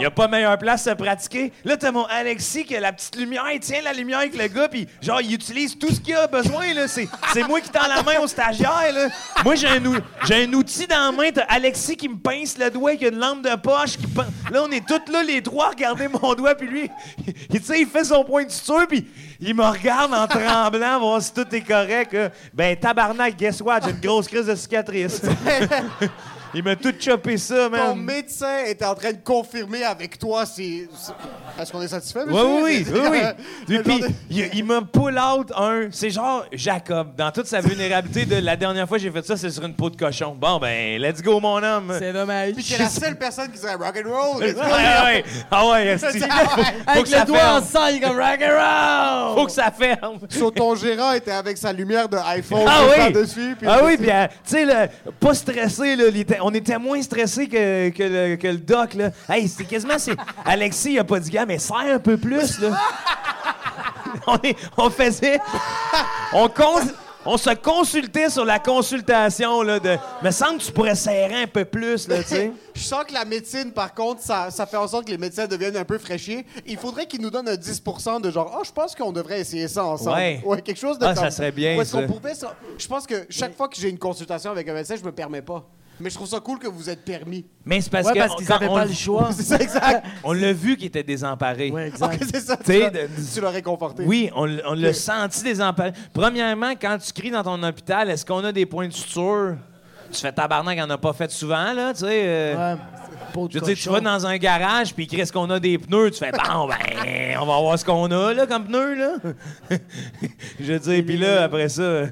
Speaker 6: il n'y a pas meilleure place à pratiquer. Là, t'as mon Alexis qui a la petite lumière, il tient la lumière avec le gars, puis genre, il utilise tout ce qu'il a besoin. là. C'est, c'est moi qui tends la main au stagiaire. là. Moi, j'ai un, ou- j'ai un outil dans la main. T'as Alexis qui me pince le doigt, qui a une lampe de poche. Qui pin- Là, on est tous là, les trois, à regarder mon doigt, puis lui, il, tu sais, il fait son point de suture, puis il me regarde en tremblant, [laughs] voir si tout est correct. là. Ben, tabarnak, guess what? J'ai une grosse crise de cicatrice. [laughs] il m'a tout chopé ça, man.
Speaker 5: Ton médecin est en train de confirmer avec toi si. si- Est-ce qu'on est satisfait,
Speaker 6: Oui,
Speaker 5: monsieur?
Speaker 6: oui, oui, oui, oui.
Speaker 5: [laughs] Le
Speaker 6: Puis, puis,
Speaker 5: genre de-
Speaker 6: il, il me pull out un. C'est genre Jacob, dans toute sa vulnérabilité de la dernière fois que j'ai fait ça, c'est sur une peau de cochon. Bon, ben, let's go, mon homme.
Speaker 3: C'est dommage.
Speaker 5: Puis t'es la seule personne qui dirait rock'n'roll.
Speaker 6: [laughs] Ouais, ouais, Ah
Speaker 3: [laughs]
Speaker 6: ouais, esti. Faut- faut
Speaker 3: Avec
Speaker 6: que
Speaker 3: le
Speaker 6: ça
Speaker 3: doigt en
Speaker 6: ferme.
Speaker 3: sang, il est comme rock and roll.
Speaker 6: Faut que ça ferme.
Speaker 5: [laughs] Sur ton gérant était avec sa lumière de iPhone
Speaker 6: Ah oui!
Speaker 5: dessus.
Speaker 6: ah oui,
Speaker 5: [laughs]
Speaker 6: puis, euh, tu sais, là, pas stressé, là, les te- on était moins stressé que, que, le, que le doc, là. Hey, c'est quasiment, c'est... Alexis, il a pas dit, gars, mais serre un peu plus, là. on, est- on faisait... On, cons- on se consultait sur la consultation, là, de... Me semble que tu pourrais serrer un peu plus, là,
Speaker 5: [laughs]
Speaker 6: tu sais.
Speaker 5: Je sens que la médecine, par contre, ça, ça fait en sorte que les médecins deviennent un peu fraîchiers. Il faudrait qu'ils nous donnent un 10 de genre, oh, je pense qu'on devrait essayer ça ensemble.
Speaker 6: Ouais.
Speaker 5: quelque chose de
Speaker 6: Ah,
Speaker 5: comme-
Speaker 6: ça serait bien,
Speaker 5: Ou est-ce qu'on
Speaker 6: ça.
Speaker 5: pourrait ça? Je pense que chaque fois que j'ai une consultation avec un médecin, je me permets pas. Mais je trouve ça cool que vous êtes permis.
Speaker 6: Mais c'est parce
Speaker 3: Ouais,
Speaker 6: que...
Speaker 3: parce
Speaker 6: on-
Speaker 3: qu'ils
Speaker 6: quand
Speaker 3: n'avaient
Speaker 6: on
Speaker 3: pas
Speaker 6: le-
Speaker 3: le
Speaker 6: [laughs]
Speaker 3: choix.
Speaker 5: C'est ça, exact.
Speaker 6: On l'a vu qu'il était désemparé.
Speaker 3: Ouais,
Speaker 5: Ok,
Speaker 3: exact.
Speaker 5: c'est ça. Tu
Speaker 6: T'sais,
Speaker 5: l'as-
Speaker 6: de-
Speaker 5: tu l'as réconforté.
Speaker 6: Oui, on, l- on l'a senti désemparé. Premièrement, quand tu cries dans ton hôpital, est-ce qu'on a des points de suture? Tu fais tabarnak, on n'a pas fait souvent, là, tu sais. euh,
Speaker 3: Ouais. Peau de
Speaker 6: Je veux dire, tu
Speaker 3: cochon.
Speaker 6: vas dans un garage, puis il ce qu'on a des pneus, tu fais « Bon, ben, on va voir ce qu'on a, là, comme pneus, là. » [laughs] Je veux dire, puis là, après ça... euh,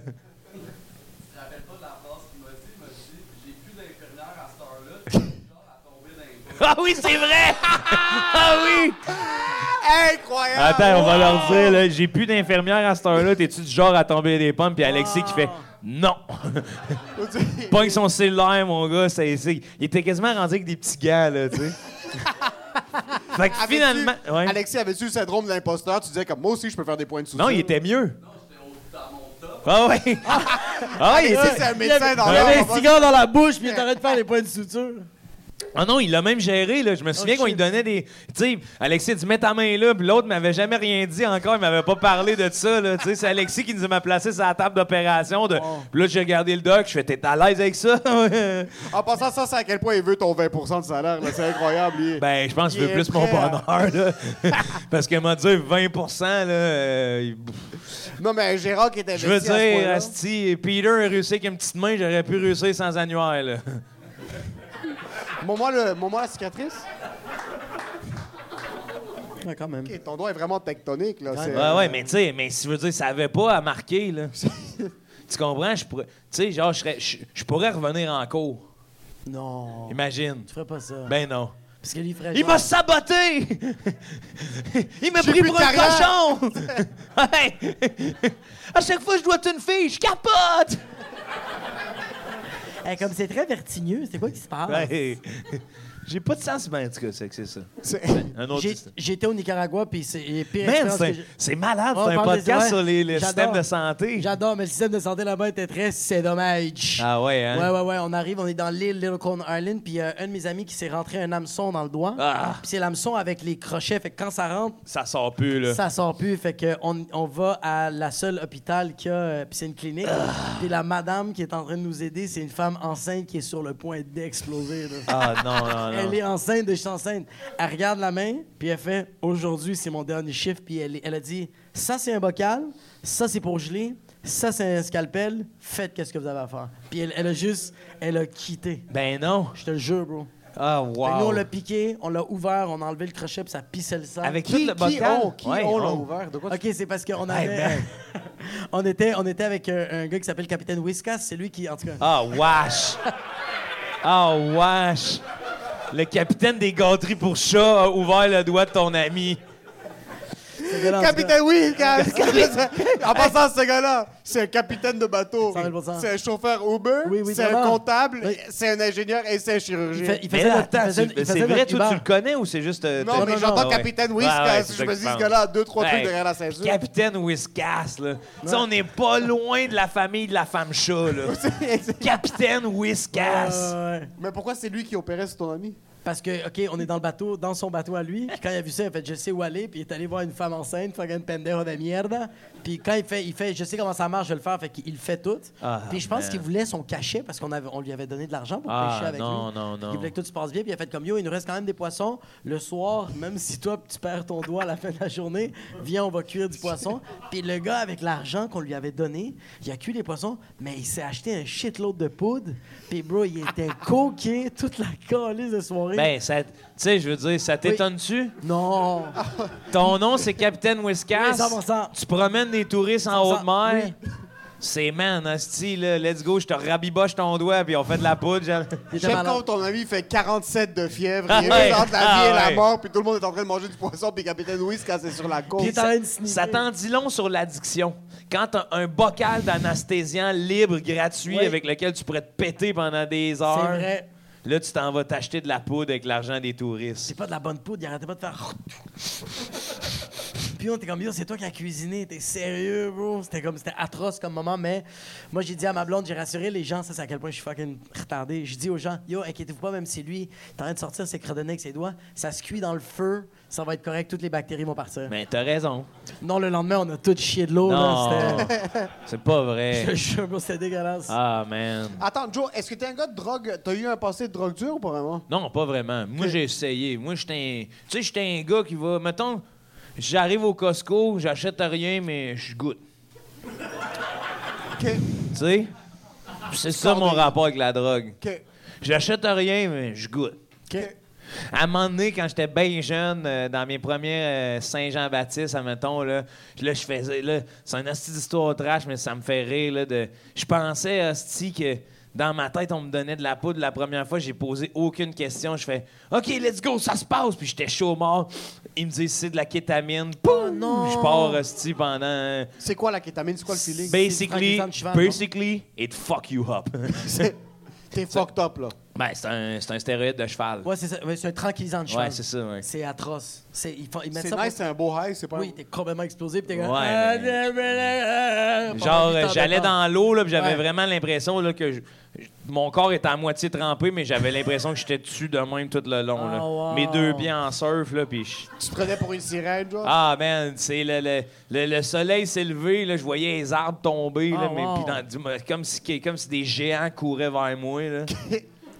Speaker 6: Ah oui, c'est vrai! ah oui!
Speaker 5: Incroyable!
Speaker 6: Attends, on va leur dire, là, j'ai plus d'infirmière à cette heure-là, t'es-tu du genre à tomber des pommes? Puis Alexis qui fait non. Pogne son cellulaire, mon gars, ça c'est- Il était quasiment rendu avec des petits gars, là, tu sais. fait que
Speaker 5: Avais-tu-
Speaker 6: finalement. ouais.
Speaker 5: Alexis, avais-tu le syndrome de l'imposteur? Tu disais comme moi aussi, je peux faire des points de soutien.
Speaker 6: Non, il était mieux. Ah
Speaker 5: [laughs]
Speaker 6: ouais! Ah ouais, il
Speaker 5: Alexis,
Speaker 6: était-
Speaker 5: c'est un médecin dans
Speaker 3: Il avait
Speaker 5: l'ordre.
Speaker 3: un cigare dans la bouche, puis il t'arrête de faire les points de suture.
Speaker 6: Ah non, il l'a même géré, là. Je
Speaker 5: Oh,
Speaker 6: me souviens qu'on lui donnait des. Tu sais, Alexis, tu mets ta main là, puis l'autre m'avait jamais rien dit encore, il m'avait pas parlé de ça, là. Tu sais, c'est Alexis qui nous a placé sur la table d'opération. De... Puis là, j'ai regardé le doc, je fais, t'es à l'aise avec ça? [laughs]
Speaker 5: En passant, ça, c'est à quel point il veut ton 20 de salaire. là. C'est incroyable. il est-
Speaker 6: ben, je pense que je veux
Speaker 5: Il est
Speaker 6: plus mon
Speaker 5: prêt hein. à-
Speaker 6: bonheur, là. [laughs] Parce qu'elle m'a dit 20 là. euh, il-
Speaker 5: Non, mais Gérard qui était
Speaker 6: Je veux
Speaker 5: investi à ce
Speaker 6: dire,
Speaker 5: point-là.
Speaker 6: Asti, Peter a réussi avec une petite main, j'aurais pu réussir sans annuaire, là.
Speaker 5: Montre-moi le- montre-moi la cicatrice.
Speaker 3: Ouais, quand même.
Speaker 5: Ok, ton doigt est vraiment tectonique. Là. c'est-
Speaker 6: Ouais, ouais, mais tu sais, mais si je veux dire, ça avait pas à marquer, là. [laughs] tu comprends? Je pourrais, tu sais, genre, je serais- je je pourrais revenir en cours.
Speaker 3: Non.
Speaker 6: Imagine.
Speaker 3: Tu ferais pas ça.
Speaker 6: Ben non.
Speaker 3: Parce que lui, il ferait
Speaker 6: Il
Speaker 3: genre-
Speaker 6: m'a saboté! [laughs] Il m'a pris
Speaker 5: plus
Speaker 6: pour
Speaker 5: de
Speaker 6: un
Speaker 5: carrière!
Speaker 6: cochon!
Speaker 5: [laughs]
Speaker 6: Ouais. à chaque fois que je dois une fille, je capote!
Speaker 3: Eh, comme c'est très vertigineux, c'est quoi qui se passe?
Speaker 6: Ouais. J'ai pas de sens, mais en tout cas, c'est que c'est ça.
Speaker 5: C'est- [laughs]
Speaker 6: Un autre
Speaker 3: J'ai- J'étais au Nicaragua, puis c'est les pires
Speaker 6: Man,
Speaker 3: expériences que
Speaker 6: c'est-
Speaker 3: j'ai-
Speaker 6: c'est malade,
Speaker 3: On
Speaker 6: c'est un
Speaker 3: parle Ah, des-
Speaker 6: podcast
Speaker 3: ouais,
Speaker 6: sur les, les
Speaker 3: j'adore.
Speaker 6: systèmes de santé.
Speaker 3: J'adore, mais le système de santé là-bas était très c'est dommage.
Speaker 6: Ah ouais, hein?
Speaker 3: Ouais, ouais, ouais. On arrive, on est dans l'île Little Corn Island, puis euh, un de mes amis qui s'est rentré un hameçon dans le doigt.
Speaker 6: Ah.
Speaker 3: Puis c'est l'hameçon avec les crochets, fait que quand ça rentre,
Speaker 6: Ça sort plus, là.
Speaker 3: ça sort plus. Fait que on, on va à la seule hôpital qu'il y a, euh, puis c'est une clinique.
Speaker 6: Ah!
Speaker 3: Puis la madame qui est en train de nous aider, c'est une femme enceinte qui est sur le point d'exploser. là.
Speaker 6: Ah non, non, non.
Speaker 3: Elle est enceinte, de je suis enceinte. Elle regarde la main, puis elle fait Aujourd'hui, c'est mon dernier chiffre. Puis elle, elle a dit Ça, c'est un bocal, ça, c'est pour geler, ça, c'est un scalpel, faites qu'est-ce que vous avez à faire. Puis elle, elle a juste, elle a quitté.
Speaker 6: Ben non.
Speaker 3: Je te le jure, bro.
Speaker 6: Ah,
Speaker 3: Fait que
Speaker 6: wow.
Speaker 3: Ben, Nous, on l'a piqué, on l'a ouvert, on a enlevé le crochet, puis ça pissait le sang. oh,
Speaker 6: Avec
Speaker 5: Qui-
Speaker 6: tout le
Speaker 5: qui
Speaker 6: bocal.
Speaker 5: ont- qui
Speaker 6: Ouais, oh.
Speaker 5: ont l'a
Speaker 6: on-
Speaker 5: ouvert? De quoi tu-
Speaker 3: OK, c'est parce qu'on avait.
Speaker 6: man.
Speaker 3: Eh ben. [laughs] on, était, on était avec euh, un, un gars qui s'appelle Capitaine Whiskas, c'est lui qui, en tout cas.
Speaker 6: Ah, wesh! Ah, wesh! Le capitaine des gâteries pour chats a ouvert le doigt de ton ami.
Speaker 3: violent, ce
Speaker 5: Capitaine, Eh oui, cap- en passant, ce gars-là, c'est un capitaine de bateau.
Speaker 3: 100 000%.
Speaker 5: C'est un chauffeur Uber,
Speaker 3: Oui, oui,
Speaker 5: c'est un
Speaker 3: vraiment.
Speaker 5: comptable,
Speaker 3: Oui.
Speaker 5: c'est un ingénieur et c'est un chirurgien.
Speaker 3: Il, fait- il
Speaker 6: Mais
Speaker 3: faisait
Speaker 6: là,
Speaker 3: notre-
Speaker 6: attends,
Speaker 3: il faisait-
Speaker 6: tu-
Speaker 3: il faisait
Speaker 6: c'est vrai,
Speaker 3: notre
Speaker 6: toi,
Speaker 3: Uber.
Speaker 6: tu le connais ou c'est juste. euh,
Speaker 5: Non,
Speaker 6: t'as-
Speaker 5: mais j'entends
Speaker 6: ouais.
Speaker 5: Capitaine
Speaker 6: Ouais,
Speaker 5: Whiskas.
Speaker 6: ouais, c'est
Speaker 5: je
Speaker 6: ça
Speaker 5: me
Speaker 6: que
Speaker 5: dis, ce
Speaker 6: pense.
Speaker 5: gars-là a deux, trois
Speaker 6: Ouais.
Speaker 5: trucs derrière la ceinture.
Speaker 6: Capitaine Whiskas, là. Tu sais, on n'est pas loin de la famille de la femme chat,
Speaker 5: [laughs]
Speaker 6: là. Capitaine Whiskas.
Speaker 3: Ouais, ouais.
Speaker 5: Mais pourquoi c'est lui qui opérait sur ton ami?
Speaker 3: Parce que, OK, on est dans le bateau, dans son bateau à lui. Puis quand il a vu ça, il a fait Je sais où aller. Puis il est allé voir une femme enceinte, fucking pendejo de merde. Puis quand il fait, il fait Je sais comment ça marche, je vais le faire. Fait qu'il le fait tout.
Speaker 6: Ah,
Speaker 3: puis je pense
Speaker 6: man.
Speaker 3: qu'il voulait son cachet parce qu'on avait, on lui avait donné de l'argent pour
Speaker 6: Ah,
Speaker 3: pêcher avec
Speaker 6: non,
Speaker 3: lui.
Speaker 6: non, non.
Speaker 3: Il voulait que tout se passe bien. Puis il a fait comme Yo, il nous reste quand même des poissons. Le soir, même si toi, tu perds ton doigt à la fin de la journée, viens, on va cuire du poisson. Puis le gars, avec l'argent qu'on lui avait donné, il a cuit les poissons, mais il s'est acheté un shitload de poudre. Puis bro, il était coqué toute la calice de soirée.
Speaker 6: Ben, ça. Tu sais, je veux dire, ça t'étonne-tu?
Speaker 3: Non.
Speaker 6: Ton nom, c'est Capitaine
Speaker 3: Oui,
Speaker 6: Whiskas.
Speaker 3: 100%.
Speaker 6: Tu promènes des touristes en haute
Speaker 3: 100%,
Speaker 6: mer.
Speaker 3: oui.
Speaker 6: C'est man, hostie, là. Let's go, je te rabiboche ton doigt, puis on fait de la poudre. genre.
Speaker 3: Il était
Speaker 5: J'aime
Speaker 3: malade.
Speaker 5: quand ton ami fait 47 de fièvre, il
Speaker 6: Ah ouais.
Speaker 5: est entre la vie
Speaker 6: Ah
Speaker 5: et
Speaker 6: ouais.
Speaker 5: la mort, puis tout le monde est en train de manger du poisson, puis Capitaine Whiskas est sur la côte.
Speaker 3: Il est en train de sniper.
Speaker 6: Ça t'en dit long sur l'addiction. Quand t'as un bocal d'anesthésiant libre, gratuit,
Speaker 3: Oui.
Speaker 6: avec lequel tu pourrais te péter pendant des heures,
Speaker 3: C'est vrai.
Speaker 6: là, tu t'en vas t'acheter de la poudre avec l'argent des touristes.
Speaker 3: C'est pas de la bonne poudre, il arrêtait pas de faire. Puis on était comme, yo, c'est toi qui as cuisiné, t'es sérieux, bro. C'était comme, c'était atroce comme moment, mais moi, j'ai dit à ma blonde, j'ai rassuré les gens, ça, c'est à quel point je suis fucking retardé. J'ai dit aux gens, yo, inquiétez-vous pas, même si lui, t'es en train de sortir ses credonnés avec ses doigts, ça se cuit dans le feu, ça va être correct, toutes les bactéries vont partir.
Speaker 6: Mais t'as raison.
Speaker 3: Non, le lendemain, on a tout chié de l'eau, là.
Speaker 6: Non,
Speaker 3: [laughs]
Speaker 6: c'est pas vrai.
Speaker 3: C'était. [laughs] Je te jure, bro, c'était dégueulasse.
Speaker 6: Ah, man.
Speaker 5: Attends, Joe, est-ce que t'es un gars de drogue? T'as eu un passé de drogue dure ou pas vraiment?
Speaker 6: Non, pas vraiment. Moi, j'ai essayé. Moi, j'étais un... Tu sais, j'étais un gars qui va... Mettons, j'arrive au Costco, j'achète rien, mais je goûte.
Speaker 5: OK.
Speaker 6: Tu sais? C'est ça mon rapport avec la drogue.
Speaker 5: OK.
Speaker 6: J'achète rien, mais je goûte.
Speaker 5: OK.
Speaker 6: À un moment donné, quand j'étais bien jeune, euh, dans mes premiers euh, Saint-Jean-Baptiste, admettons, là, je- là, je faisais. Là, c'est une hostie d'histoire trash, mais ça me fait rire. Là, de, je pensais, hostie, que dans ma tête, on me donnait de la poudre la première fois. J'ai posé aucune question. Je fais OK, let's go, ça se passe. Puis j'étais chaud mort. Ils me disent c'est de la kétamine. Poum! Je pars, hostie, pendant. euh,
Speaker 5: C'est quoi la kétamine? C'est quoi le feeling?
Speaker 6: Basically,
Speaker 3: Frankenstein de cheval, non?
Speaker 6: basically, it fuck you up. [laughs]
Speaker 5: C'est- [laughs] T'es fucked up, là.
Speaker 6: ben, c'est un, c'est un stéroïde de cheval.
Speaker 3: Ouais, c'est ça. Ouais, C'est un tranquillisant de cheval.
Speaker 6: Ouais, c'est ça, ouais.
Speaker 3: C'est atroce. C'est, ils, font- ils mettent
Speaker 5: C'est
Speaker 3: ça
Speaker 5: nice,
Speaker 3: pour-
Speaker 5: c'est un beau high, c'est pas
Speaker 3: Oui, t'es complètement explosé, puis t'es comme...
Speaker 6: Ouais,
Speaker 3: Ah,
Speaker 6: mais-
Speaker 3: ah, ah, ah, ah,
Speaker 6: Genre,
Speaker 3: pendant huit
Speaker 6: euh,
Speaker 3: heures
Speaker 6: j'allais
Speaker 3: de temps.
Speaker 6: dans l'eau, là, puis j'avais
Speaker 3: Ouais.
Speaker 6: vraiment l'impression là, que je- je- mon corps était à moitié trempé, mais j'avais l'impression que j'étais dessus de même tout le long. là.
Speaker 3: Ah, wow.
Speaker 6: Mes deux pieds en surf, là, puis je-
Speaker 5: Tu te prenais pour une sirène, genre?
Speaker 6: Ah, man, c'est le, le, le- le soleil s'est levé, là, je voyais les arbres tomber, là,
Speaker 3: Ah,
Speaker 6: mais
Speaker 3: wow.
Speaker 6: puis dans- du- moi, comme, si, que- comme si des géants couraient vers moi.
Speaker 3: [laughs]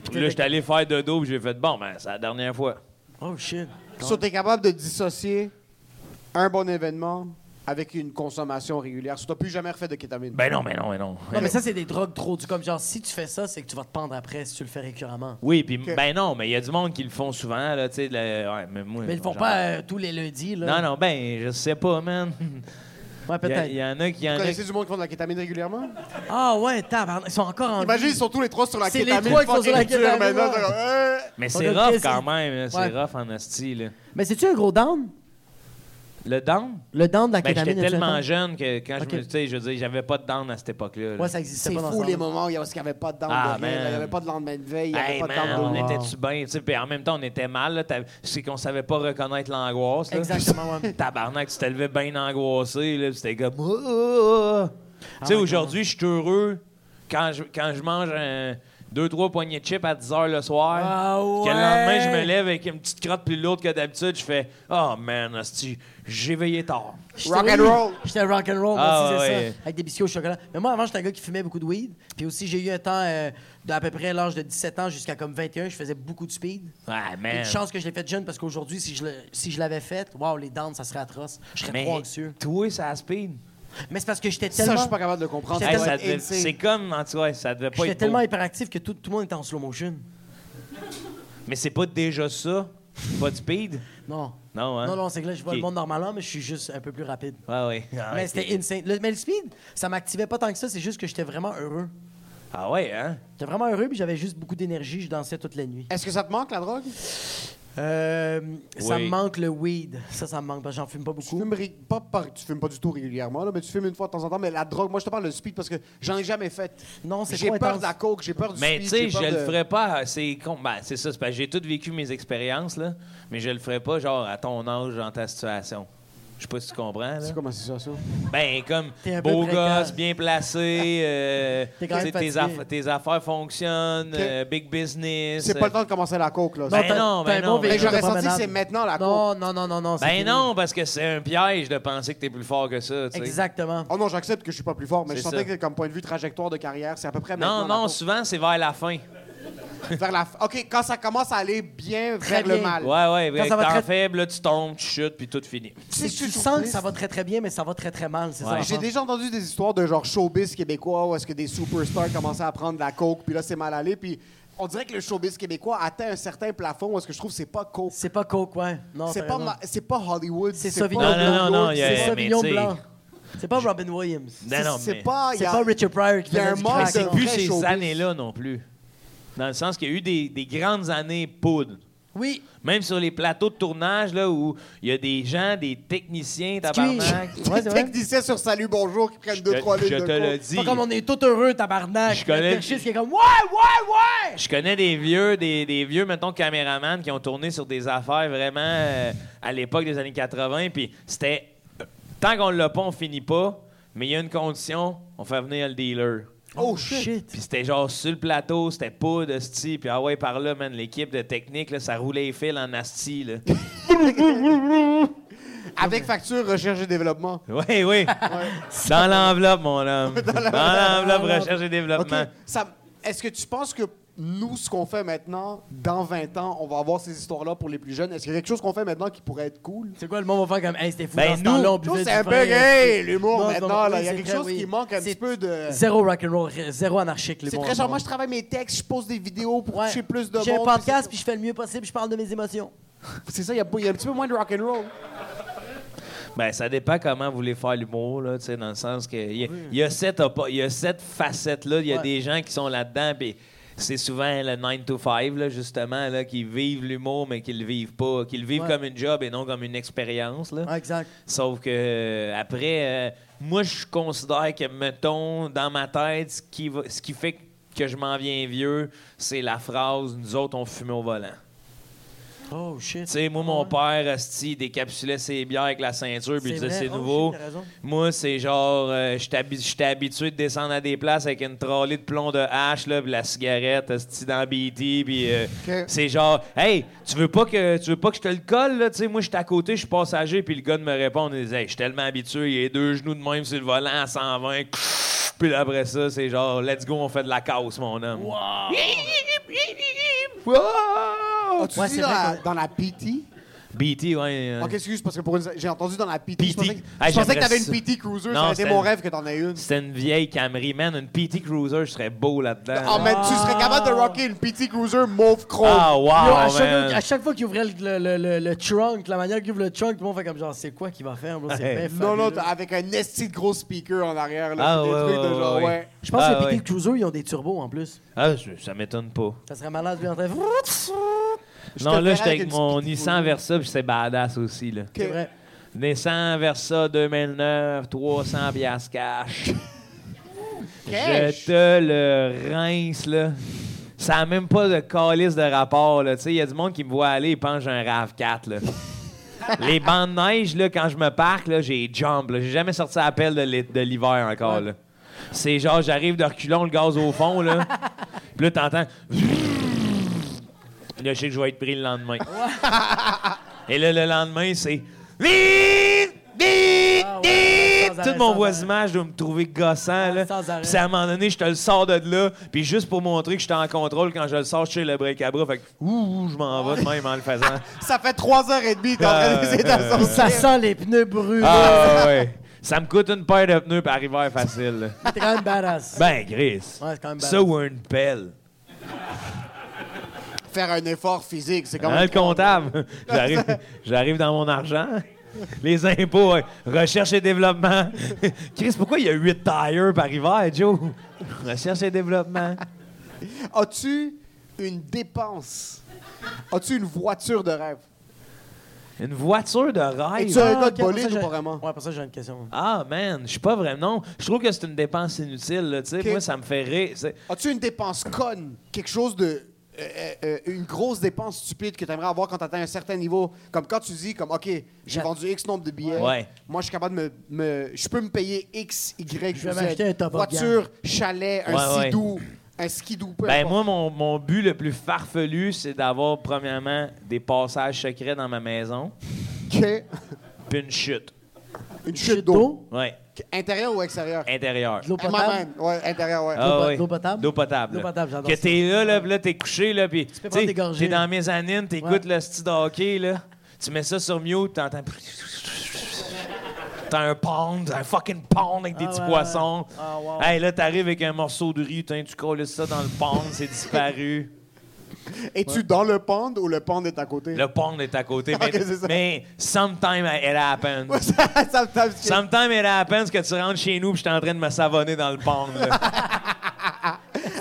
Speaker 6: Là, Puis là j'étais allé faire de dos, puis j'ai fait « Bon, ben, c'est la dernière fois.
Speaker 3: Oh, shit.
Speaker 5: So, t'es capable de dissocier un bon événement avec une consommation régulière. So, t'as plus jamais refait de kétamine. »
Speaker 6: Ben non, ben non, ben non.
Speaker 3: Non, mais ça, c'est des drogues trop du comme genre, si tu fais ça, c'est que tu vas te pendre après si tu le fais récurremment.
Speaker 6: Oui, puis ben non, mais il y a du monde qui le font souvent, là, tu sais, le- ouais, mais moi...
Speaker 3: Mais ils le font
Speaker 6: genre-
Speaker 3: pas euh, tous les lundis, là.
Speaker 6: Non, non, ben, je sais
Speaker 3: [laughs]
Speaker 6: pas, man.
Speaker 3: Ouais,
Speaker 6: Il y a-
Speaker 3: peut-être.
Speaker 6: Il y, en a qui y en
Speaker 5: Vous
Speaker 6: a.
Speaker 5: connaissez du monde qui font de la kétamine régulièrement?
Speaker 3: Ah, ouais, tabarnak. Ils sont encore en
Speaker 5: Imagine,
Speaker 3: vie.
Speaker 5: ils sont tous les trois sur la
Speaker 3: C'est les
Speaker 5: kétamine.
Speaker 3: trois qui sont sur la
Speaker 5: fucking dure,
Speaker 3: kétamine,
Speaker 5: maintenant,
Speaker 3: ouais.
Speaker 5: t'es comme, Euh,
Speaker 6: Mais
Speaker 3: On
Speaker 6: c'est
Speaker 3: a
Speaker 6: rough
Speaker 3: Chris-
Speaker 6: quand même, là, c'est
Speaker 3: Ouais.
Speaker 6: rough en hostie. là.
Speaker 3: Mais c'est-tu un gros down?
Speaker 6: Le down?
Speaker 3: Le down de la
Speaker 6: Ben, j'étais
Speaker 3: kétamine? est-tu un
Speaker 6: tellement
Speaker 3: down?
Speaker 6: jeune que quand
Speaker 3: Ok.
Speaker 6: je me. Tu sais, je veux dire, j'avais pas de down à cette époque-là. là.
Speaker 3: Ouais, ça existait
Speaker 5: C'est
Speaker 3: pas dans
Speaker 5: fou
Speaker 3: ce
Speaker 5: les
Speaker 3: temps-là.
Speaker 5: moments où il y avait- il y avait pas de dents
Speaker 6: Ah,
Speaker 5: de rien, là, il y
Speaker 6: man.
Speaker 5: avait pas de lendemain de veille, il y avait
Speaker 6: Hey,
Speaker 5: pas de
Speaker 6: man,
Speaker 5: temps de
Speaker 6: on
Speaker 5: lendemain.
Speaker 6: était-tu bien? tu sais, Puis en même temps, on était mal. là, t'avais- C'est qu'on savait pas reconnaître l'angoisse. là. [laughs]
Speaker 3: Exactement, ouais.
Speaker 6: Tabarnak, tu t'es levé bien angoissé. Là, puis c'était comme. Ah, ah, ah. tu sais, aujourd'hui, je suis heureux quand je, quand je mange un. Deux, trois poignées de chips à 10 h le soir.
Speaker 3: Ah
Speaker 6: Que le
Speaker 3: ouais.
Speaker 6: lendemain, je me lève avec une petite crotte plus lourde que d'habitude. Je fais Oh man, hostie, j'ai veillé tard.
Speaker 3: J'étais-
Speaker 5: Rock and roll.
Speaker 3: J'étais rock and roll, moi
Speaker 6: Ah,
Speaker 3: aussi, c'est
Speaker 6: ouais.
Speaker 3: ça. Avec des biscuits au chocolat. Mais moi, avant, j'étais un gars qui fumait beaucoup de weed. Puis aussi, j'ai eu un temps, euh, d'à peu près l'âge de 17 ans jusqu'à comme 21, je faisais beaucoup de speed.
Speaker 6: Ouais,
Speaker 3: Il y a
Speaker 6: man.
Speaker 3: Une chance que je l'ai fait jeune parce qu'aujourd'hui, si je, le- si je l'avais fait, wow, les dents, ça serait atroce. Je serais
Speaker 6: Mais
Speaker 3: trop anxieux.
Speaker 6: Toi, ça speed.
Speaker 3: Mais c'est parce que j'étais
Speaker 5: Ça,
Speaker 3: tellement.
Speaker 5: je suis pas capable de comprendre.
Speaker 3: J'étais
Speaker 5: Ça
Speaker 6: Hey,
Speaker 5: doit
Speaker 6: ça
Speaker 5: être
Speaker 6: devait-
Speaker 5: insane.
Speaker 6: c'est comme, en tout cas, ça devait pas
Speaker 3: J'étais
Speaker 6: être.
Speaker 3: tellement
Speaker 6: beau.
Speaker 3: hyperactif que tout, tout le monde était en slow motion.
Speaker 6: Mais c'est pas déjà ça. Pas de speed.
Speaker 3: Non.
Speaker 6: Non, hein?
Speaker 3: Non, non, c'est que là, je vois
Speaker 6: Ok.
Speaker 3: le monde normalement, mais je suis juste un peu plus rapide.
Speaker 6: Ouais, ouais. Ah,
Speaker 3: mais
Speaker 6: ouais,
Speaker 3: c'était
Speaker 6: t'es-
Speaker 3: insane. Le- mais le speed, ça m'activait pas tant que ça, c'est juste que j'étais vraiment heureux.
Speaker 6: Ah ouais, hein?
Speaker 3: J'étais vraiment heureux, puis j'avais juste beaucoup d'énergie, je dansais toute la nuit.
Speaker 5: Est-ce que ça te manque, la drogue?
Speaker 3: Euh, Ça
Speaker 6: Oui.
Speaker 3: me manque le weed. Ça, ça me manque parce que j'en fume pas
Speaker 5: Tu
Speaker 3: beaucoup.
Speaker 5: fumes, ré- pas par- tu fumes pas du tout régulièrement, là, mais tu fumes une fois de temps en temps. Mais la drogue, moi, je te parle de speed parce que j'en ai jamais fait.
Speaker 3: Non, c'est
Speaker 5: J'ai
Speaker 3: trop
Speaker 5: peur
Speaker 3: intense.
Speaker 5: de la coke, j'ai peur du
Speaker 6: Mais
Speaker 5: speed.
Speaker 6: tu sais,
Speaker 5: j'ai
Speaker 6: je
Speaker 5: peur
Speaker 6: le
Speaker 5: de-
Speaker 6: ferais pas. C'est con. Ben, c'est ça. C'est parce que j'ai tout vécu mes expériences, là. Mais je le ferais pas, genre, à ton âge, dans ta situation. Je sais pas si tu comprends, là.
Speaker 5: C'est quoi ma situation?
Speaker 6: Ben, comme
Speaker 3: T'es un peu
Speaker 6: beau
Speaker 3: précaire.
Speaker 6: gosse, bien placé, euh,
Speaker 3: [laughs] T'es quand même
Speaker 6: tu sais, tes,
Speaker 3: fatigué.
Speaker 6: aff- tes affaires fonctionnent, euh, big business.
Speaker 5: C'est
Speaker 6: euh,
Speaker 5: pas le temps de commencer la coke, là.
Speaker 6: Ben
Speaker 3: t'as-
Speaker 6: non,
Speaker 3: t'as
Speaker 6: ben
Speaker 3: un bon
Speaker 6: non. ben
Speaker 5: mais
Speaker 3: véhicule
Speaker 5: j'aurais
Speaker 3: de
Speaker 5: senti que
Speaker 3: promenade.
Speaker 5: c'est maintenant la coke.
Speaker 3: Non, non, non, non, non. c'est
Speaker 6: Ben
Speaker 3: fini.
Speaker 6: non, parce que c'est un piège de penser que t'es plus fort que ça, tu sais.
Speaker 3: Exactement.
Speaker 5: Oh non, j'accepte que je suis pas plus fort, mais je
Speaker 6: C'est
Speaker 5: sentais
Speaker 6: ça.
Speaker 5: que comme point de vue trajectoire de carrière, c'est à peu près maintenant
Speaker 6: Non,
Speaker 5: la
Speaker 6: non,
Speaker 5: coke.
Speaker 6: souvent, c'est vers la fin.
Speaker 5: Vers la f- OK, quand ça commence à aller bien vers
Speaker 3: bien.
Speaker 5: le mal.
Speaker 6: Ouais, ouais.
Speaker 3: Quand
Speaker 6: Quand
Speaker 3: ça va
Speaker 6: t'es
Speaker 3: très-
Speaker 6: en faible, là, tu tombes, tu chutes, puis tout finit.
Speaker 5: Si
Speaker 3: Tu sens
Speaker 5: tu
Speaker 3: que
Speaker 5: souffles-
Speaker 3: ça va très très bien, mais ça va très très mal. C'est ça.
Speaker 6: Ouais.
Speaker 3: l'affaire.
Speaker 5: J'ai déjà entendu des histoires de genre showbiz québécois où est-ce que des superstars commençaient à prendre de la coke, puis là c'est mal allé, puis on dirait que le showbiz québécois atteint un certain plafond où est-ce que je trouve que c'est pas coke.
Speaker 3: C'est pas coke, ouais. Non,
Speaker 5: C'est
Speaker 3: t'as
Speaker 5: pas,
Speaker 3: raison.
Speaker 5: ma- c'est pas Hollywood.
Speaker 3: C'est
Speaker 5: pas
Speaker 3: Sauvignon
Speaker 6: Non,
Speaker 3: Blanc.
Speaker 6: non, non, non, il y a-
Speaker 3: C'est
Speaker 6: mais
Speaker 3: Sauvignon
Speaker 6: tu sais-
Speaker 3: Blanc. C'est pas Robin Williams.
Speaker 6: Non, non,
Speaker 5: C'est
Speaker 6: mais.
Speaker 5: pas. y
Speaker 3: C'est
Speaker 5: a- [laughs]
Speaker 3: pas Richard Pryor qui
Speaker 5: il y a
Speaker 3: faisait
Speaker 5: un
Speaker 3: du
Speaker 5: manque
Speaker 3: crack.
Speaker 5: de-
Speaker 3: non.
Speaker 6: C'est plus
Speaker 5: vrai
Speaker 6: ces
Speaker 5: showbiz.
Speaker 6: années-là non plus. Dans le sens qu'il y a eu des, des grandes années poudre.
Speaker 3: Oui,
Speaker 6: Même sur les plateaux de tournage, là, où il y a des gens, des techniciens, tabarnak.
Speaker 3: Excuse. Ouais, c'est vrai.
Speaker 5: techniciens sur Salut Bonjour qui prennent deux,
Speaker 6: Je-
Speaker 5: trois lignes
Speaker 6: je
Speaker 5: de
Speaker 6: te le
Speaker 5: coke.
Speaker 6: dis.
Speaker 3: Pas comme on est tout heureux, tabarnak.
Speaker 6: Je connais-
Speaker 3: Le Perchis qui est comme Ouais, ouais, ouais!
Speaker 6: Je connais des vieux, des, des vieux, mettons, caméramans qui ont tourné sur des affaires vraiment euh, à l'époque des années 80. Puis c'était. Tant qu'on l'a pas, on finit pas. Mais il y a une condition, on fait venir le dealer.
Speaker 5: Oh shit.
Speaker 6: Puis c'était genre sur le plateau, c'était pas de sti. Puis ah ouais, par là, man, l'équipe de technique, là, ça roulait les fils en asti, là.
Speaker 5: Avec facture, recherche et développement.
Speaker 6: Oui, oui. Dans l'enveloppe, mon homme. Dans l'enveloppe recherche et
Speaker 5: OK,
Speaker 3: hein.
Speaker 6: développement.
Speaker 5: ça- Est-ce que tu penses que nous, ce qu'on fait maintenant, dans 20 ans, on va avoir ces histoires-là pour les plus jeunes? Est-ce qu'il y a quelque chose qu'on fait maintenant qui pourrait être cool?
Speaker 3: C'est quoi le monde va faire comme Hey, c'était fou.
Speaker 6: Ben,
Speaker 3: dans ce
Speaker 6: nous,
Speaker 3: temps-là, on
Speaker 5: Nous,
Speaker 3: buvait
Speaker 5: c'est
Speaker 3: du
Speaker 5: un peu
Speaker 3: vin.
Speaker 5: gay, l'humour
Speaker 3: Non, c'est
Speaker 5: maintenant.
Speaker 3: pas-
Speaker 5: là.
Speaker 3: oui,
Speaker 5: Il y a
Speaker 3: c'est
Speaker 5: quelque
Speaker 3: très-
Speaker 5: chose
Speaker 3: oui.
Speaker 5: qui manque un
Speaker 3: C'est-
Speaker 5: petit peu de...
Speaker 3: Zéro rock'n'roll, r- zéro anarchique, les
Speaker 5: C'est
Speaker 3: bons
Speaker 5: très genre, moi,
Speaker 3: moments.
Speaker 5: je travaille mes textes, je pose des vidéos pour
Speaker 3: Ouais.
Speaker 5: toucher plus de monde.
Speaker 3: J'ai un
Speaker 5: puis
Speaker 3: podcast, puis je fais le mieux possible, je parle de mes émotions.
Speaker 5: c'est- C'est ça, il y, a il y a un petit peu moins de rock'n'roll.
Speaker 6: Ben, ça dépend comment vous voulez faire l'humour, là, tu sais, dans le sens que il y, a- il y a cette, oppo- il y a cette facette-là, il y a des gens qui sont là-dedans, puis c'est souvent le 9 to 5, là, justement, là, qui vivent l'humour, mais qui le vivent pas, qui le vivent
Speaker 3: Ouais.
Speaker 6: comme une job et non comme une expérience, là.
Speaker 3: Ouais, exact.
Speaker 6: Sauf que, euh, après, euh, moi, je considère que, mettons, dans ma tête, ce qui, va- ce qui fait que je m'en viens vieux, c'est la phrase « Nous autres, on fumait au volant ».
Speaker 3: Oh shit.
Speaker 6: Tu sais, moi, mon père, Asti, décapsulait ses bières avec la ceinture, puis il
Speaker 3: C'est
Speaker 6: disait
Speaker 3: vrai.
Speaker 6: c'est
Speaker 3: Oh,
Speaker 6: nouveau.
Speaker 3: shit, t'as raison.
Speaker 6: moi, c'est genre, euh, j'étais habi- j'étais habitué de descendre à des places avec une trolley de plomb de hache, là, puis la cigarette, Asti, dans BT, puis euh,
Speaker 5: Ok.
Speaker 6: c'est genre, hey, tu veux pas que tu veux pas que je te le colle, là, tu sais, moi, j'étais à côté, je suis passager, puis le gars de me répond, il disait, hey, je suis tellement habitué, il y a les deux genoux de même sur le volant à 120. [laughs] Puis là, après ça, c'est genre, let's go, on fait de la casse, mon homme. [laughs]
Speaker 5: As-tu
Speaker 3: Ouais,
Speaker 5: dit
Speaker 3: c'est
Speaker 5: dans,
Speaker 3: vrai
Speaker 5: la,
Speaker 3: que-
Speaker 5: dans la PT?
Speaker 6: BT, ouais. euh,
Speaker 5: Ok, excuse, parce que pour une... j'ai entendu dans la PT.
Speaker 6: PT.
Speaker 5: Je pensais que,
Speaker 6: Hey,
Speaker 5: je pensais que
Speaker 6: Ah, j'aimerais
Speaker 5: t'avais une
Speaker 6: ça.
Speaker 5: PT Cruiser,
Speaker 6: Non,
Speaker 5: ça a été
Speaker 6: c'était-
Speaker 5: mon rêve que t'en aies une.
Speaker 6: C'était une vieille Camry, man. Une PT Cruiser, je serais beau là-dedans.
Speaker 5: Oh, man, tu serais capable de rocker une PT Cruiser mauve chrome.
Speaker 6: Ah, wow,
Speaker 3: Yo, à, chaque
Speaker 6: man.
Speaker 3: fois, à chaque fois qu'il ouvrait le, le, le, le trunk, la manière qu'il ouvre le trunk, tout le monde fait comme genre, c'est quoi qu'il va faire? bro? C'est bien
Speaker 6: Hey.
Speaker 5: Non, non,
Speaker 3: fabuleux.
Speaker 5: t'as- avec un esti de gros speaker en arrière, là.
Speaker 6: Ah,
Speaker 5: puis des
Speaker 6: ouais,
Speaker 5: trucs de
Speaker 6: ouais,
Speaker 5: genre,
Speaker 6: ouais,
Speaker 5: ouais.
Speaker 6: ouais.
Speaker 3: Je pense
Speaker 6: Ah,
Speaker 3: que les
Speaker 6: ouais.
Speaker 3: PT Cruiser, ils ont des turbos en plus.
Speaker 6: Ah, je- ça m'étonne pas.
Speaker 3: Ça serait malade, lui, en train de...
Speaker 5: Je te
Speaker 6: Non, là,
Speaker 5: verrais
Speaker 6: j'étais
Speaker 5: avec
Speaker 6: avec
Speaker 5: une
Speaker 6: mon
Speaker 5: petite
Speaker 6: Nissan
Speaker 5: roulette.
Speaker 6: Versa, puis c'est badass aussi, là.
Speaker 3: C'est vrai.
Speaker 6: Nissan Versa 2009, 300 bias cash. Je te le rince, là. Ça n'a même pas de calice de rapport, là. Tu sais, il y a du monde qui me voit aller et pense que j'ai un RAV4, [laughs] là. Les bandes de neige, là, quand je me parque, là, j'ai jump, là. J'ai jamais sorti à la pelle de l'hi- de l'hiver encore, là. C'est genre, j'arrive de reculons, le gaz au fond, [laughs] là. Puis là, t'entends... Là, je sais que je vais être pris le lendemain. Et là, le lendemain, c'est.
Speaker 3: Ah ouais, sans
Speaker 6: Tout
Speaker 3: arrêt,
Speaker 6: mon
Speaker 3: sans
Speaker 6: voisinage doit me trouver gossant. Là.
Speaker 3: sans arrêt.
Speaker 6: Puis à un moment donné, je te le sors de là. Puis juste pour montrer que j'étais en contrôle, quand je le sors, je tire le break à bras. Fait que, ouh, ouh, je m'en vais de même en
Speaker 3: [laughs]
Speaker 6: le faisant.
Speaker 5: Ça fait 3h30 t'es en train d'essayer d'en
Speaker 3: Ça
Speaker 5: sortir.
Speaker 3: sent les pneus brûlés.
Speaker 6: Ah ouais. Ça me coûte une paire de pneus par hiver facile. là.
Speaker 3: [laughs] T'es quand même badass.
Speaker 6: Ben, Chris.
Speaker 3: Ouais, c'est quand même
Speaker 6: ça
Speaker 3: badass.
Speaker 6: ou une pelle.
Speaker 5: Faire un effort physique, c'est quand
Speaker 6: Hein,
Speaker 5: même...
Speaker 6: le
Speaker 3: [laughs]
Speaker 6: comptable. J'arrive, j'arrive dans mon argent. Les impôts, ouais. recherche et développement. [laughs] Chris, pourquoi il y a huit tires par hiver, Joe? Recherche et développement.
Speaker 5: As-tu une dépense As-tu une voiture de rêve?
Speaker 6: Une voiture de rêve.
Speaker 5: Es-tu un
Speaker 3: Ah,
Speaker 5: gars
Speaker 3: ok,
Speaker 5: de
Speaker 3: pour ça,
Speaker 5: bolide
Speaker 3: j'ai-
Speaker 5: ou pas vraiment?
Speaker 3: Ouais, pour ça, j'ai une question.
Speaker 6: Ah, man, je suis pas vraiment. Non, je trouve que c'est une dépense inutile. là, tu sais.
Speaker 5: Ok.
Speaker 6: Moi, ça me fait rire. C'est-
Speaker 5: As-tu une dépense conne? Quelque chose de. euh, euh, une grosse dépense stupide que tu aimerais avoir quand tu atteins un certain niveau. Comme quand tu dis, comme, OK, j'ai vendu X nombre de billets.
Speaker 6: Ouais.
Speaker 5: Moi, je suis capable de me, me- Je peux me payer X, Y,
Speaker 3: Je vais
Speaker 5: Z.
Speaker 3: m'acheter un toboggan.
Speaker 5: Voiture, chalet, un
Speaker 6: Ouais, ouais.
Speaker 5: skidoo, un skidoo. peu
Speaker 6: Ben,
Speaker 5: importe.
Speaker 6: moi, mon, mon but le plus farfelu, c'est d'avoir, premièrement, des passages secrets dans ma maison,
Speaker 5: OK.
Speaker 6: puis une chute.
Speaker 5: Une chute d'eau.
Speaker 6: Ouais,
Speaker 5: Intérieur ou extérieur?
Speaker 6: intérieure.
Speaker 3: De L'eau
Speaker 5: Eh,
Speaker 3: potable.
Speaker 5: Moi-même. Ouais, intérieur, ouais.
Speaker 6: Ah
Speaker 3: pot-
Speaker 6: oui.
Speaker 3: l'eau potable?
Speaker 6: L'eau potable.
Speaker 3: L'eau potable, j'adore
Speaker 6: Que
Speaker 3: ça.
Speaker 6: t'es là, là, puis là, t'es couché, là, puis
Speaker 3: peux prendre
Speaker 6: t'sais,
Speaker 3: des gorgées.
Speaker 6: t'es dans mes anines, t'écoutes
Speaker 3: Ouais.
Speaker 6: le style de hockey, là. Tu mets ça sur mute, t'entends... T'as un pound, un fucking pound avec des
Speaker 3: Ah
Speaker 6: petits
Speaker 3: ouais,
Speaker 6: poissons.
Speaker 3: ouais. Ah, wow.
Speaker 6: Hey, là, t'arrives avec un morceau de riz, t'as- tu colles ça dans le pound, c'est disparu.
Speaker 5: Es-tu dans le pond ou le pond est à côté?
Speaker 6: Le pound est
Speaker 3: [laughs]
Speaker 6: à côté. Mais,
Speaker 5: Ok, c'est ça.
Speaker 6: mais sometime it happens.
Speaker 5: [laughs] ça, ça me tape.
Speaker 6: Sometime it happens que tu rentres chez nous puis je suis en train de me savonner dans le pound.
Speaker 3: [laughs]
Speaker 6: là.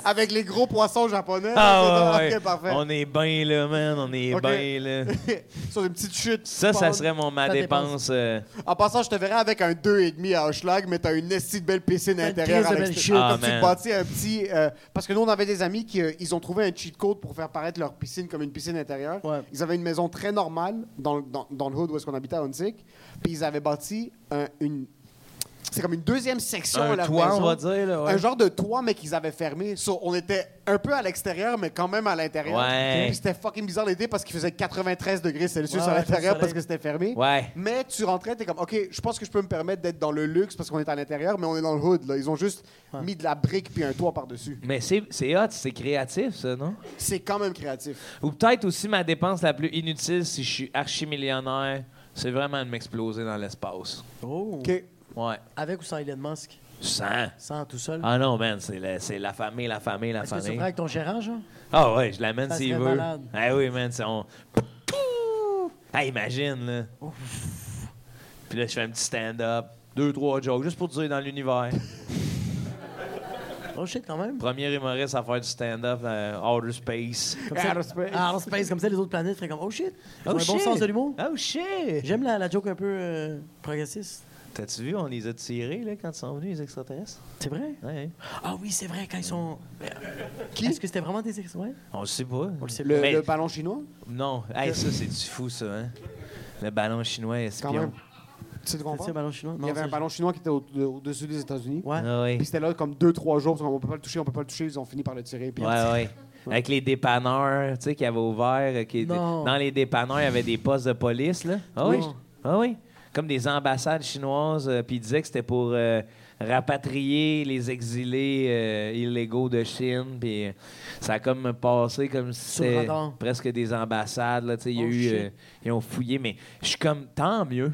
Speaker 5: Avec les gros poissons japonais.
Speaker 6: Ah
Speaker 5: [laughs] là,
Speaker 6: ouais,
Speaker 5: c'est-
Speaker 6: ouais.
Speaker 5: OK, parfait.
Speaker 6: On est bien là, man. On est
Speaker 5: Ok.
Speaker 6: bien eh ben, là.
Speaker 5: [laughs] Sur une petite chute.
Speaker 6: Ça, ça
Speaker 5: pond.
Speaker 6: serait mon, ma
Speaker 3: Ça dépense.
Speaker 6: dépense. euh,
Speaker 5: En passant, je te verrais avec un 2,5 à Hochelag, mais t'as une esti de belle piscine
Speaker 3: T'as une
Speaker 5: intérieure
Speaker 3: crise
Speaker 5: à
Speaker 3: de belle
Speaker 5: l'extérieur.
Speaker 6: chute.
Speaker 5: Comme
Speaker 6: Ah,
Speaker 5: tu
Speaker 6: man.
Speaker 5: te bâtis un petit. euh, parce que nous, on avait des amis qui euh, ils ont trouvé un cheat code pour faire paraître leur piscine comme une piscine intérieure.
Speaker 3: Ouais.
Speaker 5: Ils avaient une maison très normale dans, le- dans, dans le hood où est-ce qu'on habitait à Hunsick. Puis ils avaient bâti un- une. C'est comme une deuxième section à
Speaker 6: un
Speaker 5: leur
Speaker 6: toit,
Speaker 5: maison.
Speaker 6: on va dire. Là, ouais.
Speaker 5: Un genre de toit, mais qu'ils avaient fermé. So, on était un peu à l'extérieur, mais quand même à l'intérieur.
Speaker 6: Ouais.
Speaker 5: Puis c'était fucking bizarre l'été parce qu'il faisait 93 degrés Celsius
Speaker 3: Ouais,
Speaker 5: à
Speaker 3: ouais,
Speaker 5: l'intérieur
Speaker 3: pas de soleil.
Speaker 5: parce que c'était fermé.
Speaker 6: Ouais.
Speaker 5: Mais tu rentrais, t'es comme, OK, je pense que je peux me permettre d'être dans le luxe parce qu'on est à l'intérieur, mais on est dans le hood. Là. Ils ont juste mis de la brique puis un toit par-dessus.
Speaker 6: Mais c'est c'est hot, c'est créatif, ça, non?
Speaker 5: C'est quand même créatif.
Speaker 6: Ou peut-être aussi ma dépense la plus inutile si je suis archimillionnaire, c'est vraiment de m'exploser dans l'espace.
Speaker 3: Oh.
Speaker 5: OK.
Speaker 6: Ouais.
Speaker 3: Avec ou sans Elon Musk?
Speaker 6: Sans.
Speaker 3: Sans, tout seul?
Speaker 6: Ah non, man, c'est la, c'est la famille, la famille, la
Speaker 3: Est-ce que tu
Speaker 6: famille.
Speaker 3: ferais avec ton gérant, genre?
Speaker 6: Ah ouais, je l'amène
Speaker 3: Ça
Speaker 6: s'il
Speaker 3: serait
Speaker 6: veut.
Speaker 3: malade.
Speaker 6: Ah oui, man, c'est on. Ah, imagine, là. Puis là, je fais un petit stand-up. Deux, trois jokes, juste pour dire dans l'univers.
Speaker 3: Oh shit, quand même.
Speaker 6: Premier humoriste à faire du stand-up, euh, Outer Space.
Speaker 3: Comme ça,
Speaker 5: Aerospace.
Speaker 3: Ah, Aerospace, comme ça, les autres planètes feraient comme oh shit. Ils ont un bon
Speaker 6: shit!
Speaker 3: sens de l'humour.
Speaker 6: Oh shit!
Speaker 3: J'aime la, la joke un peu euh, progressiste.
Speaker 6: T'as-tu vu, on les a tirés, là, quand ils sont venus, les extraterrestres?
Speaker 3: C'est vrai?
Speaker 6: Ouais.
Speaker 3: Ah oui, c'est vrai, quand ils sont. Qui? Est-ce que c'était vraiment des ex? Ouais.
Speaker 6: On le sait pas. On
Speaker 3: le sait
Speaker 5: Le,
Speaker 6: Mais,
Speaker 5: le ballon chinois,
Speaker 6: Non, hey, ça, c'est du fou, ça, hein? Le ballon chinois
Speaker 5: quand
Speaker 6: espion.
Speaker 5: même. Tu sais de quoi on
Speaker 3: C'est un
Speaker 5: parle?
Speaker 3: ballon chinois?
Speaker 5: Il y avait
Speaker 3: ça,
Speaker 5: un
Speaker 3: je-
Speaker 5: ballon chinois qui était au- de- au-dessus des États-Unis.
Speaker 3: Ouais.
Speaker 6: Ah oui.
Speaker 5: Puis c'était là comme deux, trois jours. parce qu'on peut pas le toucher, on peut pas le toucher. Ils ont fini par le tirer. Puis
Speaker 6: Ouais, ouais. Avec les dépanneurs, tu sais, qui avaient ouvert. euh, Qui étaient-
Speaker 3: Non.
Speaker 6: Dans les dépanneurs, il y avait des postes de police, là. Ah oui. Ah oui. Comme des ambassades chinoises. euh, Puis ils disaient que c'était pour euh, rapatrier les exilés euh, illégaux de Chine. Puis euh, ça a comme passé comme si
Speaker 3: le
Speaker 6: c'était
Speaker 3: radar.
Speaker 6: presque des ambassades, là. Tu sais, il y a
Speaker 3: Oh,
Speaker 6: eu.
Speaker 3: shit. Euh.
Speaker 6: euh, ils ont fouillé. Mais je suis comme, tant mieux.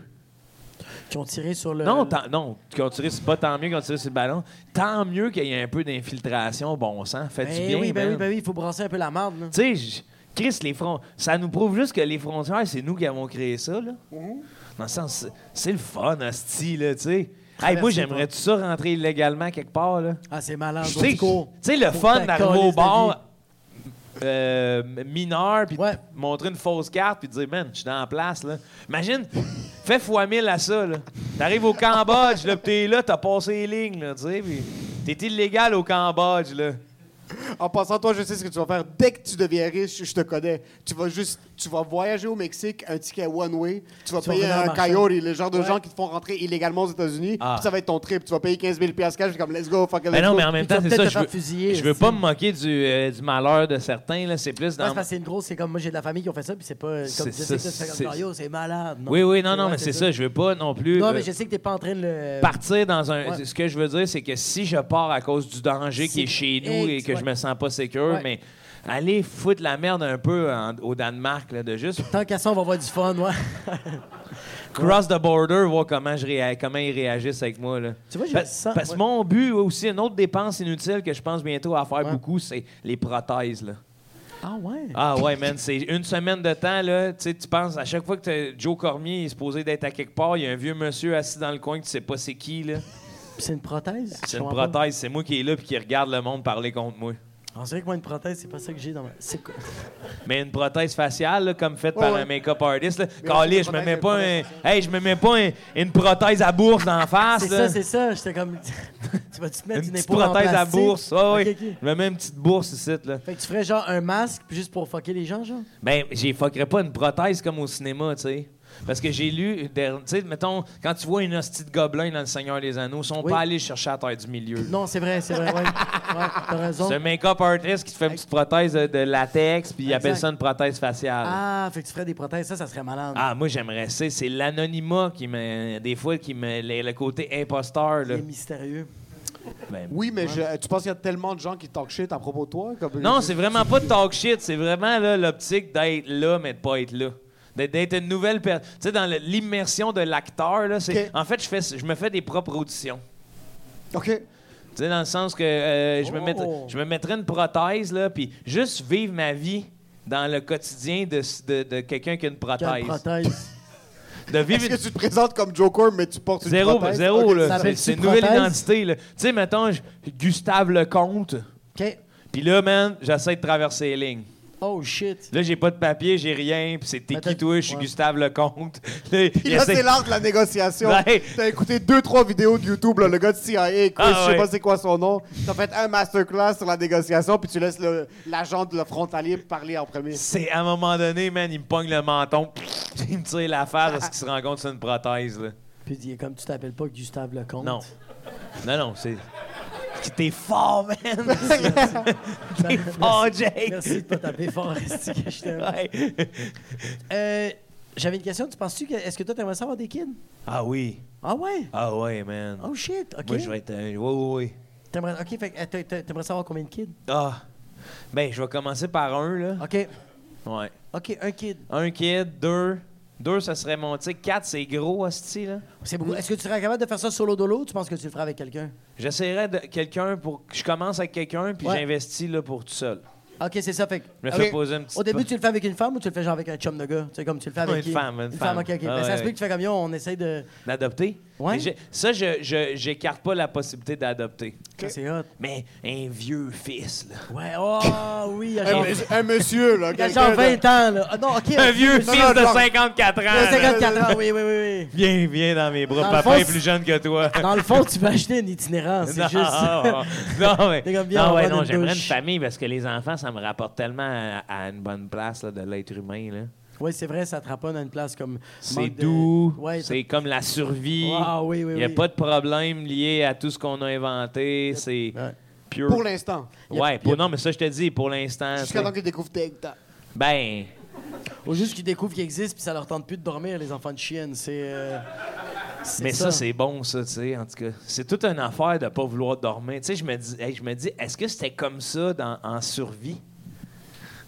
Speaker 3: Qui ont tiré sur le.
Speaker 6: Non,
Speaker 3: le-
Speaker 6: tant- non, qu'on tire, c'est pas tant mieux qu'on tire sur le ballon. Tant mieux qu'il y ait un peu d'infiltration, bon sang. Fait du
Speaker 3: Ben
Speaker 6: bien,
Speaker 3: oui, ben
Speaker 6: man.
Speaker 3: oui, ben oui, il faut brasser un peu la marde, là.
Speaker 6: Tu sais, j- Chris, les fronts, ça nous prouve juste que les frontières, c'est nous qui avons créé ça, là.
Speaker 3: Mm-hmm.
Speaker 6: Dans le sens, c'est- c'est le fun, hostie, là, tu sais. Hey, moi,
Speaker 3: Traverser,
Speaker 6: j'aimerais tout ça rentrer illégalement quelque part, là.
Speaker 3: Ah, c'est malade.
Speaker 6: Tu sais, tu
Speaker 3: Faut
Speaker 6: sais, le
Speaker 3: que
Speaker 6: fun
Speaker 3: ta
Speaker 6: d'arriver
Speaker 3: calisse
Speaker 6: au
Speaker 3: de
Speaker 6: bar
Speaker 3: vie-
Speaker 6: euh, mineur, puis
Speaker 3: Ouais.
Speaker 6: de montrer une fausse carte, puis de dire, man, je suis dans la place, là. Imagine, fais fois mille à ça, là. T'arrives au Cambodge, là, puis t'es là, t'as passé les lignes, là, tu sais, puis t'es illégal au Cambodge, là.
Speaker 5: En passant, toi, je sais ce que tu vas faire. Dès que tu deviens riche, je te connais. Tu vas juste, tu vas voyager au Mexique, un ticket one way. Tu vas
Speaker 3: Tu vas
Speaker 5: payer
Speaker 3: revenir en
Speaker 5: un
Speaker 3: marchand.
Speaker 5: coyote, le genre de gens qui te font rentrer illégalement aux États-Unis.
Speaker 6: Ah.
Speaker 5: Puis ça va être ton trip. Tu vas payer 15 000 piastres cash. comme, let's go, fucking
Speaker 6: Mais
Speaker 5: let's
Speaker 6: non,
Speaker 5: go.
Speaker 6: mais en même
Speaker 3: Puis tu
Speaker 6: temps,
Speaker 3: vas
Speaker 6: c'est
Speaker 3: peut-être
Speaker 6: ça.
Speaker 3: te
Speaker 6: Je
Speaker 3: faire
Speaker 6: veux,
Speaker 3: fusiller,
Speaker 6: je veux pas
Speaker 3: aussi.
Speaker 6: me moquer du, euh, du malheur de certains. là. C'est plus
Speaker 3: Ouais, c'est
Speaker 6: dans.
Speaker 3: parce que c'est une grosse, c'est comme moi j'ai de la famille qui ont fait ça, puis c'est pas.
Speaker 6: C'est
Speaker 3: Comme, je
Speaker 6: ça,
Speaker 3: sais que toi, tu fais
Speaker 6: c'est-
Speaker 3: comme Mario, c'est malade.
Speaker 6: oui, oui, non, non,
Speaker 3: Ouais,
Speaker 6: mais c'est ça. Je veux pas non plus.
Speaker 3: Non,
Speaker 6: euh,
Speaker 3: mais je sais que t'es pas en train de le.
Speaker 6: Partir dans un.
Speaker 3: Ouais.
Speaker 6: Ce que je veux dire, c'est que si je pars à cause du danger qui est
Speaker 3: C'est
Speaker 6: chez nous et
Speaker 3: ex-
Speaker 6: que je
Speaker 3: ouais.
Speaker 6: me sens pas sécure,
Speaker 3: Ouais.
Speaker 6: mais aller foutre la merde un peu en- au Danemark, là, de juste
Speaker 3: Tant qu'à ça, on va avoir du fun, ouais.
Speaker 6: cross the border, voir comment, je réa- comment ils réagissent avec moi. Là.
Speaker 3: Tu vois, je
Speaker 6: Pa-
Speaker 3: le sens,
Speaker 6: Parce que
Speaker 3: ouais.
Speaker 6: mon but aussi, une autre dépense inutile que je pense bientôt à faire beaucoup, c'est les prothèses. Là.
Speaker 3: Ah ouais.
Speaker 6: Ah ouais, man, c'est une semaine de temps, là. Tu sais, tu penses, à chaque fois que t'as- Joe Cormier est supposé d'être à quelque part, il y a un vieux monsieur assis dans le coin que tu sais pas c'est qui, là.
Speaker 3: Puis C'est une prothèse.
Speaker 6: C'est
Speaker 3: Je
Speaker 6: une
Speaker 3: comprends pas.
Speaker 6: prothèse, c'est moi qui est là puis qui regarde le monde parler contre moi.
Speaker 3: On dirait que moi, une prothèse, c'est pas ça que j'ai dans ma. C'est quoi?
Speaker 6: Mais une prothèse faciale, là, comme faite par
Speaker 5: ouais.
Speaker 6: un make-up artist, là.
Speaker 5: on
Speaker 6: Calé,
Speaker 5: fait des
Speaker 6: je me
Speaker 5: prothèses,
Speaker 6: mets
Speaker 5: des
Speaker 6: pas un... Hey, je me mets pas un- une prothèse à bourse d'en face,
Speaker 3: C'est
Speaker 6: là.
Speaker 3: ça, c'est ça. J'étais comme. [laughs] tu vas-tu te mettre
Speaker 6: Ah, Une
Speaker 3: une,
Speaker 6: petite
Speaker 3: épaule en
Speaker 6: prothèse à
Speaker 3: plastique?
Speaker 6: bourse. Ah oui.
Speaker 3: Ok, ok.
Speaker 6: Je me mets une petite bourse ici, là.
Speaker 3: Fait que tu ferais genre un masque puis juste pour fucker les gens, genre?
Speaker 6: Ben, j'ai fuckerais pas une prothèse comme au cinéma, tu sais. Parce que j'ai lu, der- tu sais, mettons, quand tu vois une hostie de gobelin dans Le Seigneur des Anneaux, ils sont
Speaker 3: Oui.
Speaker 6: pas allés chercher à terre du milieu.
Speaker 3: Non, c'est vrai, c'est vrai, ouais. ouais t'as raison.
Speaker 6: C'est un make-up artist qui te fait une petite prothèse de, de latex, puis il
Speaker 3: Exact.
Speaker 6: appelle ça une prothèse faciale. Ah,
Speaker 3: Ah, fait que tu ferais des prothèses, ça, ça serait malade.
Speaker 6: moi, j'aimerais ça. C'est l'anonymat qui me. Des fois, qui me. Le, le côté imposteur, là.
Speaker 3: C'est mystérieux.
Speaker 6: Ben,
Speaker 5: Oui, mais je- tu penses qu'il y a tellement de gens qui talk shit à propos de toi? Comme
Speaker 6: Non, c'est vraiment pas de talk shit. C'est vraiment là, l'optique d'être là, mais de pas être là. D'être- D'être une nouvelle personne. Tu sais, dans le- l'immersion de l'acteur, là, c'est.
Speaker 5: Ok.
Speaker 6: En fait, je fais, je me fais des propres auditions.
Speaker 5: OK.
Speaker 6: Tu sais, dans le sens que euh, je, me
Speaker 3: Oh.
Speaker 6: mettrais, je me mettrais une prothèse, là, puis juste vivre ma vie dans le quotidien de, de, de quelqu'un qui a une
Speaker 3: Quelle
Speaker 6: prothèse. [laughs]
Speaker 3: prothèse.
Speaker 6: De
Speaker 5: Est-ce
Speaker 6: vivre une-
Speaker 5: que tu te présentes comme Joker, mais tu portes une [laughs]
Speaker 6: Zéro,
Speaker 5: prothèse?
Speaker 6: zéro,
Speaker 5: Ok.
Speaker 6: là.
Speaker 3: Ça
Speaker 6: C'est-
Speaker 3: fait
Speaker 6: C'est une
Speaker 3: une
Speaker 6: nouvelle
Speaker 3: prothèse.
Speaker 6: identité, là. Tu sais, mettons, je- Gustave Lecomte.
Speaker 3: OK.
Speaker 6: Puis là, man, j'essaie de traverser les lignes.
Speaker 3: Oh shit.
Speaker 6: Là, j'ai pas de papier, j'ai rien. Puis c'est t'es
Speaker 3: Mais
Speaker 6: qui,
Speaker 3: t'as-
Speaker 6: toi? Je suis
Speaker 3: ouais.
Speaker 6: Gustave Lecomte. [laughs] Là,
Speaker 5: Puis
Speaker 6: il
Speaker 5: là,
Speaker 6: essaie-
Speaker 5: c'est l'art de la négociation.
Speaker 6: Ouais.
Speaker 5: T'as écouté deux, trois vidéos de YouTube, là, le gars de CIA, Chris,
Speaker 6: Ah,
Speaker 5: je sais
Speaker 6: ouais.
Speaker 5: pas c'est quoi son nom. T'as fait un masterclass sur la négociation, puis tu laisses le- l'agent de le frontalier parler en premier.
Speaker 6: C'est à un moment donné, man, il me pogne le menton. [laughs] Il me tire la face parce qu'il se rend compte que c'est une prothèse, là.
Speaker 3: Puis il est comme tu t'appelles pas Gustave Lecomte.
Speaker 6: Non. Non, non, c'est. T'es fort,
Speaker 3: [laughs]
Speaker 6: man! T'es fort, Jake!
Speaker 3: Merci de pas taper fort,
Speaker 6: [laughs]
Speaker 3: esti, que je t'aime.
Speaker 6: Ouais.
Speaker 3: Euh, J'avais une question. Tu penses-tu que. Est-ce que toi, t'aimerais ça avoir des kids?
Speaker 6: Ah oui.
Speaker 3: Ah ouais?
Speaker 6: Ah ouais, man.
Speaker 3: Oh shit. OK.
Speaker 6: Moi, je vais être. un- Oui, oui, oui.
Speaker 3: T'aimerais ok, fait que, euh, t'a- t'a- t'aimerais savoir combien de kids?
Speaker 6: Ah. Ben, je vais commencer par un, là.
Speaker 3: OK.
Speaker 6: Ouais.
Speaker 3: OK, un kid.
Speaker 6: Un kid, deux. Deux, ça serait mon. Tu sais, quatre, c'est gros, hostie, là.
Speaker 3: C'est beaucoup. Est-ce que tu serais capable de faire ça solo dolo ou tu penses que tu le feras avec quelqu'un?
Speaker 6: J'essaierais de quelqu'un pour. Je commence avec quelqu'un, puis
Speaker 3: Ouais.
Speaker 6: j'investis, là, pour tout seul.
Speaker 3: OK, c'est ça. Fait que-
Speaker 6: Je me
Speaker 3: Ok.
Speaker 6: fais poser un petit.
Speaker 3: Au début, tu le fais avec une femme ou tu le fais genre avec un chum de gars? Tu sais, comme tu le fais avec
Speaker 6: une
Speaker 3: qui?
Speaker 6: femme, une femme.
Speaker 3: OK, OK.
Speaker 6: Ah
Speaker 3: Ben, ça
Speaker 6: ouais,
Speaker 3: se
Speaker 6: ouais.
Speaker 3: peut que tu fais comme yo, on essaye de.
Speaker 6: D'adopter?
Speaker 3: Ouais.
Speaker 6: Mais j'ai- Ça, je, je, j'écarte pas la possibilité d'adopter.
Speaker 3: Ça, C'est hot.
Speaker 6: Mais un vieux fils, là.
Speaker 3: Ouais,
Speaker 6: [laughs]
Speaker 3: oh oui, il
Speaker 6: Eh,
Speaker 3: y a
Speaker 5: Un,
Speaker 3: genre,
Speaker 5: monsieur- un monsieur, là.
Speaker 3: il y a
Speaker 5: quelqu'un
Speaker 3: genre
Speaker 5: de-
Speaker 3: 20 ans, là. Ah, non, ok.
Speaker 6: Un vieux
Speaker 3: Non,
Speaker 6: fils
Speaker 3: non,
Speaker 6: de
Speaker 3: genre,
Speaker 6: 54 ans.
Speaker 3: un
Speaker 6: là.
Speaker 3: 54 ans, oui, oui, oui,
Speaker 6: [laughs] Viens, viens dans mes bras.
Speaker 3: Dans le
Speaker 6: Papa
Speaker 3: fond,
Speaker 6: est plus
Speaker 3: c'est-
Speaker 6: jeune que toi.
Speaker 3: oui. Dans le fond, tu vas acheter un itinérant, c'est
Speaker 6: non, ah,
Speaker 3: juste. [laughs]
Speaker 6: non, non, mais,
Speaker 3: T'es comme bien,
Speaker 6: non,
Speaker 3: on
Speaker 6: ouais,
Speaker 3: va
Speaker 6: non,
Speaker 3: dans une
Speaker 6: j'aimerais une
Speaker 3: douche.
Speaker 6: famille parce que les enfants, ça me rapporte tellement à, à une bonne place là, de l'être humain. là.
Speaker 3: Oui, c'est vrai, ça te rapporte à une place comme.
Speaker 6: C'est
Speaker 3: manque de-
Speaker 6: doux,
Speaker 3: Ouais,
Speaker 6: c'est comme la survie.
Speaker 3: Ah, oui, oui,
Speaker 6: Il n'y a
Speaker 3: oui.
Speaker 6: pas de problème lié à tout ce qu'on a inventé. C'est
Speaker 3: Ouais.
Speaker 6: pure.
Speaker 5: Pour l'instant.
Speaker 6: ouais, pour- non, mais ça, je te dis, pour l'instant.
Speaker 5: Jusqu'à
Speaker 6: c'est-
Speaker 5: temps qu'il découvre TikTok.
Speaker 6: Ben,
Speaker 3: Ou juste qu'ils découvrent qu'il existe puis ça leur tente plus de dormir, les enfants de chiennes. C'est. euh, c'est
Speaker 6: mais ça, c'est bon, ça, tu sais, en tout cas. C'est toute une affaire de ne pas vouloir dormir. Tu sais, je me dis, hey, je me dis est-ce que c'était comme ça dans- en survie?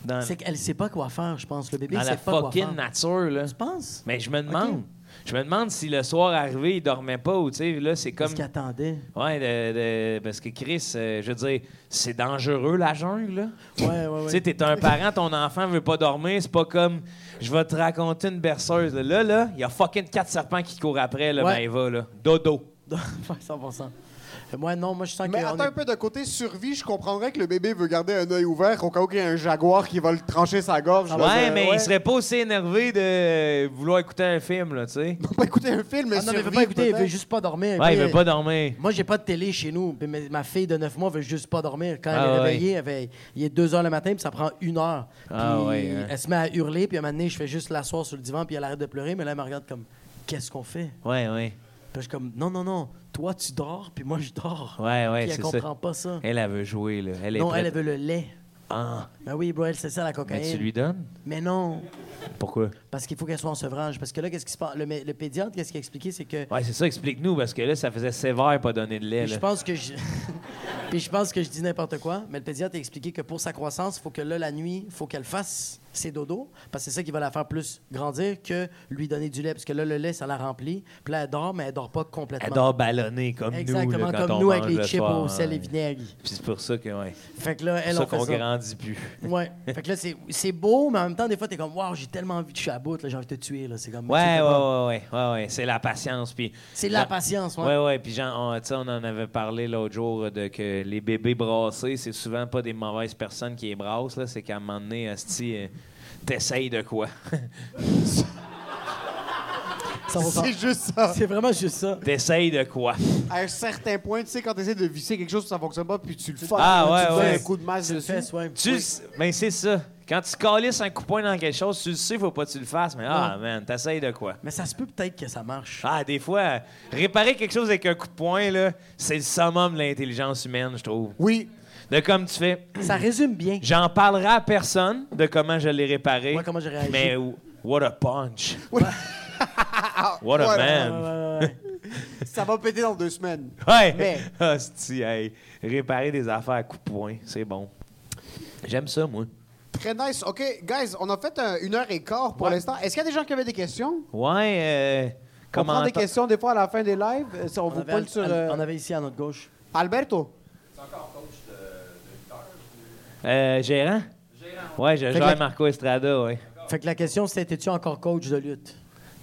Speaker 6: Dans,
Speaker 3: C'est qu'elle sait pas quoi faire, je pense. Le bébé,
Speaker 6: dans
Speaker 3: il
Speaker 6: la
Speaker 3: sait pas quoi
Speaker 6: fucking
Speaker 3: faire.
Speaker 6: nature, là.
Speaker 3: Tu penses?
Speaker 6: Mais je me demande. Je me demande si le soir arrivé, il dormait pas ou tu sais, là, c'est comme.
Speaker 3: Qu'est-ce qu'il attendait?
Speaker 6: Ouais, de- de- parce que Chris, euh, je veux dire, c'est dangereux la jungle, là.
Speaker 3: Ouais, ouais, ouais.
Speaker 6: Tu sais, t'es un parent, ton enfant veut pas dormir, c'est pas comme je vais te raconter une berceuse. Là, là, là, il y a fucking quatre serpents qui te courent après, là,
Speaker 3: Ouais.
Speaker 6: ben, il va, là. Dodo.
Speaker 3: [laughs] Ouais, 100%. Euh, Moi, non, moi, je sens que.
Speaker 5: Mais attends un peu, de côté survie, je comprendrais que le bébé veut garder un œil ouvert au cas où il y a un jaguar qui va le trancher sa
Speaker 3: Ah
Speaker 5: gorge. là,
Speaker 6: ouais,
Speaker 3: ben,
Speaker 5: de-
Speaker 6: mais il serait pas aussi énervé de vouloir écouter un film, là, tu sais.
Speaker 5: On peut pas écouter un film, mais
Speaker 3: Ah non, mais il veut
Speaker 5: survie,
Speaker 3: pas écouter, il
Speaker 5: peut-être.
Speaker 3: veut juste pas dormir.
Speaker 6: Ouais, il
Speaker 3: Puis,
Speaker 6: veut pas dormir.
Speaker 3: Moi, j'ai pas de télé chez nous. puis ma- Ma fille de 9 mois veut juste pas dormir. Quand
Speaker 6: Ah
Speaker 3: elle
Speaker 6: ouais.
Speaker 3: est réveillée, elle fait- il est 2 heures le matin, puis ça prend une heure. Puis
Speaker 6: Ah ouais, hein.
Speaker 3: elle se met à hurler, puis à un moment donné, je fais juste l'asseoir sur le divan, puis elle arrête de pleurer, mais là, elle me regarde comme Qu'est-ce qu'on fait
Speaker 6: Ouais, ouais.
Speaker 3: Puis je suis comme Non, non, non, toi, tu dors, puis moi, je dors.
Speaker 6: Ouais, ouais,
Speaker 3: Puis elle
Speaker 6: c'est
Speaker 3: comprend
Speaker 6: ça.
Speaker 3: pas ça.
Speaker 6: Elle, elle veut jouer, là. Elle est
Speaker 3: non,
Speaker 6: prête.
Speaker 3: elle, elle veut le lait.
Speaker 6: Ah,
Speaker 3: Ben oui, bro, elle, c'est ça la
Speaker 6: mais
Speaker 3: cocaïne.
Speaker 6: tu lui donnes?
Speaker 3: Mais non,
Speaker 6: Pourquoi?
Speaker 3: parce qu'il faut qu'elle soit en sevrage. Parce que là, qu'est-ce qui se passe Le, mé- le pédiatre, qu'est-ce qu'il a expliqué C'est que
Speaker 6: Ouais, c'est ça, explique-nous, parce que là, ça faisait sévère pas donner de lait.
Speaker 3: Puis
Speaker 6: là.
Speaker 3: je pense que je... [laughs] Puis je pense que je dis n'importe quoi, mais le pédiatre a expliqué que pour sa croissance, il faut que là, la nuit, il faut qu'elle fasse ses dodos, parce que c'est ça qui va la faire plus grandir que lui donner du lait, parce que là, le lait, ça la remplit. Puis là, elle dort, mais elle dort pas complètement.
Speaker 6: Elle dort ballonner comme nous.
Speaker 3: Exactement,
Speaker 6: là, quand
Speaker 3: comme
Speaker 6: on
Speaker 3: nous avec
Speaker 6: mange
Speaker 3: les
Speaker 6: le
Speaker 3: chips
Speaker 6: soir,
Speaker 3: au sel
Speaker 6: ouais.
Speaker 3: et vinaigre.
Speaker 6: Puis c'est pour ça que, ouais.
Speaker 3: Fait que là,
Speaker 6: C'est
Speaker 3: elle,
Speaker 6: pour ça
Speaker 3: on fait
Speaker 6: qu'on
Speaker 3: ça.
Speaker 6: grandit plus.
Speaker 3: Ouais. Fait que là, c'est- c'est beau, mais en même temps, des fois, t'es comme, waouh, j'ai tellement envie de je suis à bout, là, j'ai envie de te tuer. là. C'est comme. c'est
Speaker 6: Ouais, ouais,
Speaker 3: comme-
Speaker 6: ouais, ouais, ouais, ouais. C'est la patience. Puis
Speaker 3: C'est la
Speaker 6: Genre-
Speaker 3: patience, ouais.
Speaker 6: Ouais, ouais. Puis genre, on, tu sais, on en avait parlé l'autre jour de que les bébés brassés, c'est souvent pas des mauvaises personnes qui les brassent. Là, c'est qu'à un moment donné, asti, euh, t'essayes de quoi [laughs]
Speaker 3: Ça va
Speaker 5: C'est
Speaker 3: pas-
Speaker 5: juste ça.
Speaker 3: C'est vraiment juste ça.
Speaker 6: T'essayes de quoi
Speaker 5: À un certain point, tu sais, quand tu essaies de visser quelque chose, ça fonctionne pas, puis tu le fais.
Speaker 6: Ah,
Speaker 5: tu
Speaker 6: ouais,
Speaker 5: te donnes
Speaker 6: ouais.
Speaker 5: un coup de masse dessus.
Speaker 3: Fesse, ouais.
Speaker 6: Tu, le sais- ben c'est ça. Quand tu calisses un coup de poing dans quelque chose, tu le sais, faut pas que tu le fasses. Mais ah man, t'essayes de quoi
Speaker 3: Mais ça se peut peut-être que ça marche.
Speaker 6: Ah, des fois, euh, réparer quelque chose avec un coup de poing, là, c'est le summum de l'intelligence humaine, je trouve.
Speaker 5: Oui.
Speaker 6: De comme tu fais.
Speaker 3: Ça résume bien.
Speaker 6: J'en parlerai à personne de comment je l'ai réparé.
Speaker 3: Ouais, comment j'ai réagi.
Speaker 6: Mais w- what a punch. [laughs] what a man.
Speaker 5: Ça va péter dans deux semaines.
Speaker 6: Ouais.
Speaker 5: Mais-
Speaker 6: [laughs] Hostie, hey. Réparer des affaires à coups de poing, c'est bon. J'aime ça, moi.
Speaker 5: Très nice. OK, guys, on a fait un- une heure et quart pour l'instant. Est-ce qu'il y a des gens qui avaient des questions?
Speaker 6: Ouais, euh,
Speaker 5: On
Speaker 6: comment
Speaker 5: prend des questions des fois à la fin des lives. Euh, ça, on,
Speaker 3: On
Speaker 5: vous
Speaker 3: avait,
Speaker 5: pointe sur...
Speaker 3: Al-
Speaker 5: euh,
Speaker 3: on avait ici à notre gauche.
Speaker 5: Alberto.
Speaker 6: Euh, gérant? Ouais, je
Speaker 3: que
Speaker 6: gère
Speaker 3: la-
Speaker 6: Marco Estrada, ouais.
Speaker 3: Fait que la question, c'était es-tu encore coach de lutte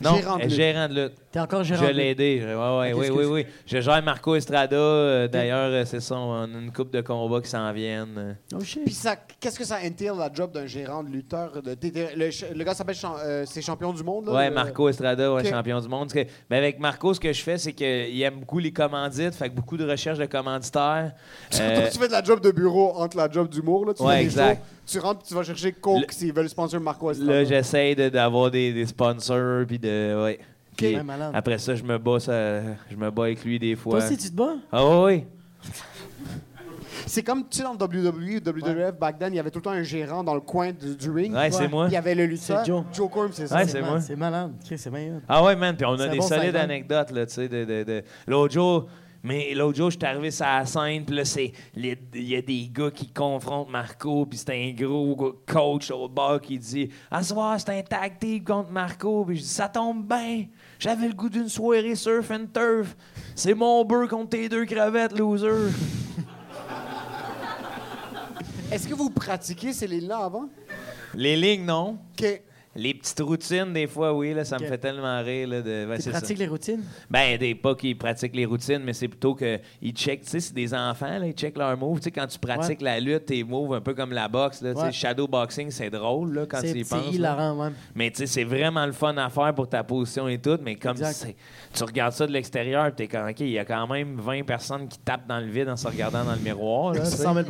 Speaker 6: Non,
Speaker 5: Gérant de
Speaker 6: euh,
Speaker 5: lutte.
Speaker 6: gérant de lutte.
Speaker 3: T'es encore
Speaker 6: Je
Speaker 3: gérant de
Speaker 6: l'ai
Speaker 3: lutte?
Speaker 6: aidé. je- ouais, ouais,
Speaker 3: Ok,
Speaker 6: oui, oui,
Speaker 3: excuse.
Speaker 6: oui. Je gère Marco Estrada. euh, D'ailleurs, euh, c'est ça, on a une coupe de combats qui s'en viennent. euh.
Speaker 3: Oh shit.
Speaker 5: Puis ça, qu'est-ce que ça entail, la job d'un gérant de lutteur? De, TT? le, ch- le gars s'appelle... chan- euh, c'est champion du monde, là?
Speaker 6: Ouais,
Speaker 5: le-
Speaker 6: Marco Estrada, ouais,
Speaker 5: Ok.
Speaker 6: champion du monde. Ce que- ben, avec Marco, ce que je fais, c'est qu'il aime beaucoup les commandites, fait que beaucoup de recherches
Speaker 3: [laughs]
Speaker 6: de commanditaires. Euh,
Speaker 5: Toi, tu fais de la job de bureau entre la job d'humour, là. Tu
Speaker 6: Ouais,
Speaker 5: fais des
Speaker 6: exact.
Speaker 5: shows, tu rentres puis tu vas chercher Coke
Speaker 6: Le-
Speaker 5: s'ils veulent sponsor Marco Estrada.
Speaker 6: là, j'essaie de- d'avoir des, des sponsors, puis de. Ouais. Puis
Speaker 3: Ouais, malade.
Speaker 6: après ça, je me bats, ça- je me bats avec lui des fois.
Speaker 3: Toi aussi, tu te bats
Speaker 6: Ah oui, oui.
Speaker 5: C'est comme, tu sais, dans le E WWE, WWF, back then, il y avait tout le temps un gérant dans le coin du, du ring.
Speaker 6: Ouais, c'est moi.
Speaker 5: Il y avait le lutteur.
Speaker 3: C'est Joe.
Speaker 5: Joe Corm, c'est ça.
Speaker 6: Ouais, c'est
Speaker 3: mal-
Speaker 6: moi.
Speaker 3: C'est malade. Ok, c'est bien.
Speaker 6: Ah ouais, man, puis on a
Speaker 3: C'est
Speaker 6: des
Speaker 3: bon, ça
Speaker 6: solides
Speaker 3: gagne.
Speaker 6: anecdotes, là, tu sais, de, de- de- L'autre jour, mais l'autre jour, je suis arrivé sur la scène, puis là, c'est... les- Il y a des gars qui confrontent Marco, puis c'est un gros go- coach au bord qui dit « À ce soir, c'est un tag team contre Marco. » Puis je dis « Ça tombe bien. J'avais le goût d'une soirée surf and turf. C'est mon beurre contre tes deux crevettes, loser.
Speaker 5: Est-ce que vous pratiquez ces lignes-là avant? »
Speaker 6: Les lignes, non.
Speaker 5: OK.
Speaker 6: Les petites routines, des fois, oui, là, ça me
Speaker 3: Ok.
Speaker 6: fait tellement rire. Là, de... ouais,
Speaker 3: Tu
Speaker 6: c'est ça.
Speaker 3: pratiques les routines
Speaker 6: Ben, des, pas qu'ils pratiquent les routines, mais c'est plutôt qu'ils checkent, tu sais, c'est des enfants, là, ils checkent leurs moves. Tu sais, quand tu pratiques la lutte, tes moves un peu comme la boxe, là, tu sais,
Speaker 3: Ouais.
Speaker 6: shadow boxing, c'est drôle, là, quand tu
Speaker 3: C'est
Speaker 6: y
Speaker 3: c'est
Speaker 6: penses. là.
Speaker 3: hilarant, même.
Speaker 6: Mais tu sais, c'est vraiment le fun à faire pour ta position et tout, mais comme
Speaker 3: Exact.
Speaker 6: c'est- tu regardes ça de l'extérieur, tu es comme, OK, il y a quand même 20 personnes qui tapent dans le vide en se regardant dans le miroir. là, tu sais.
Speaker 3: 100
Speaker 6: [laughs]
Speaker 3: 000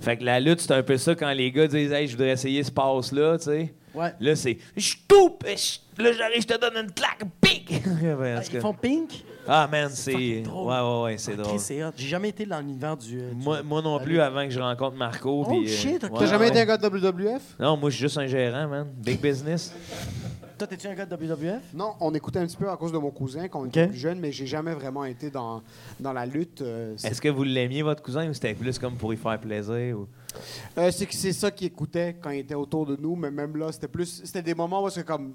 Speaker 6: Fait que la lutte, c'est un peu ça quand les gars disent Hey, je voudrais essayer ce passe-là, tu sais.
Speaker 3: Ouais.
Speaker 6: Là, c'est Je toupe, je- là, j'arrive, je te donne une claque, pic! [laughs] En tout cas.
Speaker 3: Ils font pink
Speaker 6: Ah, man, c'est.
Speaker 3: fucking
Speaker 6: Ouais,
Speaker 3: drôle.
Speaker 6: ouais, ouais, c'est drôle.
Speaker 3: Chris, c'est hot. J'ai jamais été dans l'univers du. euh, du-
Speaker 6: Moi, moi non plus, avant que je rencontre Marco.
Speaker 3: Oh,
Speaker 6: puis, euh,
Speaker 3: shit, ok.
Speaker 6: ouais,
Speaker 5: T'as jamais
Speaker 6: ouais.
Speaker 5: été un gars de WWF?
Speaker 6: Non, moi, je suis juste un gérant, man. Big business.
Speaker 3: Toi, t'es-tu un gars de WWF
Speaker 5: Non, on écoutait un petit peu à cause de mon cousin quand on était plus jeune, mais j'ai jamais vraiment été dans, dans la lutte. euh, c'est-
Speaker 6: Est-ce que vous l'aimiez, votre cousin, ou c'était plus comme pour y faire plaisir? Ou...
Speaker 5: Euh, c'est que c'est ça qu'il écoutait quand il était autour de nous, mais même là, c'était plus. C'était des moments où est-ce que comme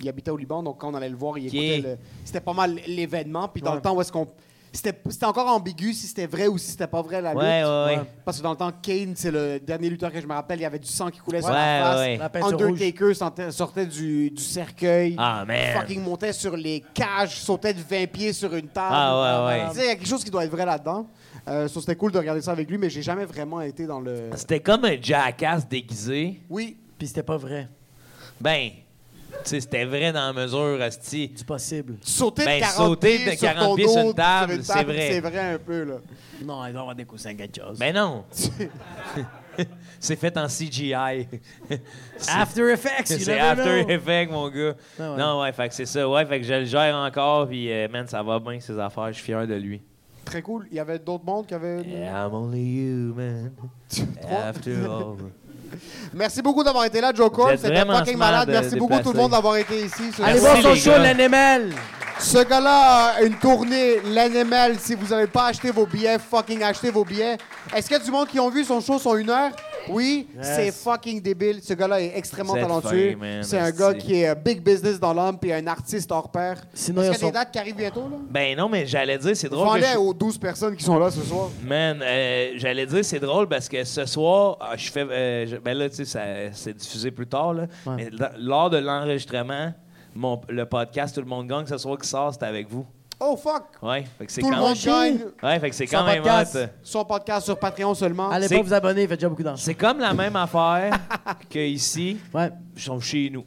Speaker 5: il habitait au Liban, donc quand on allait le voir, il
Speaker 6: Ok.
Speaker 5: écoutait. le- C'était pas mal l'événement, puis dans le temps où est-ce qu'on. C'était c'était encore ambigu si c'était vrai ou si c'était pas vrai la
Speaker 6: Ouais,
Speaker 5: lutte.
Speaker 6: ouais, ouais.
Speaker 5: Parce que dans le temps, Kane, c'est le dernier lutteur que je me rappelle, il y avait du sang qui coulait sur
Speaker 6: Ouais,
Speaker 5: la face.
Speaker 6: ouais.
Speaker 3: La peinture
Speaker 5: Undertaker sortait, sortait du, du cercueil.
Speaker 6: Ah, man.
Speaker 5: Fucking montait sur les cages, sautait de 20 pieds sur une table.
Speaker 6: Ah, ouais, ouais.
Speaker 5: Tu sais, il y a quelque chose qui doit être vrai là-dedans. Euh, so, c'était cool de regarder ça avec lui, mais j'ai jamais vraiment été dans le.
Speaker 6: C'était comme un jackass déguisé.
Speaker 5: Oui,
Speaker 3: Puis c'était pas vrai.
Speaker 6: Ben, tu sais, c'était vrai dans la mesure, Asti.
Speaker 3: Du possible.
Speaker 5: Sauter
Speaker 6: Ben,
Speaker 5: de 40
Speaker 6: sauter de
Speaker 5: pieds
Speaker 6: 40
Speaker 5: sur ton
Speaker 6: pieds sur
Speaker 5: dos,
Speaker 6: une table, c'est vrai.
Speaker 5: C'est vrai un peu, là.
Speaker 3: Non, il doit avoir des coussins, quelque chose.
Speaker 6: Ben
Speaker 3: [laughs]
Speaker 6: non. [laughs] C'est fait en CGI.
Speaker 3: After Effects, you
Speaker 6: C'est
Speaker 3: never
Speaker 6: After
Speaker 3: know.
Speaker 6: Effects, mon gars.
Speaker 3: Ah ouais.
Speaker 6: Non, ouais, fait que c'est ça. Ouais, fait que je le gère encore, puis, euh, man, ça va bien, ses affaires. Je suis fier de lui.
Speaker 5: Très cool. Il y avait d'autres mondes qui avaient...
Speaker 6: Yeah, I'm only human. After all.
Speaker 5: Merci beaucoup d'avoir été là, Joe Corb.
Speaker 6: êtes
Speaker 5: C'était
Speaker 6: vraiment
Speaker 5: fucking
Speaker 6: smart
Speaker 5: malade.
Speaker 6: de-
Speaker 5: Merci
Speaker 6: de
Speaker 5: beaucoup
Speaker 6: placer.
Speaker 5: tout le monde d'avoir été ici. Ce,
Speaker 3: Allez
Speaker 6: Merci,
Speaker 3: voir son
Speaker 6: les
Speaker 3: show,
Speaker 6: gars.
Speaker 3: l'NML.
Speaker 5: ce gars-là a une tournée, l'NML. Si vous n'avez pas acheté vos billets, fucking achetez vos billets. Est-ce qu'il y a du monde qui ont vu son show sur une heure? Oui, c'est fucking débile. Ce gars-là est extrêmement
Speaker 6: Vous êtes
Speaker 5: talentueux.
Speaker 6: fin, man,
Speaker 5: C'est un
Speaker 6: esti.
Speaker 5: gars qui est euh, big business dans l'âme puis un artiste hors pair.
Speaker 3: Sinon,
Speaker 5: Est-ce
Speaker 3: ils
Speaker 5: qu'il y a
Speaker 3: sont-
Speaker 5: des dates qui arrivent bientôt, là?
Speaker 6: Ben non, mais j'allais dire, c'est drôle. que
Speaker 5: Vendez
Speaker 6: je-
Speaker 5: aux 12 personnes qui sont là ce soir.
Speaker 6: Man, euh, j'allais dire c'est drôle parce que ce soir, ah, je fais. euh, je- ben là, tu sais, ça- c'est diffusé plus tard, là. Mais dans- lors de l'enregistrement, mon- le podcast Tout le monde gagne, ce soir qui sort, c'était avec vous.
Speaker 5: Oh fuck!
Speaker 6: Ouais, fait que c'est
Speaker 5: Tout le
Speaker 6: quand
Speaker 5: monde
Speaker 6: même.
Speaker 5: gagne
Speaker 6: Ouais, fait que c'est
Speaker 9: Sans
Speaker 6: quand même
Speaker 9: podcast.
Speaker 6: hot.
Speaker 5: son podcast sur Patreon seulement.
Speaker 3: Allez
Speaker 6: C'est-
Speaker 3: pas vous abonner, faites déjà beaucoup d'argent.
Speaker 6: C'est comme la même affaire que ici,
Speaker 3: Ouais,
Speaker 6: ils sont chez nous.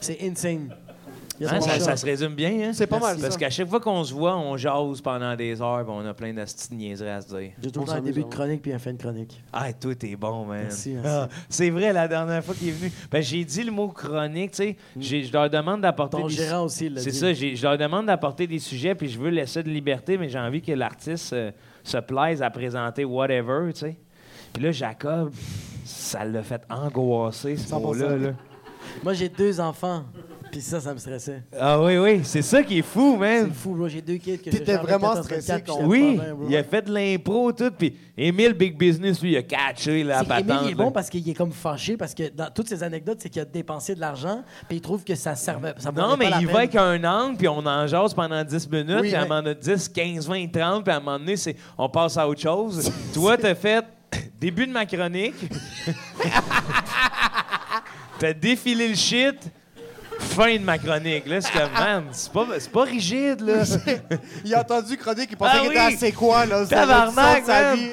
Speaker 3: c'est insane. Il y a
Speaker 6: Hein,
Speaker 3: son
Speaker 6: ça,
Speaker 3: chat.
Speaker 6: ça se résume bien, hein?
Speaker 5: C'est pas mal,
Speaker 6: Parce
Speaker 5: ça.
Speaker 6: qu'à chaque fois qu'on se voit, on jase pendant des heures, puis on a plein de petites niaiseries à se dire.
Speaker 3: J'ai tout le temps un début de chronique puis un fin de chronique.
Speaker 6: Ah, toi, t'es bon, man.
Speaker 3: Merci, hein. merci.
Speaker 6: Ah, c'est vrai, la dernière fois qu'il est venu, ben, j'ai dit le mot chronique, tu sais. J'ai- Je leur demande d'apporter.
Speaker 3: Mm. Ton
Speaker 6: des-
Speaker 3: gérant aussi l'a
Speaker 6: C'est
Speaker 3: dit.
Speaker 6: ça, j'ai- je leur demande d'apporter des sujets, puis je veux laisser de liberté, mais j'ai envie que l'artiste euh, se plaise à présenter whatever, tu sais. Puis là, Jacob, ça l'a fait angoisser, ce mot-là. là.
Speaker 3: Moi, j'ai deux enfants, puis ça, ça me stressait.
Speaker 6: Ah oui, oui, c'est ça qui est fou, man.
Speaker 3: C'est fou, bro. J'ai deux kids que
Speaker 5: T'étais
Speaker 3: j'ai
Speaker 5: vraiment stressé quand-
Speaker 6: Oui, il a fait de l'impro, tout. Puis Émile Big Business, lui, il a catché la
Speaker 3: C'est-
Speaker 6: patente.
Speaker 3: Émile, il est
Speaker 6: là.
Speaker 3: bon parce qu'il est comme fâché parce que dans toutes ses anecdotes, c'est qu'il a dépensé de l'argent puis il trouve que ça servait. Ça valait
Speaker 6: Non, mais
Speaker 3: pas la
Speaker 6: il
Speaker 3: peine.
Speaker 6: va avec un angle, puis on en jase pendant 10 minutes, puis à un
Speaker 3: mais-
Speaker 6: moment donné, 10, 15, 20, 30, puis à un moment donné, c'est, on passe à autre chose.
Speaker 3: [laughs]
Speaker 6: Toi, t'as fait début de ma chronique, [laughs] t'as défilé le shit, fin de ma chronique. Là, c'est comme, man, c'est pas, c'est pas rigide, là.
Speaker 3: [laughs]
Speaker 5: Il a entendu chronique, il pensait
Speaker 6: Ah
Speaker 5: qu'il
Speaker 6: oui!
Speaker 5: était assez quoi, là? c'était le sens
Speaker 6: Tabarnak,
Speaker 5: de sa
Speaker 6: man!
Speaker 5: vie.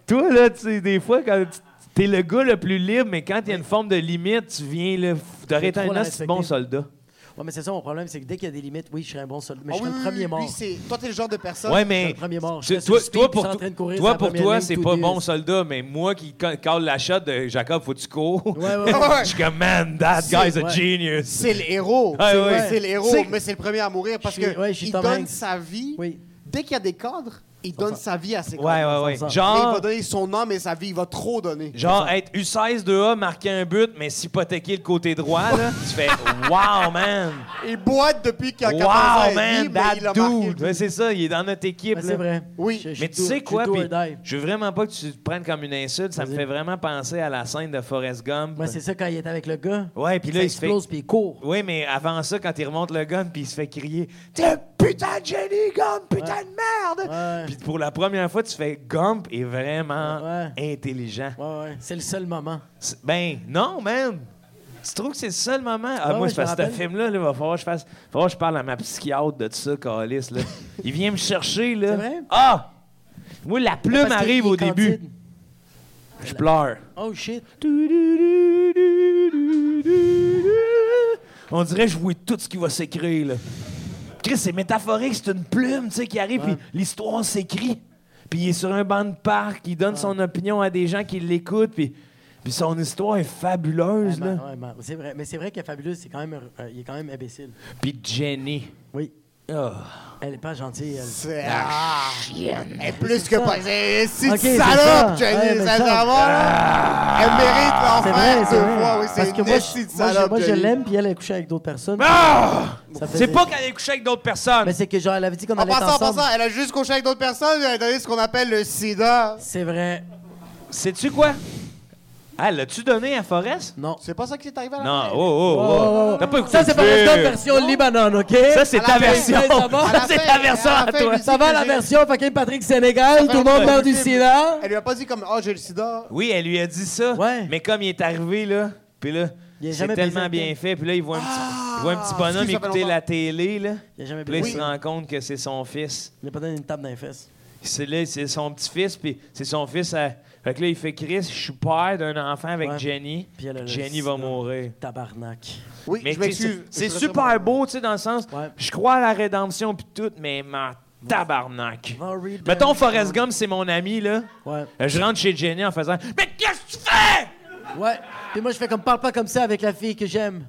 Speaker 6: [laughs] Toi, là, tu sais, des fois, quand tu- t'es le gars le plus libre, mais quand il y a une forme de limite, tu viens, là, f- t'aurais été
Speaker 3: trop
Speaker 6: un
Speaker 3: la
Speaker 6: hostie de bon
Speaker 3: respecter.
Speaker 6: soldat.
Speaker 3: Ouais, mais c'est ça mon problème, c'est que dès qu'il y a des limites, oui, je serais un bon soldat, mais
Speaker 5: Ah
Speaker 3: je serais
Speaker 5: oui,
Speaker 3: le
Speaker 5: oui,
Speaker 3: premier
Speaker 5: oui,
Speaker 3: mort.
Speaker 5: lui, c'est- Toi, t'es le genre de personne.
Speaker 6: Ouais, mais
Speaker 3: le premier mort. Je
Speaker 6: tu-
Speaker 3: fais
Speaker 6: toi,
Speaker 3: sur le
Speaker 6: toi
Speaker 3: speed,
Speaker 6: pour
Speaker 3: puis je suis en
Speaker 6: to-
Speaker 3: train de courir sur
Speaker 6: toi
Speaker 3: la
Speaker 6: pour
Speaker 3: première
Speaker 6: toi,
Speaker 3: ligne,
Speaker 6: c'est
Speaker 3: tout
Speaker 6: pas
Speaker 3: dix.
Speaker 6: bon soldat, mais moi qui ca- cale la shot de Jacob, faut que tu cours.
Speaker 3: Ouais,
Speaker 6: [laughs]
Speaker 3: ouais, ouais.
Speaker 6: Je suis comme man, that guy's a
Speaker 3: ouais.
Speaker 6: genius.
Speaker 5: C'est le héros.
Speaker 6: Ah
Speaker 5: c'est
Speaker 6: ouais.
Speaker 5: c'est le héros,
Speaker 6: C'est-
Speaker 5: mais c'est le premier à mourir parce
Speaker 3: Je suis-
Speaker 5: que
Speaker 3: ouais, je suis
Speaker 5: il
Speaker 3: Tom
Speaker 5: donne
Speaker 3: Hanks.
Speaker 5: sa vie.
Speaker 3: Oui.
Speaker 5: Dès qu'il y a des cadres, il donne sa vie à ses cadres.
Speaker 6: Ouais, ouais, ouais.
Speaker 5: Mais il
Speaker 6: Genre,
Speaker 5: va donner son âme et sa vie, il va trop donner.
Speaker 6: genre être U16 2A, marquer un but, mais s'hypothéquer le côté droit, là, tu fais [laughs] wow, man.
Speaker 5: Il boite depuis qu'il a 14 ans.
Speaker 6: Wow,
Speaker 5: et demi,
Speaker 6: man,
Speaker 5: mais
Speaker 6: that
Speaker 5: il a marqué.
Speaker 6: dude. Ouais, c'est ça, il est dans notre équipe.
Speaker 3: Mais
Speaker 6: là.
Speaker 3: c'est vrai.
Speaker 5: Oui.
Speaker 3: Je- je suis
Speaker 6: Mais tu
Speaker 3: do-
Speaker 6: sais quoi,
Speaker 3: je suis
Speaker 6: puis
Speaker 3: do or die.
Speaker 6: je veux vraiment pas que tu te prennes comme une insulte. Ça me fait vraiment penser à la scène de Forrest Gump.
Speaker 3: Moi, c'est ça quand il est avec le gars.
Speaker 6: Ouais, puis là,
Speaker 3: ça
Speaker 6: il se fait-
Speaker 3: explose puis il court.
Speaker 6: Oui, mais avant ça, quand il remonte le gun, puis il se fait crier T'es putain de génie, Gump, putain de merde!
Speaker 3: Ouais.
Speaker 6: Puis pour la première fois, tu fais Gump est vraiment
Speaker 3: Ouais.
Speaker 6: intelligent.
Speaker 3: Ouais, ouais. C'est le seul moment.
Speaker 6: C'est- Ben, non, man! Tu trouves que c'est le seul moment? Ah,
Speaker 3: Ouais,
Speaker 6: moi,
Speaker 3: ouais, je
Speaker 6: c'est parce
Speaker 3: me
Speaker 6: que ce
Speaker 3: rappelle.
Speaker 6: film-là, il va falloir que je fasse. va falloir que je parle à ma psychiatre de ça, Calis.
Speaker 3: [laughs]
Speaker 6: Là. il vient me chercher, là.
Speaker 3: C'est vrai?
Speaker 6: Ah! Moi, la
Speaker 3: Parce
Speaker 6: plume
Speaker 3: qu'il
Speaker 6: arrive
Speaker 3: est
Speaker 6: au
Speaker 3: candide.
Speaker 6: début. Je pleure.
Speaker 3: Oh shit.
Speaker 6: On dirait jouer tout ce qui va s'écrire, là. Chris, c'est métaphorique, c'est une plume, tu sais, qui arrive, puis l'histoire s'écrit. Puis il est sur un banc de parc, il donne son opinion à des gens qui l'écoutent, puis, puis son histoire est
Speaker 3: Ouais,
Speaker 6: fabuleuse,
Speaker 3: man,
Speaker 6: là.
Speaker 3: ouais, man. C'est vrai. Mais c'est vrai que Fabulous, c'est quand même, un- euh, il est quand même imbécile.
Speaker 6: Puis Jenny.
Speaker 3: Oui.
Speaker 6: Ah.
Speaker 3: Elle est pas gentille. Elle.
Speaker 5: C'est- Ah, Et plus que
Speaker 3: ça.
Speaker 5: pas. C'est c'est une
Speaker 3: Ok, c'est
Speaker 5: salope,
Speaker 3: ça.
Speaker 5: Jenny,
Speaker 3: Ouais, mais ça- Ah.
Speaker 5: sincèrement, là. Elle mérite
Speaker 3: C'est
Speaker 5: l'enfer
Speaker 3: vrai, c'est
Speaker 5: deux
Speaker 3: vrai.
Speaker 5: fois. Oui, c'est
Speaker 3: Parce
Speaker 5: une
Speaker 3: que moi,
Speaker 5: esti de
Speaker 3: je, moi, je,
Speaker 5: salope,
Speaker 3: moi, je
Speaker 5: Jenny.
Speaker 3: l'aime, puis elle est couchée avec d'autres personnes.
Speaker 6: Ah!
Speaker 3: Ça fait
Speaker 6: C'est
Speaker 3: des-
Speaker 6: pas qu'elle est couchée avec d'autres personnes.
Speaker 3: Mais c'est que genre, elle avait dit qu'on
Speaker 5: En
Speaker 3: allait être
Speaker 5: passant, en
Speaker 3: ensemble.
Speaker 5: passant, elle a juste couché avec d'autres personnes, elle a donné ce qu'on appelle le sida.
Speaker 3: C'est vrai.
Speaker 6: Sais-tu quoi? Ah, l'as-tu donné à Forest?
Speaker 3: Non.
Speaker 5: C'est pas ça qui est arrivé à la
Speaker 6: Non,
Speaker 5: fin?
Speaker 6: oh, oh, oh. T'as pas écouté
Speaker 3: Ça,
Speaker 6: le
Speaker 3: c'est pas la
Speaker 6: film.
Speaker 3: version Libanon, OK?
Speaker 6: Ça, c'est
Speaker 5: À la
Speaker 6: ta
Speaker 5: fin,
Speaker 6: version.
Speaker 3: ouais, ça va. [laughs]
Speaker 5: À la
Speaker 6: Ça, c'est
Speaker 5: fin,
Speaker 6: ta version
Speaker 5: à la
Speaker 6: à
Speaker 5: fin,
Speaker 6: toi.
Speaker 5: Lucie,
Speaker 3: Ça va
Speaker 5: que
Speaker 3: la
Speaker 5: j'ai-
Speaker 3: version fucking Patrick Sénégal, tout le monde meurt du sida.
Speaker 5: Elle lui a pas dit comme, oh, j'ai le sida.
Speaker 6: Oui, elle lui a dit ça.
Speaker 3: Ouais.
Speaker 6: Mais comme il est arrivé, là, puis là,
Speaker 3: Il a
Speaker 6: c'est
Speaker 3: jamais
Speaker 6: tellement
Speaker 3: baisé
Speaker 6: bien
Speaker 3: avec
Speaker 6: fait. Puis là, il voit un petit, il voit un petit bonhomme
Speaker 5: excuse, Ah! ça fait
Speaker 6: écouter
Speaker 5: longtemps.
Speaker 6: la télé, là.
Speaker 3: Il a jamais
Speaker 6: Puis là, il
Speaker 3: baisé.
Speaker 6: se rend compte que c'est son fils.
Speaker 3: Il a pas donné une tape dans les fesses.
Speaker 6: C'est là, c'est son petit-fils, puis c'est son fils. À... Fait que là, il fait Chris, je suis père d'un enfant avec
Speaker 3: Ouais.
Speaker 6: Jenny.
Speaker 3: Puis elle a le
Speaker 6: Jenny va
Speaker 3: sida.
Speaker 6: mourir.
Speaker 3: Tabarnak.
Speaker 5: Oui,
Speaker 6: Mais
Speaker 5: je
Speaker 6: tu sais,
Speaker 5: m'excuse.
Speaker 6: c'est
Speaker 5: Je
Speaker 6: c'est
Speaker 5: reste
Speaker 6: super
Speaker 5: sur-
Speaker 6: beau, tu sais, dans le sens,
Speaker 3: Ouais.
Speaker 6: je crois à la rédemption puis tout, mais ma tabarnak.
Speaker 3: Va redemption.
Speaker 6: Mettons, Forrest Gump, c'est mon ami, là.
Speaker 3: Ouais.
Speaker 6: Euh, Je rentre chez Jenny en faisant « Mais qu'est-ce que tu fais?
Speaker 3: Ouais. Puis moi, je fais comme parle pas comme ça avec la fille que j'aime. »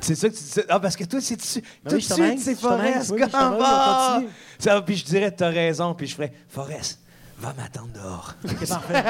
Speaker 6: C'est ça que tu dis. Ah, parce que toi, c'est tu
Speaker 3: Ben oui,
Speaker 6: tout de
Speaker 3: je te
Speaker 6: suite,
Speaker 3: manque,
Speaker 6: c'est
Speaker 3: je te manque,
Speaker 6: Forrest
Speaker 3: oui,
Speaker 6: Gump.
Speaker 3: je te manque, on
Speaker 6: Ah!
Speaker 3: continue.
Speaker 6: Ça, puis je dirais « T'as raison », puis je ferais « Forrest, va m'attendre dehors.
Speaker 3: C'est parfait.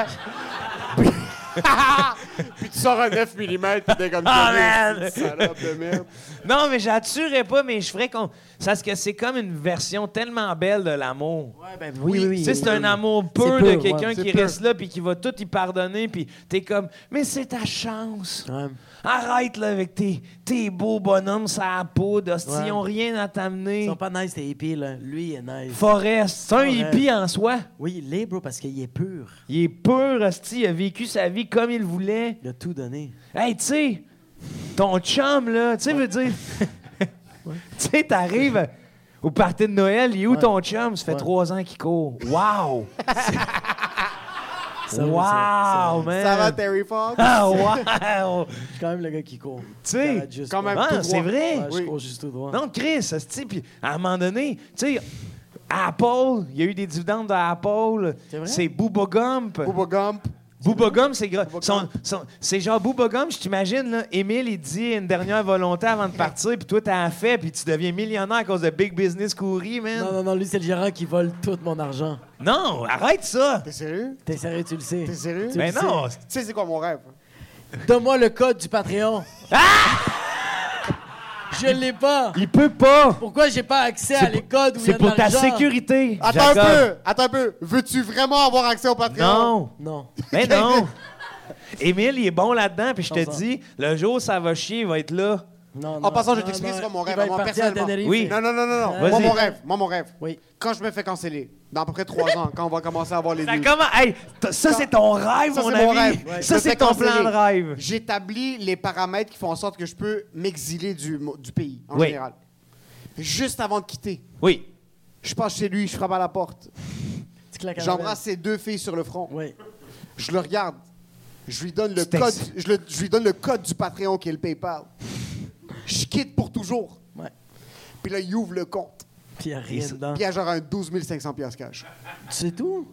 Speaker 5: Puis tu [laughs] sors un 9 mm, puis t'es comme
Speaker 6: Ah,
Speaker 5: Colin,
Speaker 6: man!
Speaker 5: c'est une salope de merde.
Speaker 6: [laughs] Non, mais je la tuerais pas, mais je ferais qu'on. Parce que c'est comme une version tellement belle de l'amour.
Speaker 3: Ouais, ben oui, oui, oui.
Speaker 6: Tu sais, c'est un amour
Speaker 3: C'est
Speaker 6: pur
Speaker 3: pur,
Speaker 6: de
Speaker 3: ouais,
Speaker 6: quelqu'un
Speaker 5: c'est
Speaker 6: qui
Speaker 5: pur.
Speaker 6: reste là puis qui va tout y pardonner. Puis t'es comme, mais c'est ta chance.
Speaker 3: Ouais.
Speaker 6: Arrête là avec tes, tes beaux bonhommes, ça a peau, d'hostie,
Speaker 3: Ouais.
Speaker 6: ils ont rien à t'amener.
Speaker 3: Ils sont pas nice, tes hippies, là. Lui, il est nice.
Speaker 6: Forest, c'est un
Speaker 3: Forest.
Speaker 6: hippie en soi.
Speaker 3: Oui, il est, bro, parce qu'il est pur.
Speaker 6: Il est pur, hostie, il a vécu sa vie comme il voulait.
Speaker 3: Il a tout donné.
Speaker 6: Hey, tu sais, ton chum, là, tu sais,
Speaker 3: [laughs]
Speaker 6: veut dire. tu sais, t'arrives au party de Noël, il est où ton chum? Ça fait trois ans qu'il court. Wow!
Speaker 3: Ça, oui, ça,
Speaker 6: wow,
Speaker 5: [laughs]
Speaker 6: man!
Speaker 5: Ça va, Terry Fox?
Speaker 6: Ah, wow! [laughs]
Speaker 3: Je suis quand même le gars qui court.
Speaker 6: Tu sais,
Speaker 3: J'arrête juste
Speaker 5: quand
Speaker 3: pas.
Speaker 5: même
Speaker 6: Ah,
Speaker 5: tout
Speaker 6: c'est
Speaker 5: droit.
Speaker 6: vrai!
Speaker 3: Ouais, Je cours juste tout droit.
Speaker 6: Non, Chris, hostie, puis à un moment donné, tu sais, Apple, il y a eu des dividendes à Apple.
Speaker 3: C'est vrai?
Speaker 6: C'est Booba Gump.
Speaker 5: [laughs] Booba Gump.
Speaker 6: Booba Gump, c'est gros. Son- son- C'est genre Booba Gump, je t'imagine, là, Émile, il dit une dernière volonté avant de partir, puis toi, t'as fait, puis tu deviens millionnaire à cause de Big Business Courrier, man.
Speaker 3: Non, non, non, lui, c'est le gérant qui vole tout mon argent.
Speaker 6: Non, arrête ça!
Speaker 5: T'es sérieux?
Speaker 3: T'es sérieux, tu le sais.
Speaker 5: T'es sérieux?
Speaker 3: Tu
Speaker 5: Tu
Speaker 6: Mais
Speaker 3: le
Speaker 6: non!
Speaker 5: sais, c'est quoi mon rêve?
Speaker 3: Donne-moi le code du Patreon.
Speaker 6: Ah!
Speaker 3: Je l'ai pas.
Speaker 6: Il peut pas!
Speaker 3: Pourquoi j'ai pas accès à les codes où il y a
Speaker 6: C'est
Speaker 3: de
Speaker 6: pour ta
Speaker 3: l'argent?
Speaker 6: sécurité!
Speaker 5: Attends
Speaker 6: Jacob.
Speaker 5: un peu! Attends un peu! Veux-tu vraiment avoir accès au Patreon?
Speaker 6: Non!
Speaker 3: Non.
Speaker 6: Mais
Speaker 3: [laughs]
Speaker 6: non! Émile, il est bon là-dedans, puis je te
Speaker 3: Non, ça.
Speaker 6: dis, le jour où ça va chier, il va être là.
Speaker 3: Non,
Speaker 5: En
Speaker 3: non,
Speaker 5: passant, je vais
Speaker 3: non,
Speaker 5: t'expliquer
Speaker 3: non.
Speaker 5: c'est quoi mon
Speaker 3: Il
Speaker 5: rêve,
Speaker 3: va
Speaker 5: à moi,
Speaker 3: être parti à
Speaker 5: personnellement.
Speaker 3: Tenerife.
Speaker 6: Oui.
Speaker 5: Non, non, non, non, non.
Speaker 6: Vas-y.
Speaker 5: Moi, mon rêve, moi, mon rêve.
Speaker 3: Oui.
Speaker 5: Quand je me fais canceller, dans à peu près trois ans, quand on va commencer à avoir les
Speaker 6: Ça,
Speaker 5: news.
Speaker 6: comment? Hey, t- ça, c'est ton rêve,
Speaker 5: Ça,
Speaker 6: mon
Speaker 5: c'est mon
Speaker 6: ami!
Speaker 5: rêve. Ouais.
Speaker 6: Ça,
Speaker 5: Je
Speaker 6: c'est
Speaker 5: fais
Speaker 6: ton plan
Speaker 5: canceller.
Speaker 6: de rêve!
Speaker 5: J'établis les paramètres qui font en sorte que je peux m'exiler du, mo- du pays, en
Speaker 6: Oui.
Speaker 5: général. Juste avant de quitter,
Speaker 6: Oui.
Speaker 5: je passe chez lui, je frappe à la porte.
Speaker 3: Tu claques à la
Speaker 5: J'embrasse ses deux filles sur le front.
Speaker 3: main. Oui.
Speaker 5: Je le regarde. Je lui donne le
Speaker 6: Tu
Speaker 5: code.
Speaker 6: t'es-
Speaker 5: Je, le- je lui donne le code du Patreon qui est le PayPal. Je quitte pour toujours.
Speaker 3: Ouais.
Speaker 5: Puis là, il ouvre le compte.
Speaker 3: Puis il y a rien
Speaker 6: Hein?
Speaker 3: dedans.
Speaker 5: Puis il y a genre un 12 500 piastres cash.
Speaker 3: C'est tout?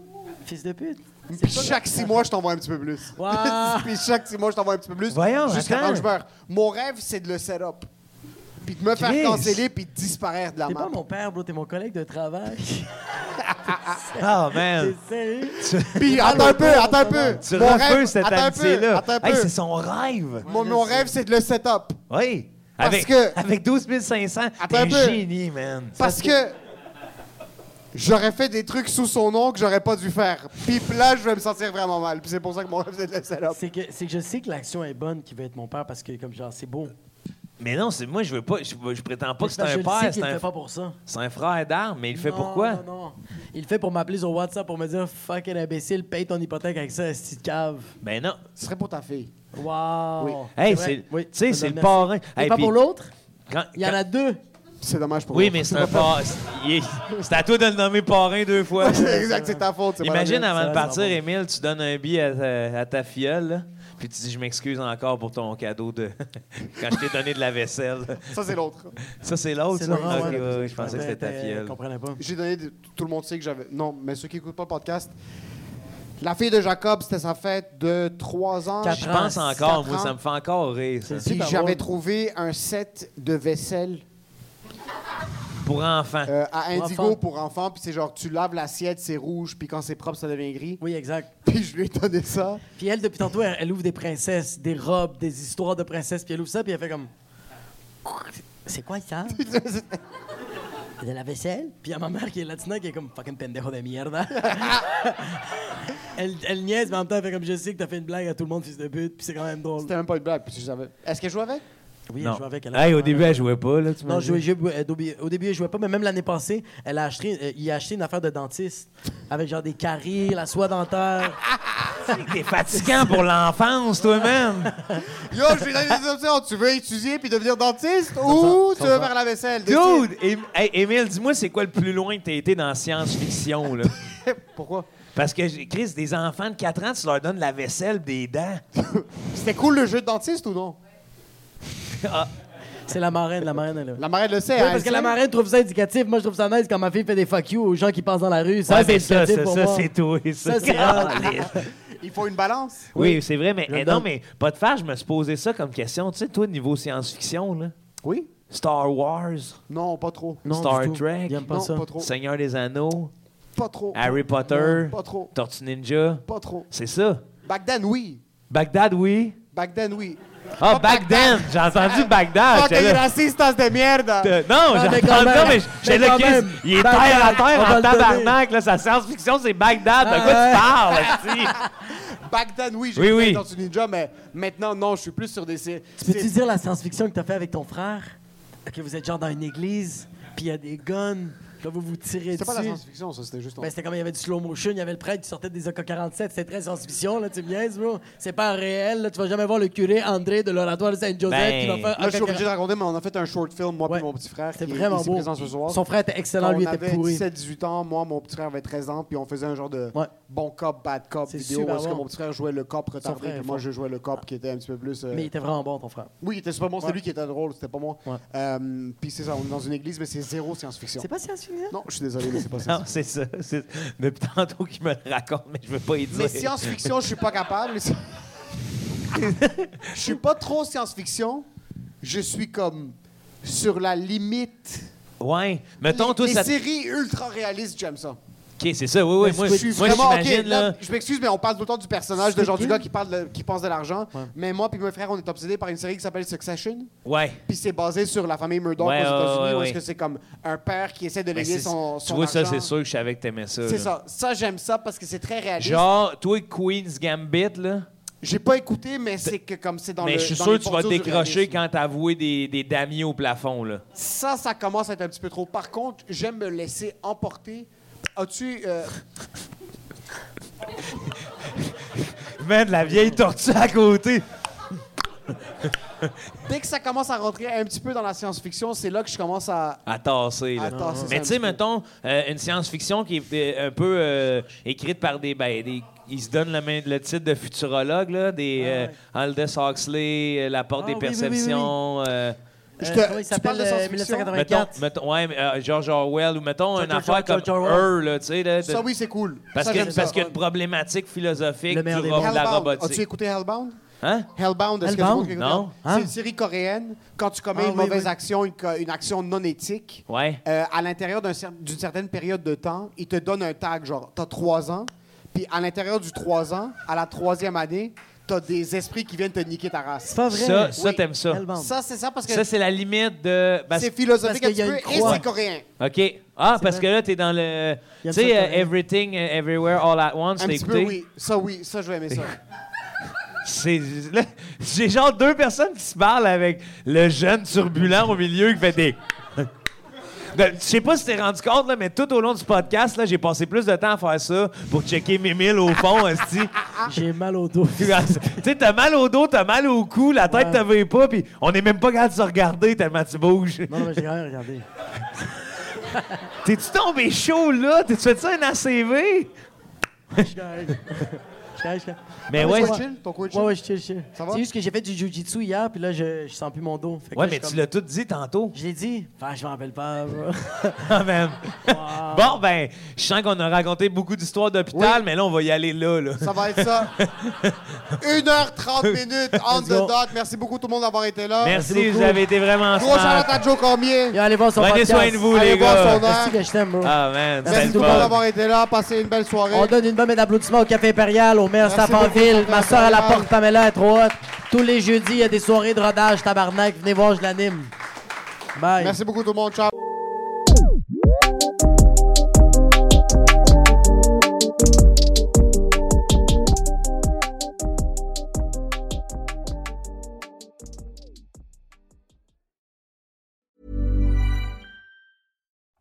Speaker 3: Fils de pute.
Speaker 5: Puis chaque six mois, je t'envoie un petit peu plus.
Speaker 3: Wow.
Speaker 5: [laughs] Puis chaque six mois, je t'envoie un petit peu plus.
Speaker 6: Voyons,
Speaker 5: Jusqu'à
Speaker 6: attends.
Speaker 5: temps que je meure. Mon rêve, c'est de le set-up. Puis de me
Speaker 6: Chris.
Speaker 5: faire canceller puis de disparaître de la
Speaker 3: T'es pas
Speaker 5: map.
Speaker 3: mon père, bro. T'es mon collègue de travail.
Speaker 6: [laughs]
Speaker 3: [laughs]
Speaker 6: Ah, man!
Speaker 3: T'es sérieux?
Speaker 5: Puis attends un peu, attends un peu.
Speaker 6: Tu
Speaker 5: Mon
Speaker 6: refais
Speaker 5: rêve,
Speaker 6: cette
Speaker 5: attends un peu,
Speaker 6: amitié-là.
Speaker 5: Attends un
Speaker 6: Hey,
Speaker 5: peu.
Speaker 6: c'est son rêve.
Speaker 5: Mon, mon rêve, c'est de le set-up.
Speaker 6: Oui.
Speaker 5: Parce
Speaker 6: avec,
Speaker 5: que-
Speaker 6: avec 12 500, t'es
Speaker 5: Attends
Speaker 6: un
Speaker 5: un peu.
Speaker 6: génie, man.
Speaker 5: Parce que j'aurais fait des trucs sous son nom que j'aurais pas dû faire. Puis là, je vais me sentir vraiment mal. Puis c'est pour ça que mon rêve, c'est de le set-up.
Speaker 3: C'est que, c'est que je sais que l'action est bonne qui veut être mon père parce que, comme genre, c'est beau.
Speaker 6: Mais non, c'est moi, je veux pas. Je, je prétends pas que c'est
Speaker 3: Parce
Speaker 6: un
Speaker 3: que je le sais
Speaker 6: père,
Speaker 3: qu'il
Speaker 6: c'est
Speaker 3: le
Speaker 6: un,
Speaker 3: fait pas pour ça.
Speaker 6: c'est un frère d'armes, mais il le fait
Speaker 3: Non,
Speaker 6: pourquoi?
Speaker 3: Non, non. Il le fait pour m'appeler sur WhatsApp pour me dire fucking imbécile, paye ton hypothèque avec ça, petite cave.
Speaker 6: Ben non.
Speaker 5: Ce serait pour ta fille.
Speaker 3: Wow.
Speaker 5: Oui.
Speaker 6: Hey,
Speaker 3: vrai.
Speaker 6: c'est-
Speaker 3: Oui,
Speaker 6: tu sais,
Speaker 3: ça
Speaker 6: c'est
Speaker 3: donne
Speaker 6: le
Speaker 3: merci.
Speaker 6: parrain.
Speaker 3: Et
Speaker 6: Hey,
Speaker 3: pas
Speaker 6: puis-
Speaker 3: pour l'autre?
Speaker 6: Quand-
Speaker 3: Il y en
Speaker 6: quand-
Speaker 3: a deux.
Speaker 5: C'est dommage pour
Speaker 6: Oui,
Speaker 5: moi. [laughs]
Speaker 6: mais c'est un par- il est- C'est à toi de le nommer parrain deux fois.
Speaker 5: C'est
Speaker 6: [laughs]
Speaker 5: exact, c'est ta faute. c'est pas la
Speaker 6: Imagine
Speaker 5: mienne.
Speaker 6: avant de
Speaker 3: ça,
Speaker 6: partir,
Speaker 3: ça va.
Speaker 6: Émile, tu donnes un billet à ta, à ta fiole, là, puis tu dis Je m'excuse encore pour ton cadeau de. [laughs] quand je t'ai donné de la vaisselle.
Speaker 5: Ça, c'est l'autre.
Speaker 6: Ça, c'est l'autre,
Speaker 3: C'est
Speaker 6: ça?
Speaker 3: Laurent,
Speaker 6: Ok,
Speaker 3: ouais.
Speaker 6: ouais, ouais, je pensais que c'était ta
Speaker 3: Ben,
Speaker 6: fiole.
Speaker 3: Je comprenais pas.
Speaker 5: J'ai donné. de- Tout le monde sait que j'avais. Non, mais ceux qui écoutent pas le podcast. La fille de Jacob, c'était sa fête de 3 ans.
Speaker 3: Quatre
Speaker 6: Je pense
Speaker 3: ans,
Speaker 6: encore,
Speaker 5: quatre
Speaker 6: moi,
Speaker 5: ans.
Speaker 6: ça me fait encore rire. ça.
Speaker 3: Ah, C'est
Speaker 5: Puis
Speaker 3: super
Speaker 5: j'avais
Speaker 3: drôle.
Speaker 5: trouvé un set de vaisselle
Speaker 6: Pour enfants.
Speaker 5: euh, à
Speaker 3: Pour
Speaker 5: Indigo
Speaker 3: enfants.
Speaker 5: pour enfants. Puis c'est genre, tu laves l'assiette, c'est rouge. Puis quand c'est propre, ça devient gris. [laughs]
Speaker 3: Oui, exact.
Speaker 5: Puis je lui ai donné ça.
Speaker 3: Puis elle, depuis tantôt, elle, elle ouvre des princesses, des robes, des histoires de princesses, puis elle ouvre ça, puis elle fait comme. C'est quoi ça? [laughs] C'est de la vaisselle? Puis il y a ma mère qui est latina qui est comme fucking pendejo de
Speaker 6: [laughs]
Speaker 3: mierda. elle, elle niaise, mais en même temps, elle fait comme je sais que t'as fait une blague à tout le monde, fils de pute, puis c'est quand même drôle.
Speaker 5: C'était même pas une blague. Puis je savais. Est-ce qu'elle joue avec?
Speaker 3: Oui,
Speaker 6: Non.
Speaker 3: elle joue avec elle.
Speaker 6: Hey, au début, elle jouait pas, là, tu
Speaker 3: Non,
Speaker 6: m'as
Speaker 3: je jouais-
Speaker 6: dit.
Speaker 3: je jouais- euh, d'obi- au début, je jouais pas, mais même l'année passée, elle a acheté, euh, il a acheté une affaire de dentiste avec genre des caries, la soie dentaire.
Speaker 6: T'es fatigant pour l'enfance, toi-même.
Speaker 3: [laughs]
Speaker 5: Yo, je lui donne des options. Tu veux étudier puis devenir dentiste ou tu veux faire la vaisselle? Décide.
Speaker 6: Dude! Em- hey, Émile, dis-moi, c'est quoi le plus loin que t'as été dans la science-fiction, là?
Speaker 5: Pourquoi?
Speaker 6: Parce que, j'ai- Chris, des enfants de 4 ans, tu leur donnes la vaisselle des dents.
Speaker 5: C'était cool le jeu de dentiste ou non?
Speaker 3: C'est la marraine, la marraine, elle a.
Speaker 5: La marraine le sait.
Speaker 3: Oui,
Speaker 5: hein,
Speaker 3: parce
Speaker 5: elle
Speaker 3: que la
Speaker 5: sait.
Speaker 3: marraine trouve ça éducatif. Moi, je trouve ça nice quand ma fille fait des fuck you aux gens qui passent dans la rue. Ça,
Speaker 6: Ouais, mais
Speaker 3: c'est
Speaker 6: ça,
Speaker 3: éducatif
Speaker 6: ça,
Speaker 3: pour
Speaker 6: ça,
Speaker 3: moi.
Speaker 6: c'est toi. Ça,
Speaker 3: Ça, c'est rare. [laughs]
Speaker 5: Il faut une balance.
Speaker 6: Oui, c'est vrai, mais
Speaker 3: Je
Speaker 6: eh,
Speaker 3: donne.
Speaker 6: non, mais pas de faire, je me suis posé ça comme question. Tu sais, toi, niveau science-fiction, là,
Speaker 5: Oui?
Speaker 6: Star Wars,
Speaker 5: Non, pas trop.
Speaker 3: Non,
Speaker 6: Star
Speaker 3: du tout.
Speaker 6: Trek.
Speaker 3: Il aime pas
Speaker 5: non,
Speaker 3: ça.
Speaker 5: pas trop.
Speaker 6: Seigneur des Anneaux,
Speaker 5: Pas trop.
Speaker 6: Harry Potter,
Speaker 5: Non, pas trop.
Speaker 6: Tortue Ninja,
Speaker 5: Pas trop.
Speaker 6: c'est ça.
Speaker 5: Back then, oui.
Speaker 6: Bagdad, oui.
Speaker 5: Back then, oui.
Speaker 6: Ah, back then. J'ai entendu Bagdad.
Speaker 5: Fucking
Speaker 6: Ah, J'étais là,
Speaker 5: racistas de merde!
Speaker 6: euh, Non, j'ai
Speaker 3: mais quand
Speaker 6: entendu ça,
Speaker 3: même.
Speaker 6: mais j'ai
Speaker 3: Mais
Speaker 6: le
Speaker 3: quand
Speaker 6: Chris.
Speaker 3: même.
Speaker 6: Il est
Speaker 3: Bagdad,
Speaker 6: terre à
Speaker 3: on
Speaker 6: terre
Speaker 3: va
Speaker 6: en
Speaker 3: le donner. Ah,
Speaker 6: tabarnak. là, Sa science-fiction, c'est Bagdad. De quoi tu parles, esti?
Speaker 5: Back then, oui, j'ai
Speaker 6: Oui,
Speaker 5: joué
Speaker 6: oui.
Speaker 5: dans une ninja, mais maintenant, non, je suis plus sur des séries.
Speaker 3: Tu peux-tu dire la science-fiction que t'as fait avec ton frère? Que vous êtes genre dans une église, puis il y a des guns, là vous vous tirez dessus.
Speaker 5: C'était pas de la science-fiction, ça, c'était juste.
Speaker 3: Ben, c'était comme il y avait du slow motion, il y avait le prêtre qui sortait des AK-47, c'était très science-fiction, là, tu me niaises, bro. C'est pas réel, là, tu vas jamais voir le curé André de l'oratoire de Saint-Joseph
Speaker 6: Ben,
Speaker 3: qui va faire
Speaker 5: Là, Ah, je suis
Speaker 3: AK-47.
Speaker 5: obligé de raconter, mais on a fait un short film, moi
Speaker 3: Ouais.
Speaker 5: et mon petit frère.
Speaker 3: C'était
Speaker 5: qui est
Speaker 3: vraiment
Speaker 5: ici
Speaker 3: beau.
Speaker 5: présent ce soir.
Speaker 3: Son frère était excellent,
Speaker 5: Quand
Speaker 3: lui
Speaker 5: on
Speaker 3: était
Speaker 5: avait
Speaker 3: pourri.
Speaker 5: 17-18 ans, moi, mon petit frère avait 13 ans, puis on faisait un genre de
Speaker 3: Ouais.
Speaker 5: bon cop, bad cop
Speaker 3: C'est
Speaker 5: vidéo.
Speaker 3: super
Speaker 5: Parce que
Speaker 3: bon.
Speaker 5: mon petit frère jouait le cop retardé,
Speaker 3: frère est
Speaker 5: puis moi,
Speaker 3: fort.
Speaker 5: je jouais le cop qui était un petit peu plus. euh,
Speaker 3: Mais il était vraiment bon, ton frère.
Speaker 5: Oui, il était super bon, c'était
Speaker 3: Ouais.
Speaker 5: lui qui était drôle, c'était pas moi.
Speaker 3: Ouais.
Speaker 5: Euh, puis c'est ça, on est dans une église, mais c'est zéro science-fiction.
Speaker 3: C'est pas science-fiction?
Speaker 5: Non, je suis désolé, mais c'est pas
Speaker 6: Non,
Speaker 5: science-fiction.
Speaker 6: c'est ça. c'est- Depuis tantôt qu'il me le raconte, mais je veux pas y dire.
Speaker 5: Mais science-fiction, je suis pas capable. [laughs] je suis pas trop science-fiction. Je suis comme sur la limite.
Speaker 6: Ouais. Mettons,
Speaker 5: les
Speaker 6: toi,
Speaker 5: les
Speaker 6: ça.
Speaker 5: séries ultra réalistes, j'aime ça.
Speaker 6: Ok, c'est ça. Oui, oui.
Speaker 5: Mais
Speaker 6: Moi,
Speaker 5: je suis
Speaker 6: moi,
Speaker 5: vraiment ok,
Speaker 6: j'imagine,
Speaker 5: là,
Speaker 6: là.
Speaker 5: Je m'excuse, mais on parle tout le temps du personnage, de genre du
Speaker 3: Speaking-
Speaker 5: gars qui parle, de- qui pense de l'argent. Mais moi puis mon frère, on est obsédés par une série qui s'appelle Succession.
Speaker 6: Ouais.
Speaker 5: Puis c'est basé sur la famille Murdoch
Speaker 6: Ouais,
Speaker 5: aux États-Unis,
Speaker 6: ouais, ouais,
Speaker 5: où
Speaker 6: ouais.
Speaker 5: est-ce que c'est comme un père qui essaie de
Speaker 6: Ben,
Speaker 5: léguer
Speaker 6: c'est-
Speaker 5: son,
Speaker 6: tu
Speaker 5: son
Speaker 6: vois, ça,
Speaker 5: argent.
Speaker 6: c'est sûr que je savais que t'aimais ça.
Speaker 5: C'est
Speaker 6: là.
Speaker 5: ça. Ça, j'aime ça parce que c'est très réaliste.
Speaker 6: Genre, toi, Queen's Gambit, là.
Speaker 5: J'ai pas écouté, mais c'est que comme c'est dans
Speaker 6: mais
Speaker 5: le.
Speaker 6: je suis
Speaker 5: dans
Speaker 6: sûr
Speaker 5: les
Speaker 6: que tu vas
Speaker 5: bordures du
Speaker 6: décrocher
Speaker 5: réalisme.
Speaker 6: quand t'as avoué des, des damiers au plafond, là.
Speaker 5: Ça, ça commence à être un petit peu trop. Par contre, j'aime me laisser emporter. As-tu. euh,
Speaker 6: de la vieille tortue à côté.
Speaker 5: dès que ça commence à rentrer un petit peu dans la science-fiction, c'est là que je commence à.
Speaker 6: À tasser, là.
Speaker 5: À tasser ça
Speaker 6: Mais
Speaker 5: un
Speaker 6: tu sais,
Speaker 5: petit peu.
Speaker 6: mettons, euh, une science-fiction qui est euh, un peu euh, écrite par des, ben, des- Ils se donnent le, main- le titre de futurologue, là. Des euh, Aldous Huxley, euh, La porte
Speaker 3: Ah,
Speaker 6: des
Speaker 3: oui, oui, oui, oui, oui.
Speaker 6: perceptions... euh,
Speaker 5: Je
Speaker 3: Euh,
Speaker 5: te-
Speaker 3: comment il
Speaker 5: tu
Speaker 3: s'appelle
Speaker 5: parles de
Speaker 3: euh,
Speaker 5: science-fiction?
Speaker 6: Mettons,
Speaker 3: 1984?
Speaker 6: mettons, ouais, mais, euh, George Orwell, ou mettons
Speaker 3: George-
Speaker 6: une affaire
Speaker 3: George-
Speaker 6: comme
Speaker 3: George Orwell.
Speaker 6: eux, là, tu sais. là, de-
Speaker 5: Ça, oui, c'est cool.
Speaker 6: Parce
Speaker 5: Ça,
Speaker 6: qu'il
Speaker 5: j'aime
Speaker 6: parce
Speaker 5: ça.
Speaker 6: qu'il y a une problématique philosophique
Speaker 3: Le
Speaker 6: du
Speaker 3: meilleur des
Speaker 6: ro-
Speaker 3: mondes.
Speaker 6: de la
Speaker 5: Hellbound. As-tu
Speaker 6: robotique.
Speaker 5: écouté Hellbound?
Speaker 6: Hein?
Speaker 5: Hellbound, est-ce que tu
Speaker 3: Hellbound?
Speaker 5: vois quelque chose?
Speaker 6: Non. Hein?
Speaker 5: C'est une série coréenne. Quand tu commets
Speaker 3: Ah,
Speaker 5: une
Speaker 3: oui,
Speaker 5: mauvaise
Speaker 3: oui.
Speaker 5: action, une, co- une action non éthique,
Speaker 6: Ouais.
Speaker 5: euh, à l'intérieur d'un cer- d'une certaine période de temps, ils te donnent un tag, genre, t'as trois ans, puis à l'intérieur du trois ans, à la troisième année, t'as des esprits qui viennent te niquer ta race.
Speaker 3: C'est pas vrai.
Speaker 6: Ça, ça
Speaker 5: Oui.
Speaker 6: t'aimes ça.
Speaker 3: Hellbound.
Speaker 5: Ça, c'est ça, parce que
Speaker 6: Ça, c'est la limite de. parce-
Speaker 5: c'est philosophique
Speaker 3: parce
Speaker 5: un
Speaker 3: qu'il y a une
Speaker 5: petit peu, et
Speaker 3: croix.
Speaker 5: c'est coréen.
Speaker 6: OK. Ah, parce
Speaker 3: vrai.
Speaker 6: que là, t'es dans le.
Speaker 3: Il
Speaker 6: Tu
Speaker 3: aime
Speaker 6: sais,
Speaker 3: ça,
Speaker 6: euh,
Speaker 3: t'as raison.
Speaker 6: Everything, euh, Everywhere, All at Once,
Speaker 5: Un
Speaker 6: t'as
Speaker 5: petit peu,
Speaker 6: écouté?
Speaker 5: oui. Ça, oui. Ça, je vais aimer ça.
Speaker 6: C'est- là, J'ai genre deux personnes qui se parlent avec le jeune turbulent au milieu qui fait des. [laughs] Ben, Je sais pas si t'es rendu compte, là, mais tout au long du podcast, là, j'ai passé plus de temps à faire ça pour checker mes milles au fond, [laughs] esti.
Speaker 3: Ah. J'ai mal au dos.
Speaker 6: [laughs] tu sais, t'as mal au dos, t'as mal au cou, la tête
Speaker 3: Ouais.
Speaker 6: t'avait pas, puis on est même pas capable de se regarder tellement tu bouges.
Speaker 3: Non, non, mais j'ai rien
Speaker 6: [laughs]
Speaker 3: regardé.
Speaker 6: T'es-tu tombé chaud, là? T'es-tu fait ça un ACV?
Speaker 3: Je suis correct. Je suis correct, je suis correct.
Speaker 6: Mais
Speaker 3: Ah,
Speaker 6: Eh ouais,
Speaker 5: Ton
Speaker 3: c'est-
Speaker 5: coin chill? Ton coin chill?
Speaker 3: Ouais, ouais, je chill, je chill.
Speaker 5: Ça va?
Speaker 3: C'est juste que j'ai fait du jujitsu hier, puis là, je, je sens plus mon dos. Fait que
Speaker 6: Ouais,
Speaker 3: là,
Speaker 6: mais
Speaker 3: je suis
Speaker 6: tu
Speaker 3: comme-
Speaker 6: l'as tout dit tantôt. [laughs]
Speaker 3: Je l'ai dit. Enfin, je m'en rappelle pas. bro. [laughs]
Speaker 6: Quand même. Bon, ben, je sens qu'on a raconté beaucoup d'histoires d'hôpital,
Speaker 5: Oui.
Speaker 6: mais là, on va y aller là, là.
Speaker 5: Ça va être ça. 1h30 minutes on
Speaker 3: Let's
Speaker 5: the
Speaker 3: go.
Speaker 5: dot. Merci beaucoup tout le monde d'avoir été là.
Speaker 6: Merci,
Speaker 3: beaucoup.
Speaker 6: vous avez été vraiment
Speaker 5: Gros shout-out
Speaker 6: smart.
Speaker 5: à Joe Cormier.
Speaker 3: Yo, allez voir son
Speaker 6: Prenez
Speaker 3: podcast.
Speaker 6: soin de vous,
Speaker 5: Allez
Speaker 6: les
Speaker 5: voir
Speaker 6: gars.
Speaker 5: son
Speaker 3: Merci que je t'aime, bro.
Speaker 6: Ah, man, c'était
Speaker 5: Merci
Speaker 6: le
Speaker 5: tout le monde
Speaker 6: fun.
Speaker 5: d'avoir été là. Passez une belle soirée.
Speaker 3: On donne une bombe d'applaudissements au Café Impérial, au meilleur
Speaker 5: Merci
Speaker 3: staff en
Speaker 5: beaucoup,
Speaker 3: ville.
Speaker 5: Café
Speaker 3: Ma soeur à la
Speaker 5: Impérial.
Speaker 3: porte, Pamela est trop haute. Tous les jeudis, il y a des soirées de rodage, tabarnak. Venez voir, je l'anime. Bye.
Speaker 5: Merci beaucoup tout le monde. Ciao.